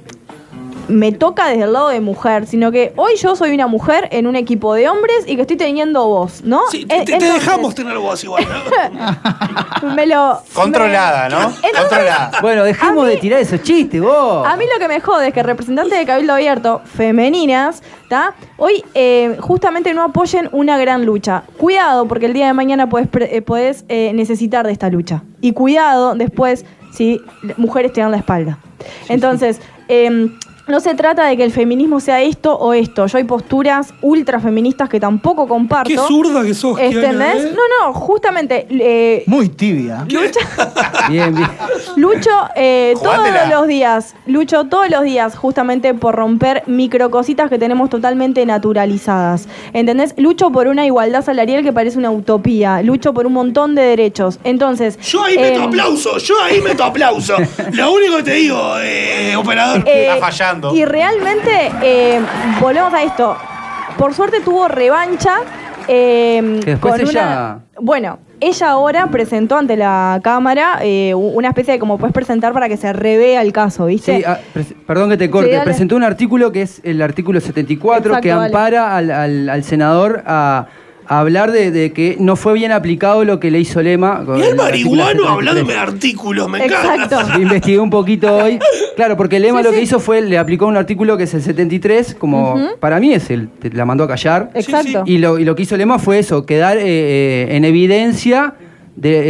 me toca desde el lado de mujer, sino que hoy yo soy una mujer en un equipo de hombres y que estoy teniendo voz, ¿no?
Sí, te,
En-
te
entonces,
dejamos tener voz igual,
[laughs]
¿no?
me lo,
Controlada, ¿no? Controlada.
Bueno, dejemos de tirar esos chistes, vos.
A mí lo que me jode es que representantes de Cabildo Abierto, femeninas, ¿tá? hoy eh, justamente no apoyen una gran lucha. Cuidado, porque el día de mañana podés, pre- eh, podés, eh, necesitar de esta lucha. Y cuidado después si l- mujeres te dan la espalda. Entonces, eh, no se trata de que el feminismo sea esto o esto. Yo hay posturas ultrafeministas que tampoco comparto.
Qué zurda que sos, Kiana,
¿Entendés?
¿eh?
No, no, justamente... eh,
Muy tibia.
Bien, bien.
Lucho eh,
Jugátela.
todos los días, lucho todos los días justamente por romper microcositas que tenemos totalmente naturalizadas. ¿Entendés? Lucho por una igualdad salarial que parece una utopía, lucho por un montón de derechos. Entonces...
Yo ahí meto
eh,
aplauso, yo ahí
[laughs]
meto aplauso. Lo único que te digo, eh, operador,
eh, Y realmente, eh, volvemos a esto. Por suerte tuvo revancha. eh,
Que después
con
ella-
una- Bueno, ella ahora presentó ante la cámara eh, u- una especie de como puedes presentar para que se revea el caso, ¿viste?
Sí, ah, pres- perdón que te corte.
Sí, dale.
Presentó un artículo que es el artículo 74
Exacto,
que
dale.
ampara al, al- al senador a, a hablar de, de que no fue bien aplicado lo que le hizo Lema. con
Y el
artículo
marihuano
73.
hablándome de artículos, me encanta.
[laughs] Investigué un poquito hoy. Claro, porque Lema lo que hizo fue, le aplicó un artículo que es el 73, como
Ujú.
para mí es el, te- la mandó a callar.
[laughs] Exacto.
Y lo, y lo que hizo Lema fue eso, quedar eh, eh, en evidencia. De,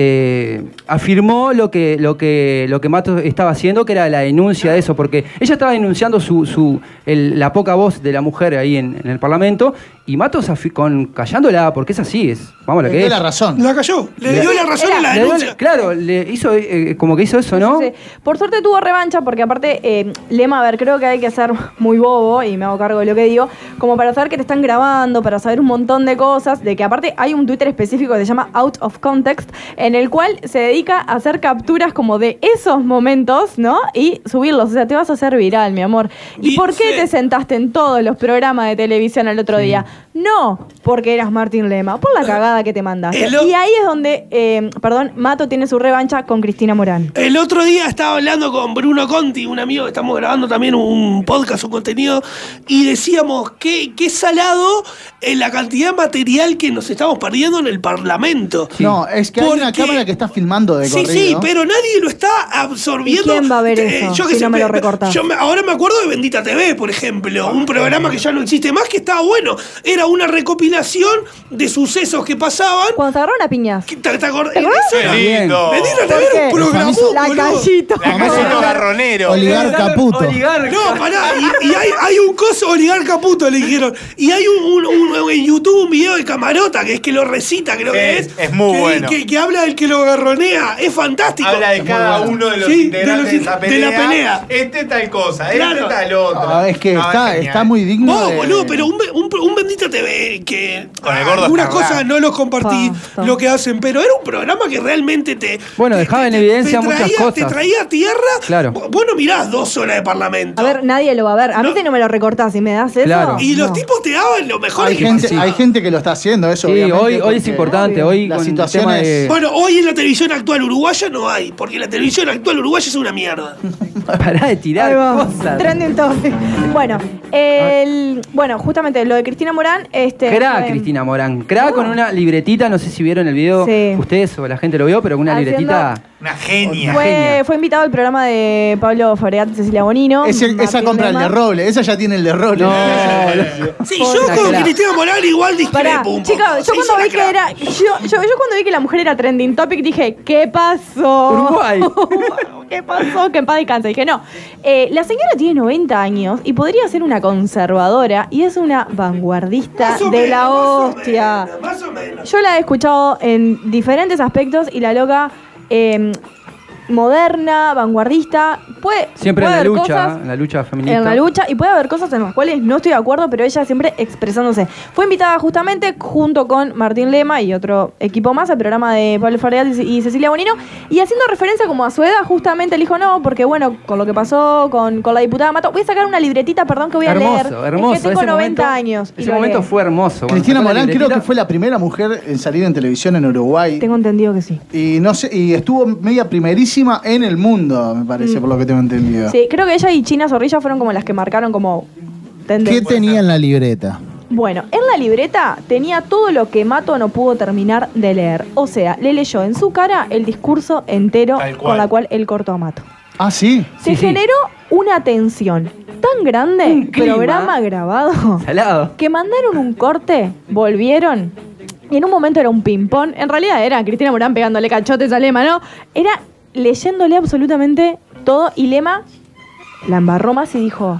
eh, afirmó lo que, lo, que, lo que Matos estaba haciendo, que era la denuncia de eso, porque ella estaba denunciando su, su, el- la poca voz de la mujer ahí en, en el Parlamento, y Matos afi- con, callándola, porque es así, es, vamos, lo
Le
que
dio
es.
la razón.
La cayó, le dio la razón a
Le
la
dio la-
denuncia.
Claro, le hizo, eh, como que hizo eso, ¿no?
Sí. Por suerte tuvo revancha, porque aparte, eh, Lema, a ver, creo que hay que ser muy bobo, y me hago cargo de lo que digo, como para saber que te están grabando, para saber un montón de cosas, de que aparte hay un Twitter específico que se llama Out of Context, en el cual se dedica a hacer capturas como de esos momentos, ¿no? Y subirlos, o sea, te vas a hacer viral, mi amor. ¿Y, por qué te sentaste en todos los programas de televisión el otro día? No, porque eras Martín Lema, por la cagada que te mandaste.
El o-
Y ahí Ah, es donde, eh, perdón, Mato tiene su revancha con Cristina Morán.
El otro día estaba hablando con Bruno Conti, un amigo que estamos grabando también un podcast, un contenido, y decíamos que qué salado en la cantidad de material que nos estamos perdiendo en el Parlamento.
No, es que hay una
Porque-
cámara que está filmando de
Sí,
corrido.
sí, pero nadie lo está absorbiendo.
¿Y quién va a ver
Eh,
eso
Yo que
si
sé,
no me lo Ah,
pero-
recorta?
yo me- ahora me acuerdo de Bendita TV, por ejemplo, un programa que ya no existe más que estaba bueno. Era una recopilación de sucesos que pasaban.
Cuando se agarraron a piñas.
¿Te, te acordás?
¿Te acordás?
Eso era.
Qué lindo.
Bendita TV era un
Los
programa.
famosos-
La callito. [laughs]
Famoso garronero.
Oligarca puto.
No, pará, y, y hay, hay un coso oligarca puto, le dijeron. Y hay un, un- un- en YouTube un video de camarota, que es que lo recita, creo que es.
es muy
que,
bueno.
Que, que habla del que lo garronea, es fantástico.
Habla de cada uno de los
Sí,
integrantes de,
los-
esa
de
pelea.
la pelea.
Este tal cosa,
Claro.
este tal otro.
Ah, es que
No,
está,
genial.
está muy digno.
Vos,
de-
boludo, pero un, be- un, un bendita TV que
Con el gordo
algunas
Ferrari.
cosas no los compartí, lo que hacen, pero era un programa que realmente te,
Bueno, dejaba en
te,
evidencia muchas
traía, te
cosas.
traía a tierra.
Claro.
Vos vos no mirás dos horas de parlamento.
A ver, nadie lo va a ver. A mí si no me lo recortás y me das eso.
Claro.
Y los
no.
tipos te daban lo mejor
Hay
que
gente,
pasaba.
hay gente que lo está haciendo eso.
Sí,
obviamente,
hoy- hoy es
porque
importante, hoy
la
con el
situación
tema
es-
de-
Bueno, hoy en la televisión actual uruguaya no hay, porque la televisión actual uruguaya es una mierda.
[laughs] Pará de tirar
Ahí va.
cosas.
Trending topic. [laughs] Bueno, el- bueno, justamente lo de Cristina Morán, este.
Cra,
eh,
Cristina Morán. Cra con una libretita, no sé si vieron el video
Uh. Sí.
ustedes o la gente lo vio, pero con una
Haciendo-
libretita.
Una genia.
Fue, fue invitado al programa de Pablo Fabregat y Cecilia Bonino.
Ese- esa
Martín
compra el de
Lema.
roble, esa ya tiene el de roble. [laughs]
Sí, yo con Cristina Moral igual
Pará,
discrepo un poco.
chicos, yo
Se hizo
cuando vi que
lacra.
era. Yo, yo, yo cuando vi que la mujer era trending topic dije, ¿qué pasó?
Uruguay.
[laughs] ¿Qué pasó? Que en paz descanse. Dije, no. Eh, la señora tiene 90 años y podría ser una conservadora y es una vanguardista
Más o
de
menos,
la
más o
hostia.
menos, Más o menos.
Yo la he escuchado en diferentes aspectos y la loca eh, moderna, vanguardista, puede,
Siempre
puede
en la
haber
lucha,
cosas
en la lucha feminista.
en la lucha y puede haber cosas en las cuales no estoy de acuerdo, pero ella siempre expresándose. Fue invitada justamente junto con Martín Lema y otro equipo más al programa de Pablo Farial y Cecilia Bonino y haciendo referencia como a su edad justamente él dijo no, porque bueno, con lo que pasó con, con la diputada Mato, voy a sacar una libretita, perdón que voy a leer.
Hermoso,
Es
hermoso.
que tengo
ese
90
momento-
años. y
Ese
lo
momento
leí.
fue hermoso. Cuando
Cristina
sacó la
Morán creo
libretita,
que fue la primera mujer en salir en televisión en Uruguay.
Tengo entendido que sí.
Y no sé, y estuvo media primerísima en el mundo, me parece,
Mm.
por lo que tengo entendido.
Sí, creo que ella y China Zorrilla fueron como las que marcaron como
¿Qué
tendencia.
tenía en la libreta?
Bueno, en la libreta tenía todo lo que Mato no pudo terminar de leer. O sea, le leyó en su cara el discurso entero
cual.
con la cual él cortó a Mato.
Ah, sí.
Se generó una tensión tan grande,
clima.
programa
[laughs]
grabado,
Salado.
que mandaron un corte, volvieron. Y en un momento era un ping-pong. En realidad era Cristina Morán pegándole cachotes a Lema, ¿no? Era leyéndole absolutamente todo. Y Lema la embarró más y dijo: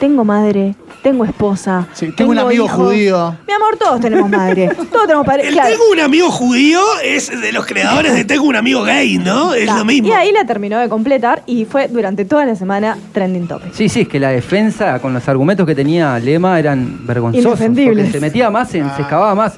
Tengo madre, tengo esposa.
tengo un amigo judío.
Mi amor, todos tenemos madre. Todos tenemos padre.
El
Claro.
Tengo un amigo judío es de los creadores de Tengo un amigo gay, ¿no? Es
Ta.
lo mismo.
Y ahí la terminó de completar y fue durante toda la semana trending topic.
Sí, sí, es que la defensa con los argumentos que tenía Lema eran vergonzosos.
Indefendibles.
porque Se metía más,
Ah.
en- se excavaba más.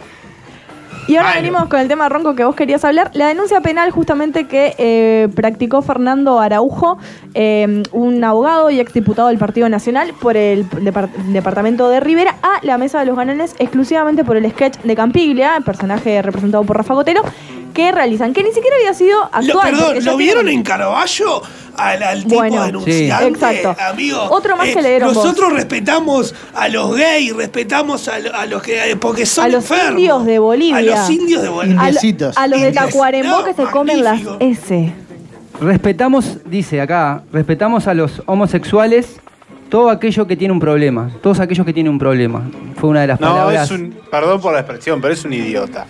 Y ahora venimos con el tema ronco que vos querías hablar. La denuncia penal justamente que eh, practicó Fernando Araujo, eh, un abogado y exdiputado del Partido Nacional, por el depar- departamento de Rivera a la Mesa de los Ganones, exclusivamente por el sketch de Campiglia, el personaje representado por Rafa Cotelo, que realizan, que ni siquiera había sido actual.
Lo,
porque
perdón,
ya
¿lo vieron
tienen-
en Caravaggio? Al, al tipo
Bueno.
denunciante.
Sí. Exacto.
Amigo, Eh,
Otro más que le dieron
Nosotros
voz.
respetamos a los gays, respetamos a, lo- a los que. eh, porque son
a los
enfermos.
indios de Bolivia.
A los indios de Bolivia.
A, lo-
Indiecitos.
a los de
Indies.
Tacuarembó
No,
que se comen las S.
Respetamos, dice acá, respetamos a los homosexuales todo aquello que tiene un problema. Todos aquellos que tienen un problema. Fue una de las
No,
palabras.
es un. Perdón por la expresión, pero es un idiota.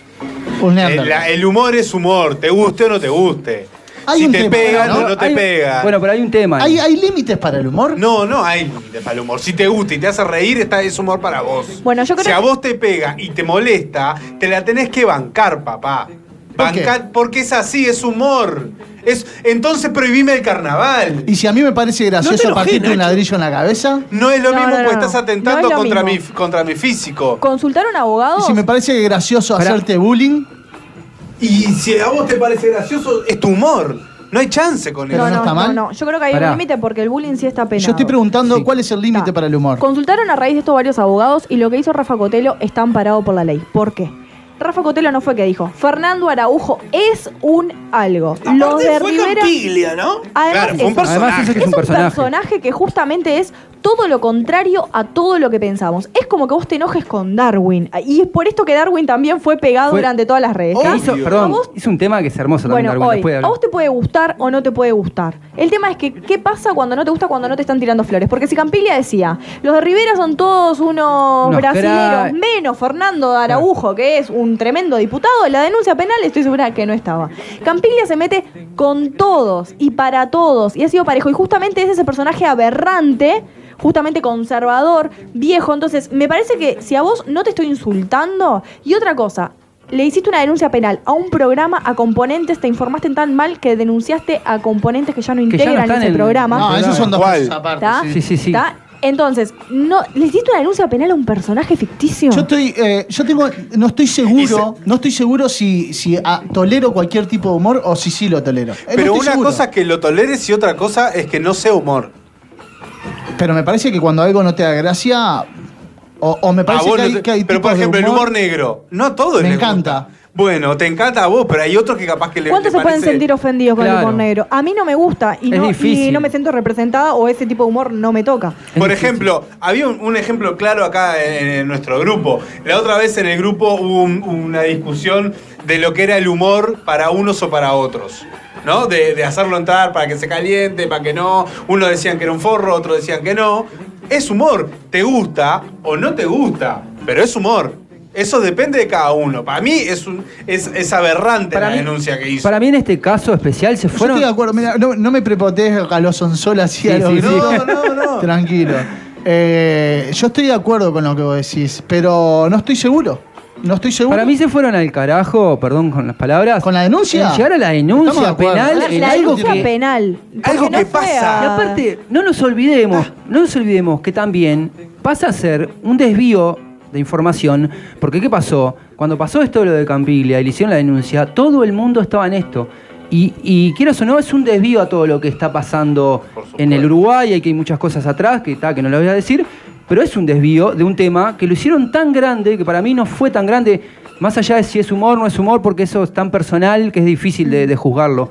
Un
El, eh, la- el humor es humor, te guste o no te guste.
Hay
si
un
te
tema,
pega
¿no?
o no te
Hay-
pega.
bueno,
pero hay un tema.
¿Hay, hay límites para el humor?
No, no hay límites para el humor. Si te gusta y te hace reír, está, es humor para vos.
Bueno, yo creo
si a
que-
vos te pega y te molesta, te la tenés que bancar, papá. Bancar, porque es así, es humor. Es, entonces prohibime el carnaval.
Y si a mí me parece
No te
gracioso
enojes,
partirte un
Nacho.
ladrillo en la cabeza.
No es lo
No,
mismo
no,
porque
no.
estás atentando
No es lo
contra, mi,
mismo.
contra mi físico.
Consultaron abogados.
Y si me parece gracioso hacerte bullying.
Y si a vos te parece gracioso, es tu humor. No hay chance con eso.
No, no, no, no. Yo creo que hay
Pará.
un límite porque el bullying sí está penado.
Yo estoy preguntando cuál es el límite para el humor.
Consultaron a raíz de esto varios abogados y lo que hizo Rafa Cotelo está amparado por la ley. ¿Por qué? Rafa Cotelo no fue que dijo, Fernando Araujo es un algo. Los de
fue
Rivera.
Campiglia, ¿no?
Además,
Claro, fue un
eso-
personaje. Además, eso que es
es
un
un personaje.
personaje
que justamente es todo lo contrario a todo lo que pensamos. Es como que vos te enojes con Darwin. Y es por esto que Darwin también fue pegado
Fue-
durante todas las redes.
Que
Cada-
hizo-
a
perdón,
vos
hizo un tema que es hermoso también.
bueno,
Darwin,
hoy,
después de
a
hablar.
vos te puede gustar o no te puede gustar. El tema es que, ¿qué pasa cuando no te gusta cuando no te están tirando flores? Porque si Campiglia decía, los de Rivera son todos unos,
Unos
brasileros,
cra-
menos Fernando Araujo, que es un tremendo diputado, en la denuncia penal estoy segura que no estaba. Campiglia se mete con todos y para todos, y ha sido parejo. Y justamente es ese personaje aberrante. Justamente conservador, viejo. Entonces, me parece que si a vos no te estoy insultando. Y otra cosa, le hiciste una denuncia penal a un programa, a componentes, te informaste tan mal que denunciaste a componentes que ya no
ya no
integran
están
ese
en el
programa.
programa. No, esos son dos ¿Cuál? cosas aparte,
¿Está?
sí. Sí, sí, sí.
¿Está? Ah, Entonces, no, ¿le hiciste una denuncia penal a un personaje ficticio?
Yo estoy, eh, yo tengo, no estoy seguro, no estoy seguro si, si ah, tolero cualquier tipo de humor o si sí lo tolero. Eh, no
Pero
estoy
una
seguro.
cosa es que lo toleres y otra cosa es que no sea humor.
Pero me parece que cuando algo no te da gracia, o, o me
A
parece
vos
que,
no
hay,
te-
que hay
pero por
tipos de
ejemplo, el humor negro. No a todos
Me
les
encanta.
gusta. Bueno, te encanta a vos, pero hay otros que capaz que le
¿Cuántos
le
se pueden
parece-
sentir ofendidos con el humor negro? A mí no me gusta y
Es
no, y
difícil.
no me siento representada o ese tipo de humor no me toca.
Por ejemplo, había un, un ejemplo claro acá en, en nuestro grupo. La otra vez en el grupo hubo un- una discusión de lo que era el humor para unos o para otros. ¿no? De, de hacerlo entrar para que se caliente, para que no. Unos decían que era un forro, otros decían que no. Es humor. Te gusta o no te gusta, pero es humor. Eso depende de cada uno. Para mí es, un, es, es aberrante la denuncia que hizo.
Para mí en este caso especial se
Yo
fueron...
estoy de acuerdo, mira, no, no me prepotes a los sonsola
Sí,
así a lo
sí,
grito.
sí. [laughs]
Tranquilo. Eh, yo estoy de acuerdo con lo que vos decís, pero no estoy seguro. No estoy seguro.
Para mí se fueron al carajo, Oh, perdón con las palabras. ¿Con la
denuncia?
llegar a la
Estamos de
denuncia
acuerdo.
penal.
La,
en
la
algo
denuncia
que-
penal.
Algo
Porque
que
no fue
pasa. Ah.
a-
Y aparte, no nos olvidemos, no nos olvidemos que también pasa a ser un desvío de información, porque ¿qué pasó? Cuando pasó esto de lo de Campiglia y le hicieron la denuncia, todo el mundo estaba en esto. Y, y quieras o no, es un desvío a todo lo que está pasando en el Uruguay, hay que hay muchas cosas atrás, que está, que no lo voy a decir, pero es un desvío de un tema que lo hicieron tan grande, que para mí no fue tan grande, más allá de si es humor o no es humor, porque eso es tan personal que es difícil de- de juzgarlo.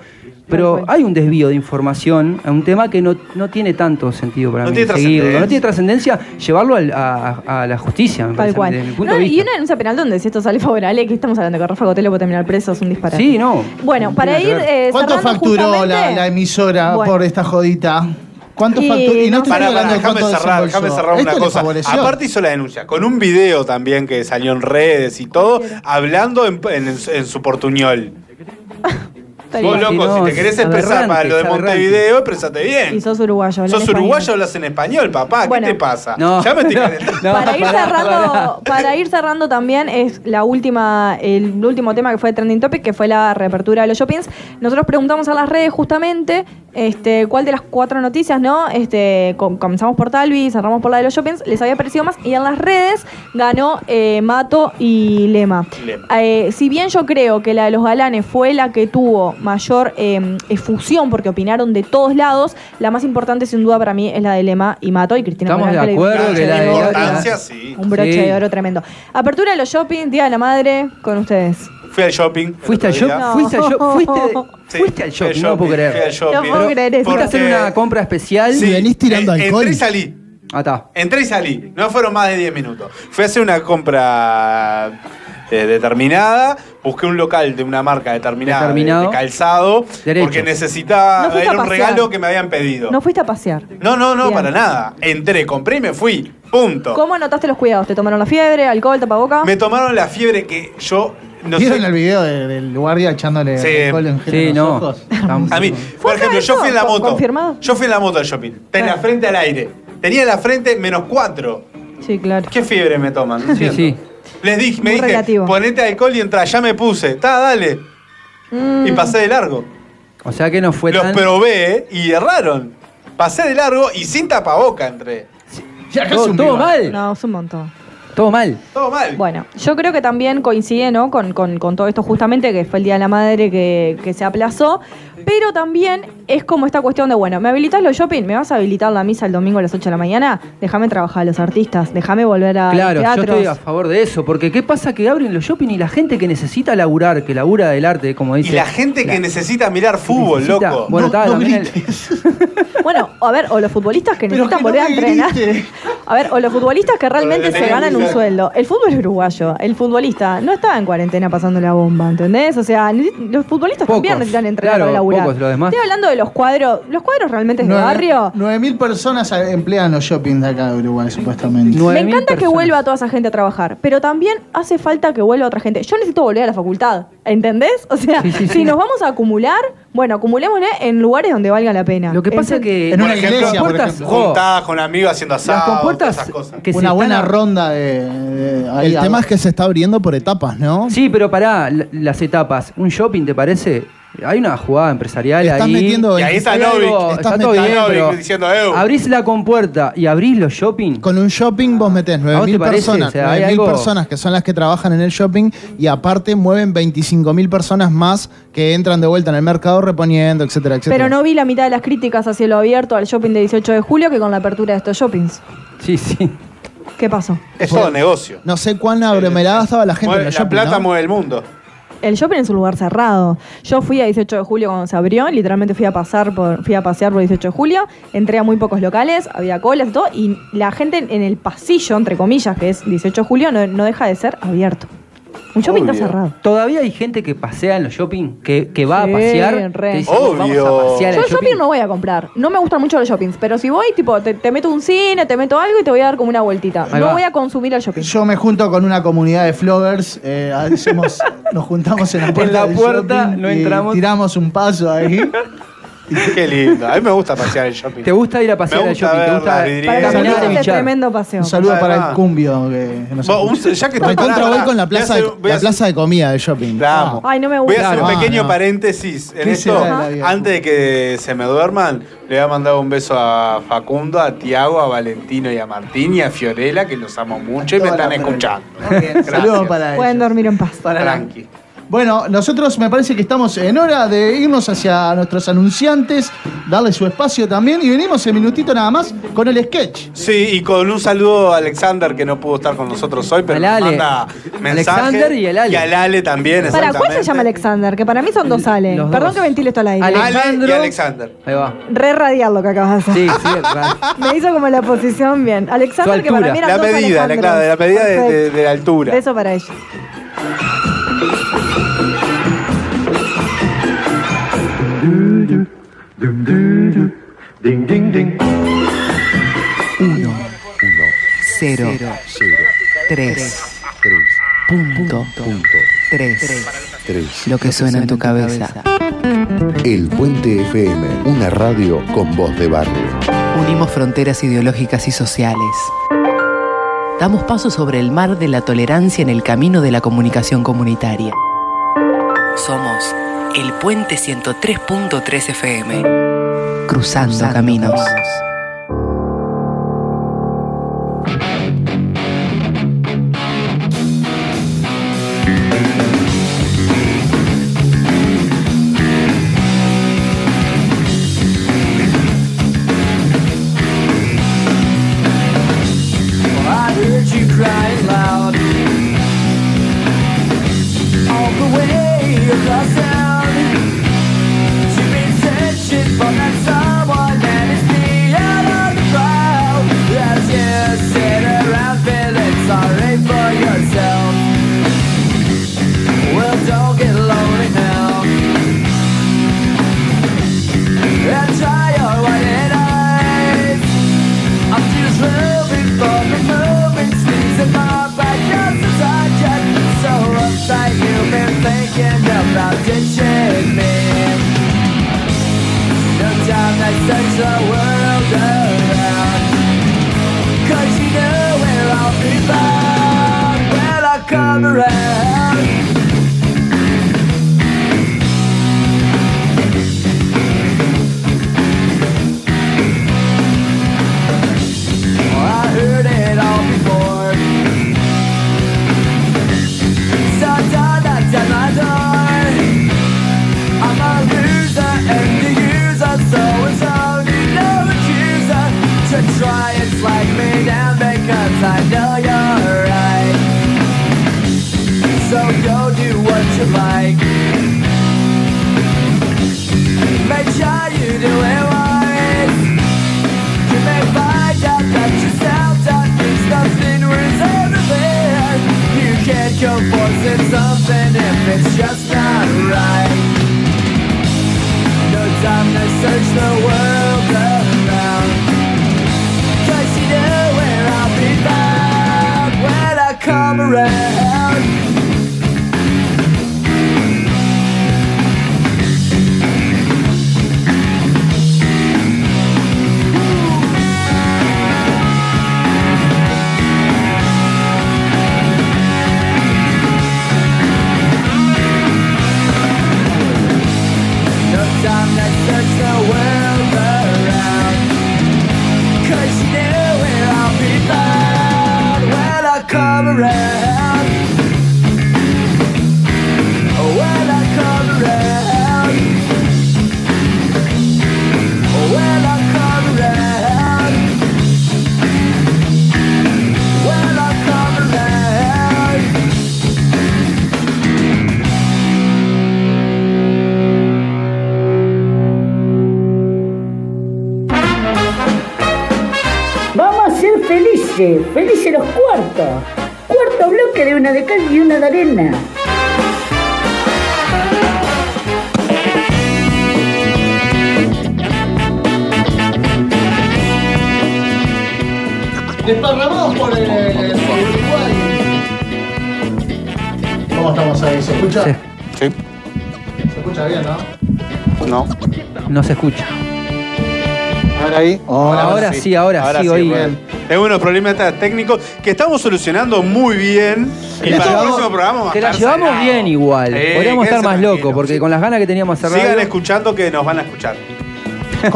Pero hay un desvío de información a un tema que no, no tiene tanto sentido para
No
mí.
tiene
seguirlo.
trascendencia.
No tiene trascendencia llevarlo al- a, a- a la justicia, me
Tal
parece,
cual.
desde mi punto
No,
de
y
vista.
una denuncia penal donde si esto sale favorable, que estamos hablando que Rafa Cotelo puede terminar preso, es un disparate.
Sí, no.
Bueno, para ir eh,
¿Cuánto
cerrando
facturó
justamente-
la, la emisora
Bueno.
por esta jodita? ¿Cuánto
Y
facturó? Y no estoy
Pará, pará,
hablando de
déjame
cuánto
cerrar,
desembolsó.
déjame cerrar una
Esto le
cosa.
favoreció.
Aparte hizo la denuncia, con un video también que salió en redes y todo, hablando en, en- en su portuñol. Vos, loco, si te querés expresar para lo de Montevideo, expresate bien.
Y sos uruguayo. hablan
Sos
español.
uruguayo, hablas en español, papá. ¿Qué te pasa? ya me
[laughs]
estoy calentando.
para, ir
[laughs]
cerrando, para ir cerrando también es la última, el último tema que fue Trending Topic, que fue la reapertura de los shoppings. Nosotros preguntamos a las redes justamente este, cuál de las cuatro noticias, ¿no? Este, com- comenzamos por Talvi, cerramos por la de los shoppings, les había parecido más y en las redes ganó eh, Mato y Lema. Eh, si bien yo creo que la de los galanes fue la que tuvo mayor eh, efusión porque opinaron de todos lados, la más importante sin duda para mí es la de Lema y Mato y Cristina.
Estamos
Morán,
de
que le dio un
acuerdo
broche
que la
de
de-
oro.
Importancia,
sí.
Un broche
Sí.
de oro tremendo. Apertura de los shopping, Día de la Madre, con ustedes.
Fui al shopping.
¿Fuiste al
otro
shop?
día.
¿Fuiste al shop? ¿Fuiste,
Sí,
fuiste al shop?
fui al
No lo puedo
shopping,
creer.
fui al shopping. No puedo creer eso.
¿Fuiste a hacer
Porque-
una compra especial?
Sí, venís tirando eh, alcohol. entré y salí.
Ah, está.
Entré y salí. No fueron más de 10 minutos. Fui a hacer una compra eh, determinada. Busqué un local de una marca determinada de-
Determinado.
de, calzado
Derecho.
porque necesitaba
No fuiste
era
a
un
pasear.
regalo que me habían pedido.
No fuiste a pasear.
No, no, no,
Bien.
para nada. Entré, compré y me fui. Punto.
¿Cómo notaste los cuidados? ¿Te tomaron la fiebre, alcohol, tapaboca?
Me tomaron la fiebre que yo no
¿Vieron
sé.
el video de- del guardia echándole
Sí.
alcohol en gel
Sí,
en los
no.
ojos?
[laughs] A mí, por ejemplo, yo fui en la
¿Con-
moto.
confirmado?
Yo fui en la moto al shopping. Tenía la frente al aire. Tenía la frente menos cuatro.
Sí, claro.
¿Qué fiebre me toman? No entiendo.
sí.
Les dije, me
Muy
dije,
relativo.
ponete alcohol y entra. Ya me puse. Está, dale.
Mm.
Y pasé de largo.
Mm. O sea que no fue
Los
tan...
probé y erraron. Pasé de largo y sin tapaboca entré.
todo, todo mal.
No, es un montón.
Todo mal.
Todo mal.
Bueno, yo creo que también coincide, ¿no? Con, con- con todo esto justamente, que fue el Día de la Madre que, que se aplazó. Pero también es como esta cuestión de, bueno, ¿me habilitas los shopping? ¿Me vas a habilitar la misa el domingo a las 8 de la mañana? Déjame trabajar a los artistas, déjame volver a
Claro,
teatros.
yo estoy a favor de eso, porque ¿qué pasa que abren los shopping y la gente que necesita laburar, que labura del arte, como dice...
Y la gente que necesita mirar fútbol,
necesita-
loco.
Bueno, está, también el-
Bueno, a ver, o los futbolistas que necesitan volver a entrenar. A ver, o los futbolistas que realmente se
tenés
ganan
que
un
usar.
sueldo. El fútbol uruguayo, el futbolista no está en cuarentena pasando la bomba, ¿entendés? O sea, ni- los futbolistas también
Pocos,
necesitan entrenar
claro,
para laburar.
pocos, los demás.
Estoy hablando de los cuadros. Los cuadros realmente es de barrio.
9.000 personas emplean los shoppings de acá de Uruguay, supuestamente.
Me encanta que vuelva toda esa gente a trabajar, pero también hace falta que vuelva otra gente. Yo necesito volver a la facultad, ¿entendés? O sea, si nos vamos a acumular, bueno, acumulémosle en lugares donde valga la pena.
Lo que pasa
Ese-
que
Por ejemplo,
compuertas- oh,
juntadas con amigos haciendo asado.
compuertas
todas esas cosas.
que se
Una
están
buena
a-
ronda de. de- ahí,
El
a-
tema
Es que se está abriendo por etapas, ¿no?
Sí, pero pará, la- las etapas. ¿Un shopping te parece? Hay una jugada empresarial
Estás
ahí.
metiendo- Y ahí está
Hay
Novik,
algo-
estás
Está todo bien,
metiendo a Novik
pero
diciendo, "Eu".
abrís la compuerta y abrís los shopping.
Con un shopping vos metés
¿A vos te
9.000
parece?
personas,
O sea, hay
9.000
algo-
personas que son las que trabajan en el shopping y aparte mueven 25.000 personas más que entran de vuelta en el mercado reponiendo, etcétera, etcétera.
Pero no vi la mitad de las críticas a cielo abierto al shopping de 18 de julio que con la apertura de estos shoppings.
Sí, sí.
¿Qué pasó?
Es todo negocio. Eh,
No sé cuán aglomerada estaba la gente
Mueve-
en
la
el shopping.
plata
¿no?
mueve el mundo.
El shopping es un lugar cerrado. Yo fui a 18 de julio cuando se abrió, literalmente fui a pasar por, fui a pasear por 18 de julio, entré a muy pocos locales, había colas y todo, y la gente en el pasillo, entre comillas, que es 18 de julio, no, no deja de ser abierto. Un shopping está cerrado.
Todavía hay gente que pasea en los shopping, que, que va
Sí,
a pasear.
re.
que dice, Vamos a pasear en
Yo
el
el shopping no voy a comprar. No me gustan mucho los shoppings. Pero si voy, tipo, te, te meto un cine, te meto algo y te voy a dar como una vueltita.
Ahí
no
va.
voy a consumir al shopping.
Yo me junto con una comunidad de floggers, eh,
[laughs]
hacemos- nos juntamos en la puerta,
la
del
puerta,
shopping
no
y
entramos.
tiramos un paso ahí.
[laughs] Qué lindo. A mí me gusta pasear el shopping.
¿Te gusta ir a pasear
Me
al
gusta
shopping? ¿Te
ver
gusta
las
para
vidrieras.
caminar
Saludo-
y
Este
bichar?
tremendo paseo.
Un saludo para
Además.
el cumbio que, que nos
Vos, un- ya que-
Recontra
pará,
voy
pará.
con la
Voy a
plaza,
hacer- voy a
la
hacer-
plaza de comida de shopping.
Vamos.
Ay, no me
Voy a
gusta.
hacer un
Claro.
pequeño
Ah, no.
paréntesis en
¿Qué
esto.
será de la vida?
Antes de que se me duerman, le voy a mandar un beso a Facundo, a Tiago, a Valentino y a Martín y a Fiorella, que los amo mucho y me están escuchando.
Saludos para ellos.
Pueden dormir en paz.
Tranqui.
Bueno, nosotros me parece que estamos en hora de irnos hacia nuestros anunciantes, darle su espacio también y venimos en minutito nada más con el sketch.
Sí, y con un saludo a Alexander que no pudo estar con nosotros hoy, pero
Al
nos
Ale.
manda mensaje.
Alexander y el Ale.
Y al Ale también,
Para, ¿cuál se
exactamente.
llama Alexander? Que para mí son dos Ale.
los
Perdón
dos.
que ventile esto al aire.
Ale y Alexander.
Ahí va.
Re radial lo que acabas de hacer.
Sí, sí, va.
[laughs] Me hizo como la posición bien. Alexander, que para mí era
La
dos
medida, la,
Alejandros.
claro, de la medida de, de- de la altura.
Beso para ella.
Ding, ding, ding.
Uno. Cero. Tres. Punto. Tres.
Tres.
Lo que suena en tu cabeza.
El Puente FM, una radio con voz de barrio.
Unimos fronteras ideológicas y sociales. Damos paso sobre el mar de la tolerancia en el camino de la comunicación comunitaria. Somos el Puente 103.3 FM. Cruzando, caminos.
I heard you crying loud all the way across town. You've been searching for that someone that is beyond all the crowd. As you sit around feeling sorry for yourself, well don't get lonely now. And try your one eyes. I'm just living for the moment, squeezing my back just as I get so uptight. You've been thinking about ditching me. No time that turns the world around. Cause you know where I'll be found when I come around. I heard it all before. So done, that's at my door. I'm a loser and the user, so it's only no accuser to try and slide me down because I know you're right. So go do what you like. Make sure you do it right. You may find out that yourself that means nothing was ever there. You can't go forcing something if it's just not right. No time to search the world around. Cause you know where I'll be found when I come around. No time to search the world around. Cause you know where I'll be found when I come around. Oh, When I come around. Oh, When I come around. When I come around.
Vamos a ser felices, felices los cuartos. Cuarto segundo bloque de una de cal y una de arena.
Desparramados por el, por Uruguay. ¿Cómo estamos ahí? ¿Se escucha?
Sí.
Se escucha bien, ¿no?
No.
No se escucha.
Ahora ahí.
Ahora, sí, ahora, sí, hoy.
bueno. Es uno de los problemas técnicos que estamos solucionando muy bien. Y
Te la
para el
llevamos-
próximo programa vamos a
Te la
estar
llevamos
cenados.
bien igual.
Eh,
Podríamos estar
quédense
más
tranquilos.
locos, porque con las ganas que teníamos cerrado.
Sigan escuchando que nos van a escuchar.
[laughs]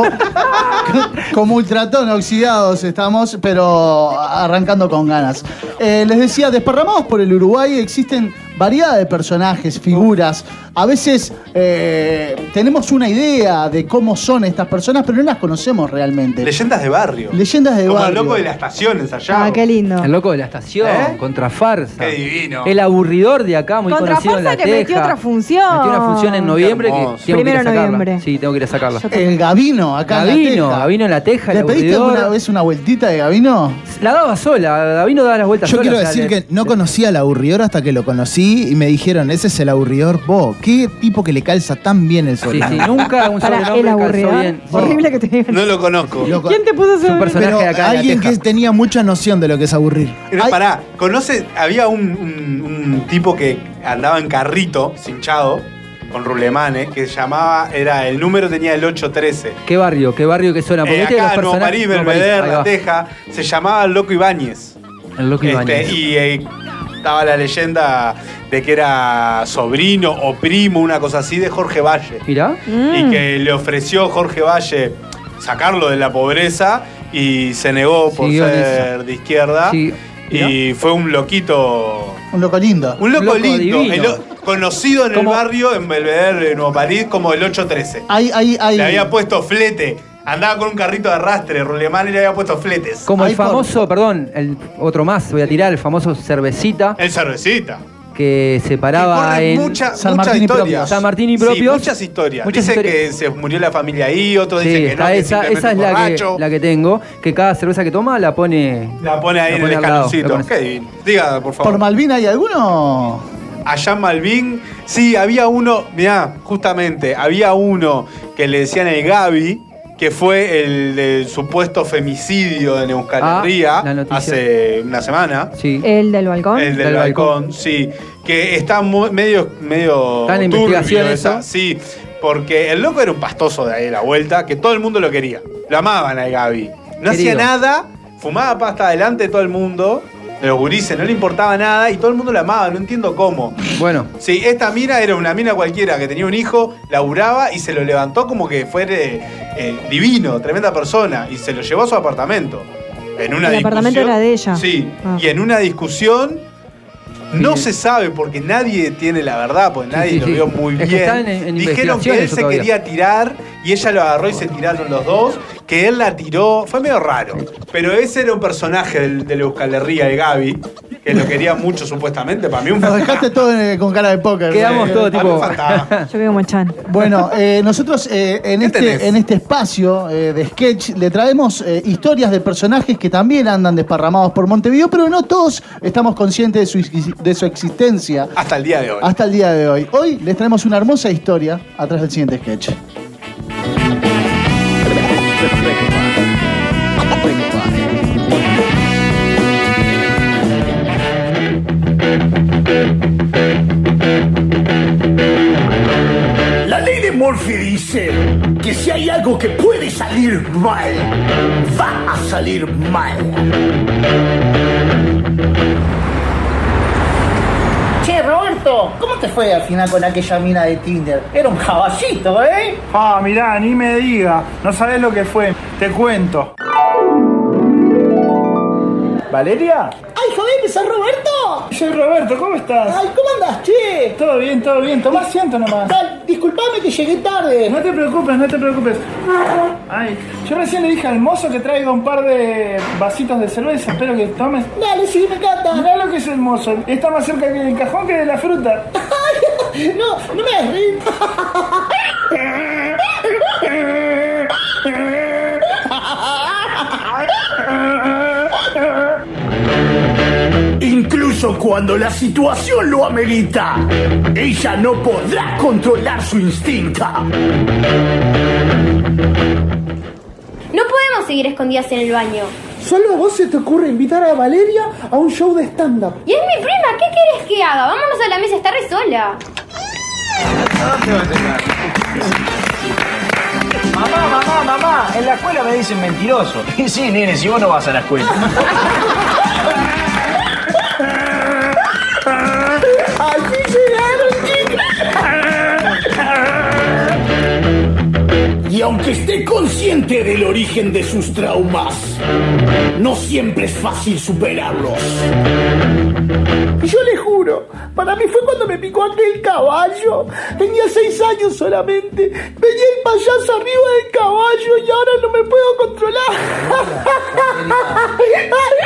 Como ultratón oxidados estamos, pero arrancando con ganas. Eh, les decía, desparramados por el Uruguay existen variedad de personajes, figuras. A veces eh, tenemos una idea de cómo son estas personas, pero no las conocemos realmente.
Leyendas de barrio.
Leyendas de
Como el
barrio.
loco de la estación ensayado. ¿Eh?
Ah, qué lindo.
El loco de la estación, contra farsa.
Qué divino.
El aburridor de acá, muy
Contra
conocido en la
Farsa que metió
Teja.
otra función.
Metió una función en noviembre que
Qué
tengo
hermoso.
que ir a
Primero
sacarla.
noviembre.
Sí, tengo que ir a sacarla.
El Gabino, acá en la
Gavino,
Teja.
Gavino en la Teja,
¿Le
el
pediste
aburridor.
alguna vez una vueltita de Gavino?
La daba sola, Gavino daba las vueltas
Yo
sola,
quiero
o sea,
decir
le-
que no conocía al aburridor hasta que lo conocí y me dijeron, ese es el aburridor, vos, qué tipo que le calza tan bien el
Sí,
sobrenombre.
sí, nunca [laughs] un
Para
sobrenombre
el
calzó
aburridor.
bien.
Horrible que te digan.
No lo conozco.
¿Quién te puso ese
Pero
de acá de la
alguien
Teja.
que tenía mucha noción de lo que es aburrir.
Pero pará, ¿conoce? Había un, un- un tipo que andaba en carrito, cinchado, con rulemanes, que se llamaba, era, el número tenía el 813.
¿Qué barrio? ¿Qué barrio que suena?
Eh,
viste
acá, Nuevo
personajes-
París,
Nuevo París,
Belvedere,
ahí
La
va.
Teja, se llamaba Loco Ibáñez.
El loco
Este,
Ibáñez.
y eh, estaba la leyenda de que era sobrino o primo, una cosa así, de Jorge Valle.
Mirá.
Y que le ofreció Jorge Valle sacarlo de la pobreza y se negó por
Siguió en
ser de izquierda.
Sí.
Y fue un loquito.
Un loco lindo.
Un loco, lindo,
divino.
el lo- conocido en
Como-
el barrio, en Belvedere, de Nuevo París, como el 813.
Hay, hay, hay.
Le había puesto flete. Andaba con un carrito de arrastre, Rulemán, y le había puesto fletes.
Como el famoso, perdón, el otro más, voy a tirar, el famoso cervecita
El cervecita.
que se paraba
Corre
en
mucha,
San
mucha
Martín y
historia.
propios. San Martín y
Sí,
propios.
muchas historias.
Muchas
dice
historias.
que se murió la familia ahí, otro
Sí,
dice que
está
no. que
esa,
simplemente
esa es
un
la que,
borracho.
la que tengo, que cada cerveza que toma la pone.
La pone ahí
la
en
pone
el
al lado, la
escaloncito.
pone-
Qué divino. Diga, por favor.
¿Por Malvin hay alguno?
Allá en Malvin, sí, había uno, mirá, justamente, había uno que le decían el Gaby, que fue el del supuesto femicidio de Euskal
Ah,
Herria
la noticia.
hace una semana.
Sí.
El del balcón.
El del, balcón, sí. Que está mu- medio, medio
Está en
turbio
investigación
esa, Sí, porque el loco era un pastoso de ahí de la vuelta, que todo el mundo lo quería. Lo amaban al Gaby. No hacía
Querido.
nada, fumaba pasta delante de todo el mundo, de los gurises, no le importaba nada y todo el mundo lo amaba, no entiendo cómo.
Bueno,
Sí, esta mina era una mina cualquiera que tenía un hijo, laburaba y se lo levantó como que fuera eh, divino, tremenda persona, y se lo llevó a su apartamento. En una
El
discusión-
apartamento era de ella.
Sí,
Ah.
y en una discusión no se sabe porque nadie tiene la verdad, porque nadie
sí,
lo
sí.
vio muy
Es que
bien.
está en- en
Dijeron que
investigación
él
eso
se
todavía.
quería tirar y ella lo agarró y se tiraron los dos, que él la tiró, fue medio raro. Pero ese era un personaje del, del Euskal Herria, el Gaby, que lo quería mucho supuestamente, para
[laughs]
mí un
Nos dejaste todo en- con cara de póker.
Quedamos todo tipo- Algo
[laughs] Yo veo Mochan.
Bueno, eh, nosotros eh, en, este, en este espacio eh, de sketch le traemos eh, historias de personajes que también andan desparramados por Montevideo, pero no todos estamos conscientes de su, exi- de su existencia
hasta el día de hoy.
hasta el día de hoy. Hoy les traemos una hermosa historia atrás del siguiente sketch.
La ley de Murphy dice que si hay algo que puede salir mal, va a salir mal.
Che, Roberto, ¿cómo te fue al final con aquella mina de Tinder? Era un caballito, ¿eh?
Ah, mirá, ni me diga. No sabes lo que fue. Te cuento. ¿Valeria?
¡Ay, joder, ¿es Roberto!
Soy Roberto, ¿cómo estás?
Ay, ¿cómo andás, che?
Todo bien, todo bien. Tomá asiento nomás.
Tal, disculpame que llegué tarde.
No te preocupes, no te preocupes. Ay, yo recién le dije al mozo que traiga un par de vasitos de cerveza. Espero que tomes.
Dale, sí, me encanta.
Mirá lo que es el mozo. Está más cerca del cajón que de la
[laughs]
fruta.
No, no me hagas reír.
Incluso incluso cuando la situación lo amerita. Ella no podrá controlar su instinto.
No podemos seguir escondidas en el baño.
Solo a vos se te ocurre invitar a Valeria a un show de stand-up.
Y es mi prima, ¿qué quieres que haga? Vámonos a la mesa, está re sola.
Mamá, mamá, mamá, en la escuela me dicen mentiroso. [laughs] Y sí, nene, si vos no vas a la escuela.
[laughs] 哎 Y aunque esté consciente del origen de sus traumas, no siempre es fácil superarlos.
Y Yo le juro, para mí
[laughs]
fue cuando me picó aquel caballo. Tenía seis años solamente. Venía el payaso arriba del caballo y ahora no me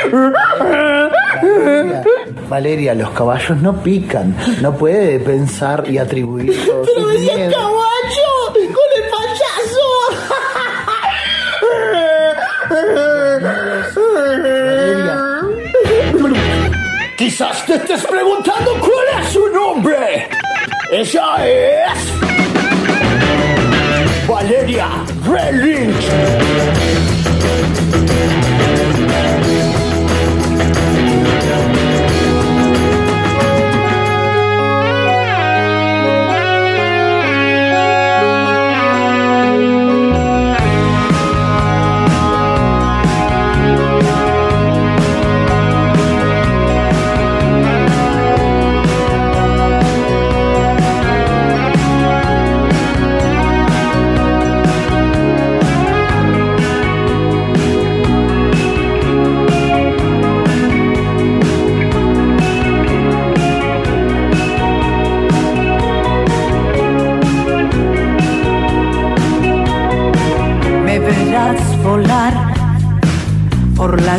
puedo controlar.
Valeria, los caballos no pican. No puede pensar y atribuir. todos
Pero
sus
venía el
miedos.
caballo con el
[laughs]
payaso.
Quizás te estés preguntando cuál es su nombre. Ella es. Valeria Relink.
Me verás volar por la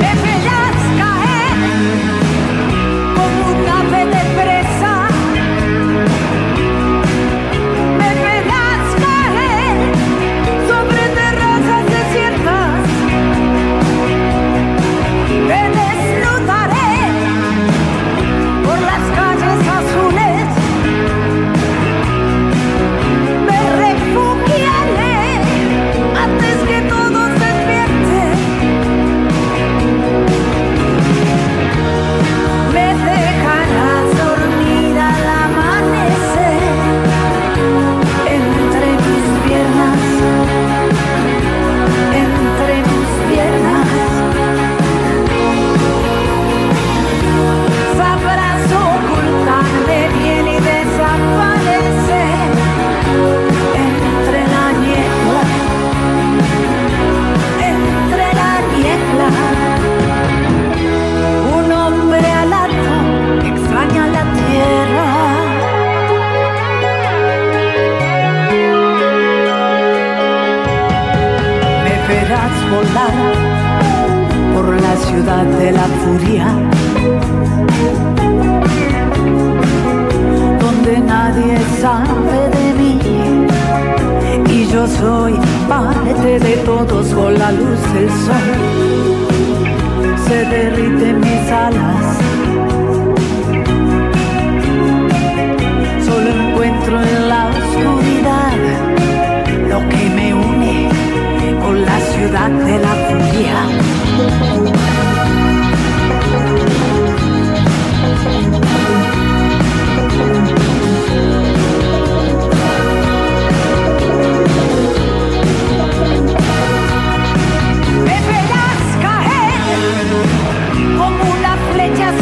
Me verás caer eh, como un ave de presa. Me verás caer eh, sobre terrazas desiertas. Me desnudaré por las calles azules. Me refugiaré antes que todos despierten. Me dejarás dormir al amanecer entre mis piernas, entre mis piernas. Sabrás ocultarme bien y desaparecer entre la niebla, entre la niebla. Un hombre alado que extraña la tierra. Me verás volar por la ciudad de la furia, donde nadie sabe de mí. Y yo soy parte de todos con la luz del sol se derriten mis alas. Solo encuentro en la oscuridad lo que me une con la ciudad de la furia. Me verás caer como una flecha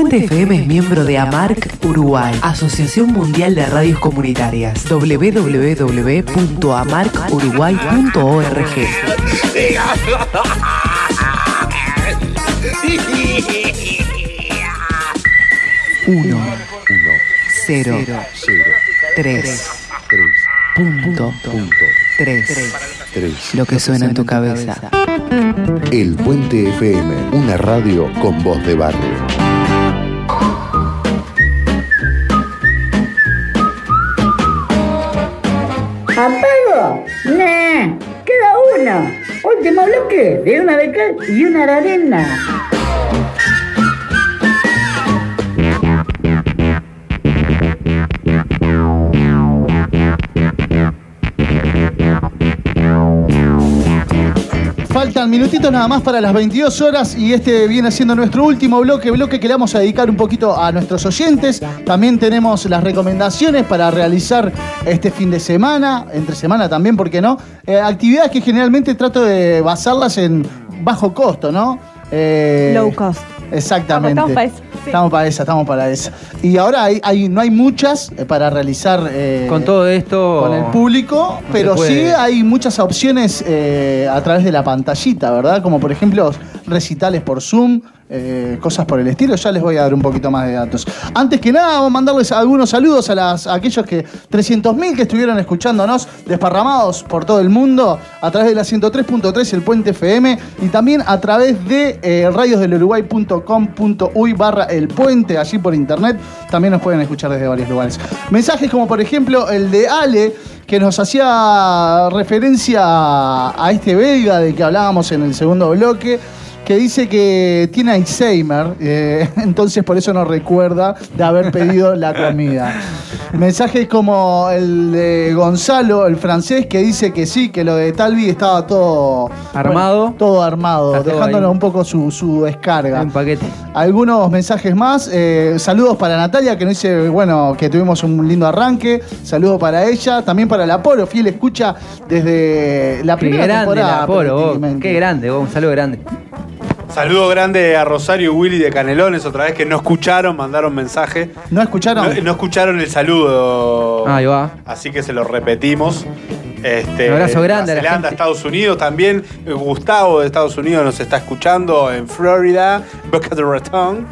Aguante FM es miembro de AMARC Uruguay, Asociación Mundial de Radios Comunitarias, www.amarcuruguay.org. Uno.
Uno.
Cero.
Cero.
Tres.
Tres.
Punto.
Punto.
Tres.
Tres.
Lo que suena en tu cabeza.
El Puente FM, una radio con voz de barrio.
¿Apago? Nah, queda una. Último bloque de una de cal y una de arena.
Faltan minutitos nada más para las 22 horas y este viene siendo nuestro último bloque, bloque que le vamos a dedicar un poquito a nuestros oyentes. También tenemos las recomendaciones para realizar este fin de semana, entre semana también, ¿por qué no? Eh, actividades que generalmente trato de basarlas en bajo costo, ¿no? Eh,
Low cost.
Exactamente.
Estamos para eso, sí.
Estamos para esa, estamos para esa. Y ahora hay, hay- no hay muchas eh, para realizar. eh,
Con todo esto.
con el público,
se
pero
puede.
sí hay muchas opciones eh, a través de la pantallita, ¿verdad? Como por ejemplo recitales por Zoom, eh, cosas por el estilo. Ya les voy a dar un poquito más de datos. Antes que nada, vamos a mandarles algunos saludos a, las, a aquellos que 300.000 que estuvieron escuchándonos desparramados por todo el mundo a través de la 103.3, el Puente FM, y también a través de eh, radiosdeluruguay.com.uy barra el puente, allí por internet. También nos pueden escuchar desde varios lugares. Mensajes como por ejemplo el de Ale, que nos hacía referencia a a este belga de que hablábamos en el segundo bloque, que dice que tiene Alzheimer, eh, [laughs] entonces por eso no recuerda de haber pedido la comida. Mensajes como el de Gonzalo, el francés, que dice que sí, que lo de Talvi estaba todo
Armado.
bueno, todo armado,
Está todo
dejándonos
ahí.
un poco su, su descarga.
En paquete.
Algunos mensajes más. eh, saludos para Natalia, que nos dice, bueno, que tuvimos un lindo arranque. Saludos para ella. También para la Poro, fiel escucha desde la
Qué
primera
grande
temporada.
la Poro, vos.
prácticamente.
Qué grande, vos. Un saludo grande.
Saludo grande a Rosario y Willy de Canelones, otra vez que no escucharon, mandaron mensaje.
¿No escucharon?
No, este, no escucharon el saludo.
Ahí va.
Así que se lo repetimos. Este,
Un abrazo grande a la
Nueva Zelanda, Estados Unidos también. Eh, Gustavo de Estados Unidos nos está escuchando en Florida, Boca del Ratón.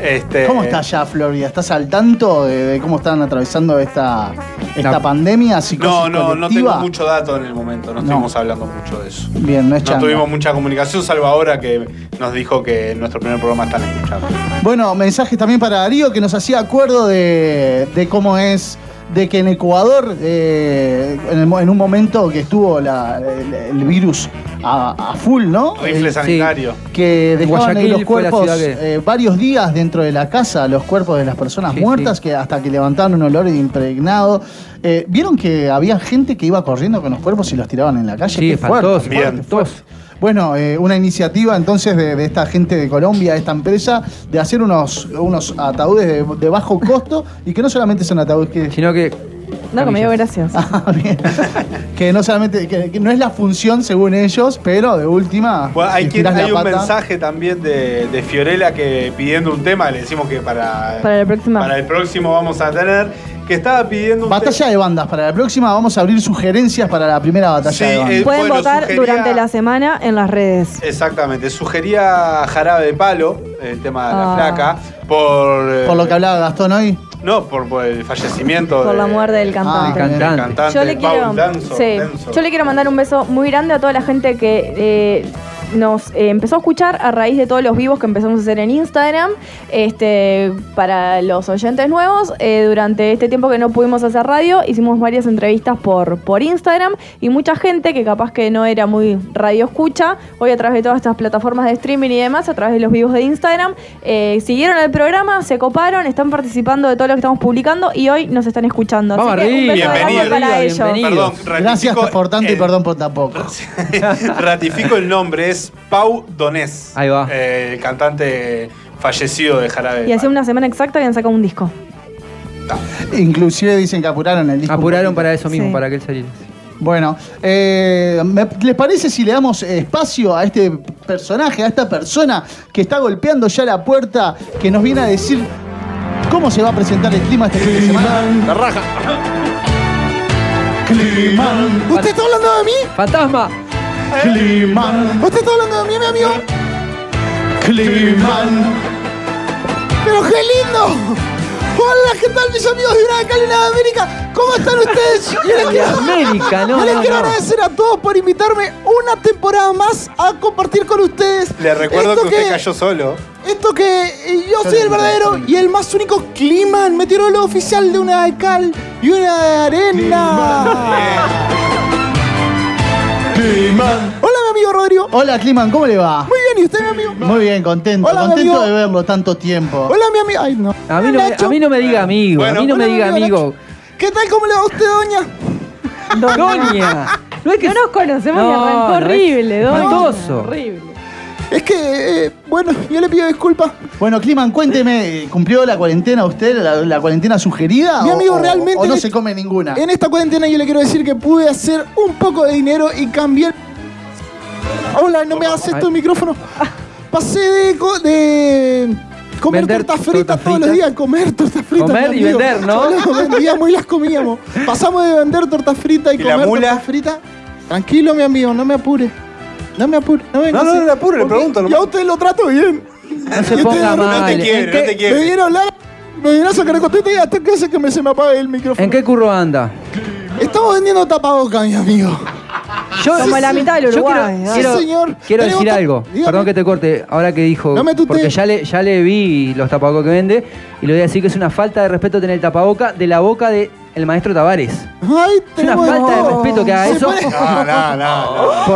Este,
¿Cómo está ya Florida? ¿Estás al tanto de, de cómo están atravesando esta, esta
No.
pandemia? psicosis
No, no, no tengo
colectiva?
mucho dato en el momento, no,
No.
estuvimos hablando mucho de eso.
Bien, no es
No
changa.
tuvimos mucha comunicación, salvo ahora que nos dijo que en nuestro primer programa están escuchando.
Bueno, mensajes también para Darío que nos hacía acuerdo de, de cómo es, de que en Ecuador, eh, en, el mo- en un momento que estuvo la- el, el virus a, a full, ¿no?
Rifle
Eh,
sanitario.
Que dejaban ahí
Eh, Guayaquil
los
fue la
cuerpos
ciudad
eh, varios días dentro de la casa, los cuerpos de las personas
Sí,
muertas, que hasta que levantaban un olor impregnado. Eh, ¿Vieron que había gente que iba corriendo con los cuerpos y los tiraban en la calle?
Sí,
Qué fuerte,
espantoso,
fuerte,
espantoso.
bueno, eh, una iniciativa entonces de, de esta gente de Colombia, de esta empresa, de hacer unos, unos ataúdes de, de bajo costo y que no solamente son ataúdes que...
Sino que...
No, que me dio gracias.
[laughs]
Que no solamente, que, que no es la función según ellos, pero de última.
Bueno, hay
si
quien-
tirás la
hay un
pata-
mensaje también de, de Fiorella que pidiendo un tema, le decimos que para,
Para la próxima.
para el próximo vamos a tener, que estaba pidiendo un
Batalla de bandas. Para la próxima vamos a abrir sugerencias para la primera batalla
Sí,
de bandas.
eh,
Pueden
bueno,
votar
sugería-
durante la semana en las redes.
Exactamente, sugería Jarabe de Palo, el tema de la
Ah.
flaca, por... eh,
Por lo que hablaba Gastón hoy.
No, por, por el fallecimiento
Por
de-
la muerte
Ah,
del cantante.
Ah,
del cantante,
Yo le,
Paul
quiero,
Danzo,
sí.
Danzo.
Yo le quiero mandar un beso muy grande a toda la gente que eh, nos eh, empezó a escuchar a raíz de todos los vivos que empezamos a hacer en Instagram. Este, para los oyentes nuevos, eh, durante este tiempo que no pudimos hacer radio, hicimos varias entrevistas por, por Instagram y mucha gente que capaz que no era muy radio escucha, hoy a través de todas estas plataformas de streaming y demás, a través de los vivos de Instagram, eh, siguieron el programa, se coparon, están participando de todo lo que estamos publicando y hoy nos están escuchando. Así
Vamos
que un
arriba,
beso enorme
bienvenido.
para ellos.
Perdón,
Gracias
ratifico-
por tanto y perdón por tampoco.
[laughs] Ratifico el nombre, es Pau Donés. Ahí va. el cantante fallecido de Jarabe.
Y hace una semana exacta habían sacado un disco.
Inclusive dicen que apuraron el disco.
Apuraron para eso mismo,
Sí.
para que él saliera.
Bueno, eh, ¿me- ¿les parece si le damos eh, espacio a este personaje, a esta persona que está golpeando ya la puerta, que nos viene a decir cómo se va a presentar el clima este fin de semana? La raja.
¿Usted está hablando de mí?
Fantasma.
Climan. ¿Usted está hablando de mí, mi amigo? Climan. Pero qué lindo. Hola, ¿qué tal mis amigos de Huracán y Nada de América? ¿Cómo
[laughs]
están ustedes? Yo les
De América, no,
yo les
no,
quiero
no.
agradecer a todos por invitarme una temporada más a compartir con ustedes.
Le recuerdo
esto
que usted cayó solo.
esto que eh, yo
Yo
soy
le
el
invito, yo
verdadero
le
y el más único clima meteorólogo oficial de una de cal y una de arena.
Hola, mi amigo Rodrigo. Hola, Climan, ¿cómo le va?
Muy bien, ¿y usted, mi amigo?
Muy bien, contento,
Hola, mi
contento
amigo.
de verlo tanto tiempo.
Hola, mi amigo. Ay, no.
A mí no, me-
Nacho.
a mí no me diga amigo, a mí no me
Hola,
diga amigo.
Nacho. ¿Qué tal? ¿Cómo le va a usted, doña?
Doña.
No, nos conocemos
No, arrancó no es- horrible, doña. Espantoso.
Horrible. Es que, eh, bueno, yo le pido disculpas.
Bueno, Climan, cuénteme, ¿cumplió la cuarentena usted, la, la cuarentena sugerida?
Mi
o-
amigo
o-
realmente.
O no
le-
se come ninguna.
En este esta cuarentena yo le quiero decir que pude hacer un poco de dinero y cambié. el- Hola, no me haces tu micrófono. Pasé de. co- de comer
Vender
tortas fritas
tortas
todos los
fritas.
días, a comer tortas fritas.
Comer
mi
y
amigo.
vender, ¿no?
Solo vendíamos y las comíamos.
[laughs]
Pasamos de vender tortas fritas y,
¿Y la
comer
mula?
tortas fritas. Tranquilo, mi amigo, no me apure. No me apure. No, me
No, no, no le apure, le pregunto
Yo a usted lo trato bien.
No se
Y usted
ponga
lo-
mal. ¿En qué-
Me viene a hablar, me viene a sacar el costete y hasta que hace que me, se me apague el micrófono.
¿En qué curro anda?
Estamos vendiendo tapabocas, mi amigo.
Yo-
Como la mitad del
yo quiero-
Uruguay, ¿eh?
quiero,
Sí, señor.
quiero
Tenemos
decir
to-
algo.
dígame.
Perdón que te corte. Ahora que dijo.
No me tutee.
porque ya le, ya le vi los tapabocas que vende. Y le voy a decir que es una falta de respeto tener el tapaboca de la boca del maestro Tavares. Es
Ay,
una
tenemos
falta de
todo.
respeto que haga
Se
eso.
pone-
Por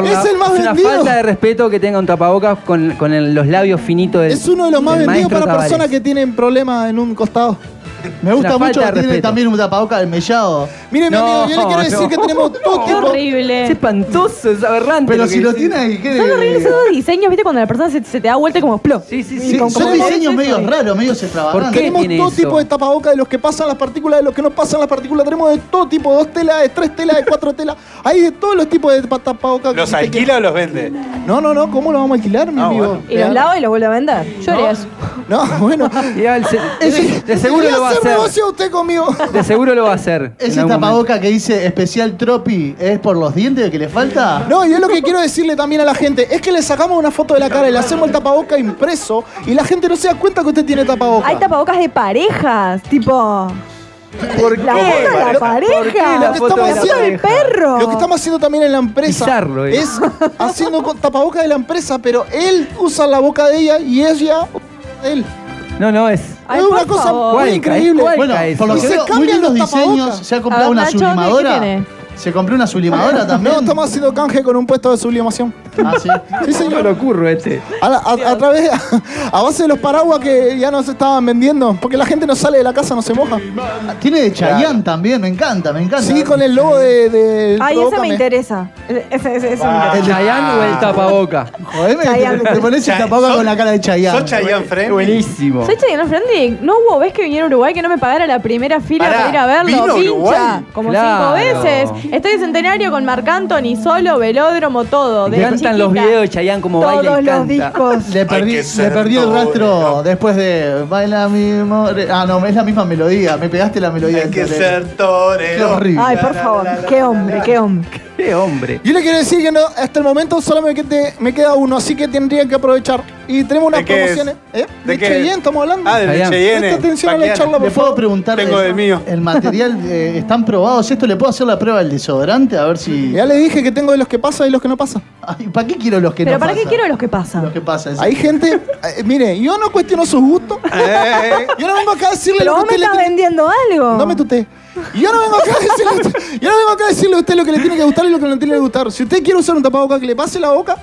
la-
Es el más
es una
vendido.
falta de respeto que tenga un tapabocas con, con el- los labios finitos del
Es uno de los más
del
vendidos
maestro
para
Tavares.
personas que tienen problemas en un costado.
Me gusta
Una falta
mucho que
de
tiene
respeto.
también un tapaboca del mellado.
Mire, mi amigo, yo le quiero decir que tenemos todo tipo.
horrible.
Es espantoso, es aberrante.
Pero
lo que
si lo
dice.
tiene ahí, ¿qué
Son horribles esos dos diseños, ¿viste? Cuando la persona se, se te da vuelta y como explota.
Sí, sí,
Sí, son diseños medio raros, medio extravagantes.
Tenemos todo tipo de tapabocas, de los que pasan las partículas, de los que no pasan las partículas. Tenemos de todo tipo, de dos telas, de tres telas, de cuatro telas. Hay de todos los tipos de pa- tapabocas. que
¿Los
usted quiera.
alquila o los vende?
No, no, no, ¿cómo lo vamos a alquilar, mi
Ah,
amigo?
bueno.
Y los
Real.
lavo y los vuelvo a vender. Yo haría eso.
No, [laughs] bueno.
Y al se- de seguro
Quería
lo va a hacer.
negocio usted conmigo.
De seguro lo va a hacer. en
Eh, Ese
algún momento.
tapaboca que dice especial Tropi es por los dientes que le falta.
No, yo lo que quiero decirle también a la gente es que le sacamos una foto de la cara y le hacemos el tapaboca impreso y la gente no se da cuenta que usted tiene tapaboca.
Hay tapabocas de parejas, tipo.
¿Por
La foto de la pareja.
¿Por qué la
Lo que
foto
estamos
de la
haciendo-
pareja?
perro.
Lo que estamos haciendo también en la empresa
Bizarro, eh.
es haciendo con tapabocas de la empresa, pero él usa la boca de ella y ella de él.
No, no, es.
Ay,
es una
por
cosa
favor.
muy
Cuenca,
increíble.
es
Bueno,
cuenca
por
eso.
lo
Y
que
se
veo, muy
cambian
bien los
los
diseños.
tapabocas.
Se ha
A
comprado
ver,
una
Nacho, ¿qué- qué
sublimadora.
tiene?
Se compró una sublimadora
No,
también.
estamos haciendo canje con un puesto de sublimación.
Ah, sí.
Sí,
No
señor.
lo ocurro este.
A, la- a- a través, a base de los paraguas que ya nos estaban vendiendo, porque la gente no sale de la casa, no se moja.
Tiene de Chayanne también, me encanta, me encanta.
Sí, con el logo de. de
Ay, ese me
Provócame.
interesa. E-, Ese, ese, ese me
Ah.
interesa.
Chayanne o el tapaboca.
Jodeme,
Chayanne.
te, te pones el
Chay-
tapaboca
sos-
con la cara de Chayanne.
¿Sos Chayanne Friendly?
Buenísimo.
Soy Chayanne Friendly. No hubo vez que vinieron a Uruguay que no me pagara la primera fila
Pará,
para ir a verlo.
¿vino a
Pincha.
Uruguay?
Como
Claro.
cinco veces. Estoy en centenario con Marc Anthony, solo, velódromo, todo.
Me
De
encantan los videos de Chayanne como baila
Todos
y
los
canta.
discos.
Le perdí,
que
le
ser
perdí el
todo,
rastro después de Baila mi more- Ah, no, es la misma melodía. Me pegaste la melodía.
Hay que
del-
ser torero.
Qué horrible.
Ay, por favor. Qué hombre, qué hombre.
Qué hombre.
Yo le quiero decir que no, hasta el momento solo me, quede- me queda uno, así que tendrían que aprovechar. Y tenemos unas
¿De qué es?
promociones. ¿Eh?
¿De
¿De
qué?
Cheyenne estamos hablando?
Ah, de
Chayanne.
Cheyenne.
Presta atención a la
Paquiana.
charla,
¿Le puedo preguntar?
Tengo
el,
del mío.
El material,
[laughs]
eh, ¿están probados esto? ¿Le puedo hacer la prueba del desodorante? A ver si...
Ya le dije que tengo de los que pasa y los que no pasa.
Ay, ¿Para qué quiero los que
Pero
no
¿para qué
pasan?
quiero los que pasan?
Los que pasan. sí.
Hay gente, eh, mire, yo no cuestiono sus gustos.
Eh.
Yo no vengo acá a decirle
Pero
lo
vos me
que usted le
estás
tiene-
vendiendo algo.
No me tuté. Yo no vengo acá a decirle, yo no vengo acá a decirle a usted lo que le tiene que gustar y lo que no le tiene que gustar. Si usted quiere usar un tapabocas que le pase la boca,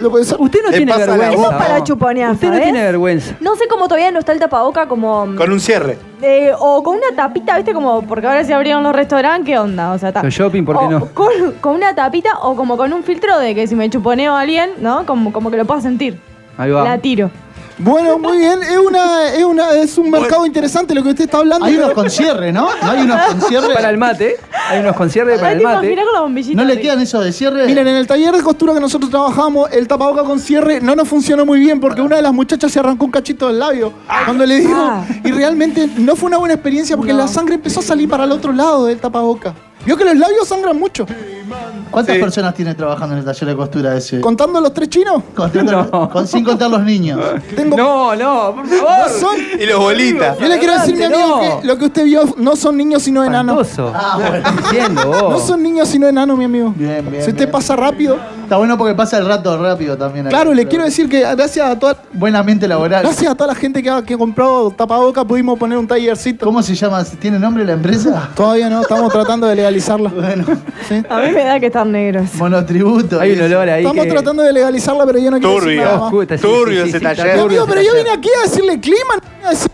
lo puede usar.
Usted no
Le
tiene
pasa la
vergüenza.
voz.
Eso es para
No.
chuponear,
Usted no
¿sabes?
tiene vergüenza.
No sé cómo todavía no está el tapaboca como.
Con un cierre.
eh, o con una tapita, ¿viste? Como porque ahora se abrieron los restaurantes, ¿qué onda? O sea, ta-
Los shopping, ¿por qué
o
no?
Con, con una tapita o como con un filtro de que si me chuponeo a alguien, ¿no? Como, como que lo pueda sentir.
Ahí va.
La tiro.
Bueno, muy bien. Es, una, es, una, es un mercado interesante lo que usted está hablando.
Hay unos con cierre, ¿no? ¿No hay unos con cierre?
Para el mate. Hay unos con cierre
Ay, tipo, mirá con la bombillita.
No le
arriba.
quedan esos de cierre. Miren, eh, en el taller de costura que nosotros trabajamos, el tapaboca con cierre no nos funcionó muy bien porque una de las muchachas se arrancó un cachito del labio cuando le dijo.
ah.
Y realmente no fue una buena experiencia porque la sangre empezó a salir para el otro lado del tapaboca. Vio que los labios sangran mucho.
¿Cuántas personas tiene trabajando en el taller de costura ese?
¿Contando los tres chinos?
[laughs]
Contando- con- sin contar los niños.
No, no, por favor.
Y los bolitas.
Yo le quiero decir, mi amigo,
No.
que lo que usted vio no son niños sino enanos.
Ah,
[laughs]
bueno.
No son niños sino enanos, mi amigo.
Bien, bien,
Si usted
bien.
pasa rápido.
Está bueno porque pasa el rato rápido también.
Claro, le quiero decir que gracias a toda.
Buen ambiente laboral.
Gracias a toda la gente que, ha- que compró tapaboca pudimos poner un tallercito.
¿Cómo se llama? ¿Tiene nombre la empresa?
Todavía
[laughs]
no, estamos tratando de legalizarla.
Bueno,
A mí me da que están negros.
monotributo.
Hay un olor ahí Estamos que- tratando de legalizarla, pero yo no quiero decir
Turbio.
nada más.
Escuta, sí, Turbio sí, sí, ese sí, taller. está
Mi
turbio
amigo,
ese
pero yo
taller.
vine aquí a decirle clima, no a decir-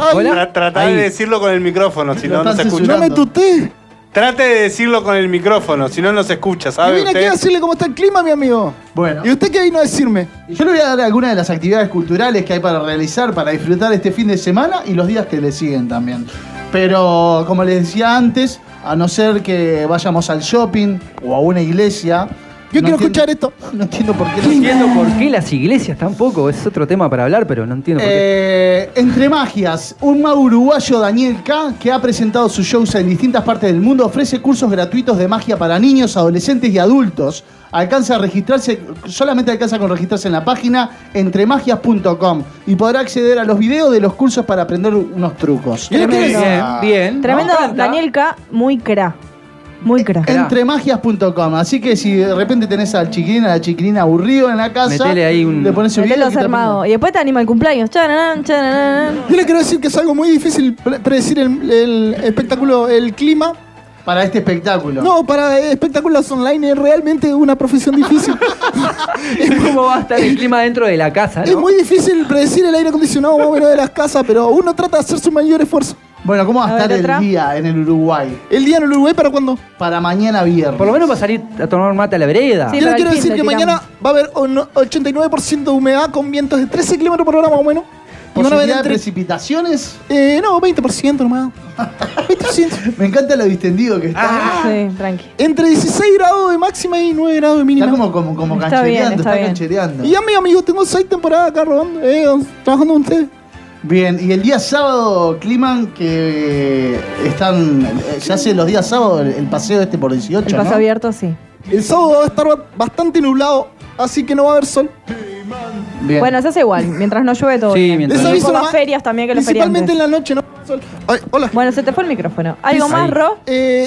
Ay,
Tra- Tratá de decirlo con el micrófono, si no, no se escucha.
No me tuté.
Trate de decirlo con el micrófono, si no, no se escucha,
Yo
¿sabe
vine aquí
usted?
a decirle cómo está el clima, mi amigo.
Bueno.
¿Y usted qué vino a decirme?
Yo le voy a dar algunas de las actividades culturales que hay para realizar, para disfrutar este fin de semana y los días que le siguen también. Pero, como les decía antes, a no ser que vayamos al shopping o a una iglesia.
Yo quiero escuchar esto.
[laughs] No entiendo por qué.
No
entiendo por qué las iglesias tampoco, es otro tema para hablar, pero no entiendo por qué.
Eh, entre magias, un mago uruguayo Daniel K, que ha presentado sus shows en distintas partes del mundo, ofrece cursos gratuitos de magia para niños, adolescentes y adultos. Alcanza a registrarse, solamente alcanza con registrarse en la página entremagias.com y podrá acceder a los videos de los cursos para aprender unos trucos.
bien.
Tremendo,
Me encanta.
Daniel K, muy cra. Muy cra.
Entremagias.com. Así que si de repente tenés al chiquilín, a la chiquilina aburrido en la casa,
Metele ahí un-
le pones un
Metelo
video. que te-
armado. Y después te anima el cumpleaños. Chananán, chananán.
Yo le quiero decir que es algo muy difícil pre- predecir el, el espectáculo, el clima.
Para este espectáculo.
No, para eh, espectáculos online es realmente una profesión difícil.
[laughs] ¿Cómo va a estar el clima dentro de la casa?
Eh. Es muy difícil predecir el aire acondicionado más o menos de las casas, pero uno trata de hacer su mayor esfuerzo. Eh,
Bueno, ¿cómo va a,
A
estar
ver,
el
otra.
día en el Uruguay?
¿El día en Uruguay para cuándo?
Para mañana viernes.
Por lo menos va a salir a tomar mate a la vereda.
Yo le quiero decir que mañana va a haber un 89% de humedad con vientos de 13 kilómetros por hora más o menos. Y van a haber
¿Posibilidad de
entre-
precipitaciones?
eh, no, 20% nomás. 20%.
[laughs] Me encanta lo distendido que
Ah,
está.
Sí, tranqui.
Entre 16 grados de máxima y 9 grados de mínima.
Está como, como, como
Está
canchereando,
bien, está
está,
bien.
canchereando.
Y ya, mi amigo, tengo 6 temporadas acá robando, eh, trabajando con ustedes.
Bien, y el día sábado, Climan, que están. eh, Se hace los días sábados el, el paseo este por 18.
El paso
¿no?
abierto, sí.
El sábado va a estar ba- bastante nublado, así que no va a haber sol.
Bien.
Bueno, se hace igual. Mientras no llueve todo.
Sí,
bien.
mientras no
Como
llueve.
las ferias también que los
Principalmente
feriantes.
en la noche, ¿no? Sol. Ay, hola. Eh,
Bueno, se te fue el micrófono. ¿Algo más, Ro?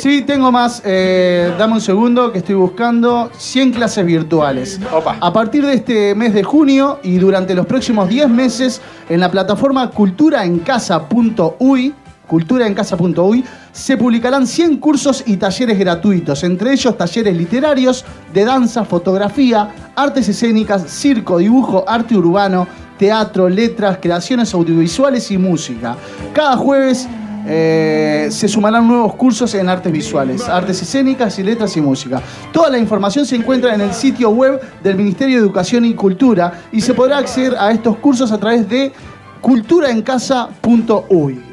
Sí, tengo más. Eh, dame un segundo que estoy buscando 100 clases virtuales. A partir de este mes de junio y durante los próximos 10 meses, en la plataforma culturaencasa.uy, culturaencasa.uy, se publicarán 100 cursos y talleres gratuitos, entre ellos talleres literarios, de danza, fotografía, artes escénicas, circo, dibujo, arte urbano, teatro, letras, creaciones audiovisuales y música. Cada jueves eh, se sumarán nuevos cursos en artes visuales, artes escénicas y letras y música. Toda la información se encuentra en el sitio web del Ministerio de Educación y Cultura y se podrá acceder a estos cursos a través de culturaencasa.uy.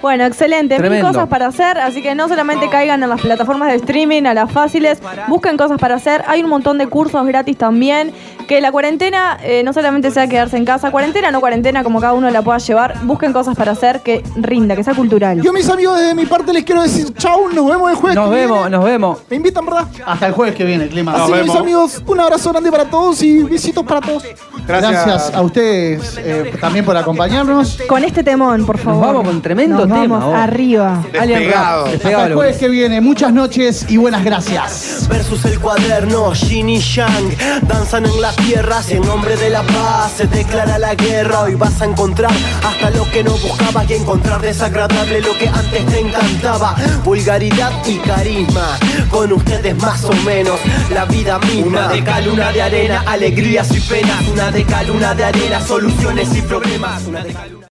Bueno, excelente.
Tremendo.
Mil cosas para hacer, así que no solamente caigan en las plataformas de streaming, a las fáciles, busquen cosas para hacer. Hay un montón de cursos gratis también. Que la cuarentena eh, no solamente sea quedarse en casa, cuarentena no cuarentena, como cada uno la pueda llevar, busquen cosas para hacer que rinda, que sea cultural.
Yo, mis amigos, desde mi parte les quiero decir chau, nos vemos el jueves.
Nos
que viene.
vemos, Oh, nos vemos.
Me invitan, ¿verdad?
Hasta el jueves que viene, Clima.
Así que, mis amigos, un abrazo grande para todos y besitos para todos.
Gracias, a ustedes eh, también por acompañarnos.
Con este temón, por favor.
vamos con tremendo
Nos
tema, oh.
vamos
vos.
arriba.
Alien Rap,
Hasta el
despegado.
jueves que viene. Muchas noches y buenas gracias.
Versus el cuaderno, Yin y Yang Danzan en las tierras y en nombre de la paz Se declara la guerra, hoy vas a encontrar Hasta lo que no buscabas y encontrar desagradable Lo que antes te encantaba Vulgaridad y carisma Con ustedes más o menos La vida misma Una de cal, una de arena, alegrías y penas Una de cal, una de arena, soluciones y problemas Una de cal, una-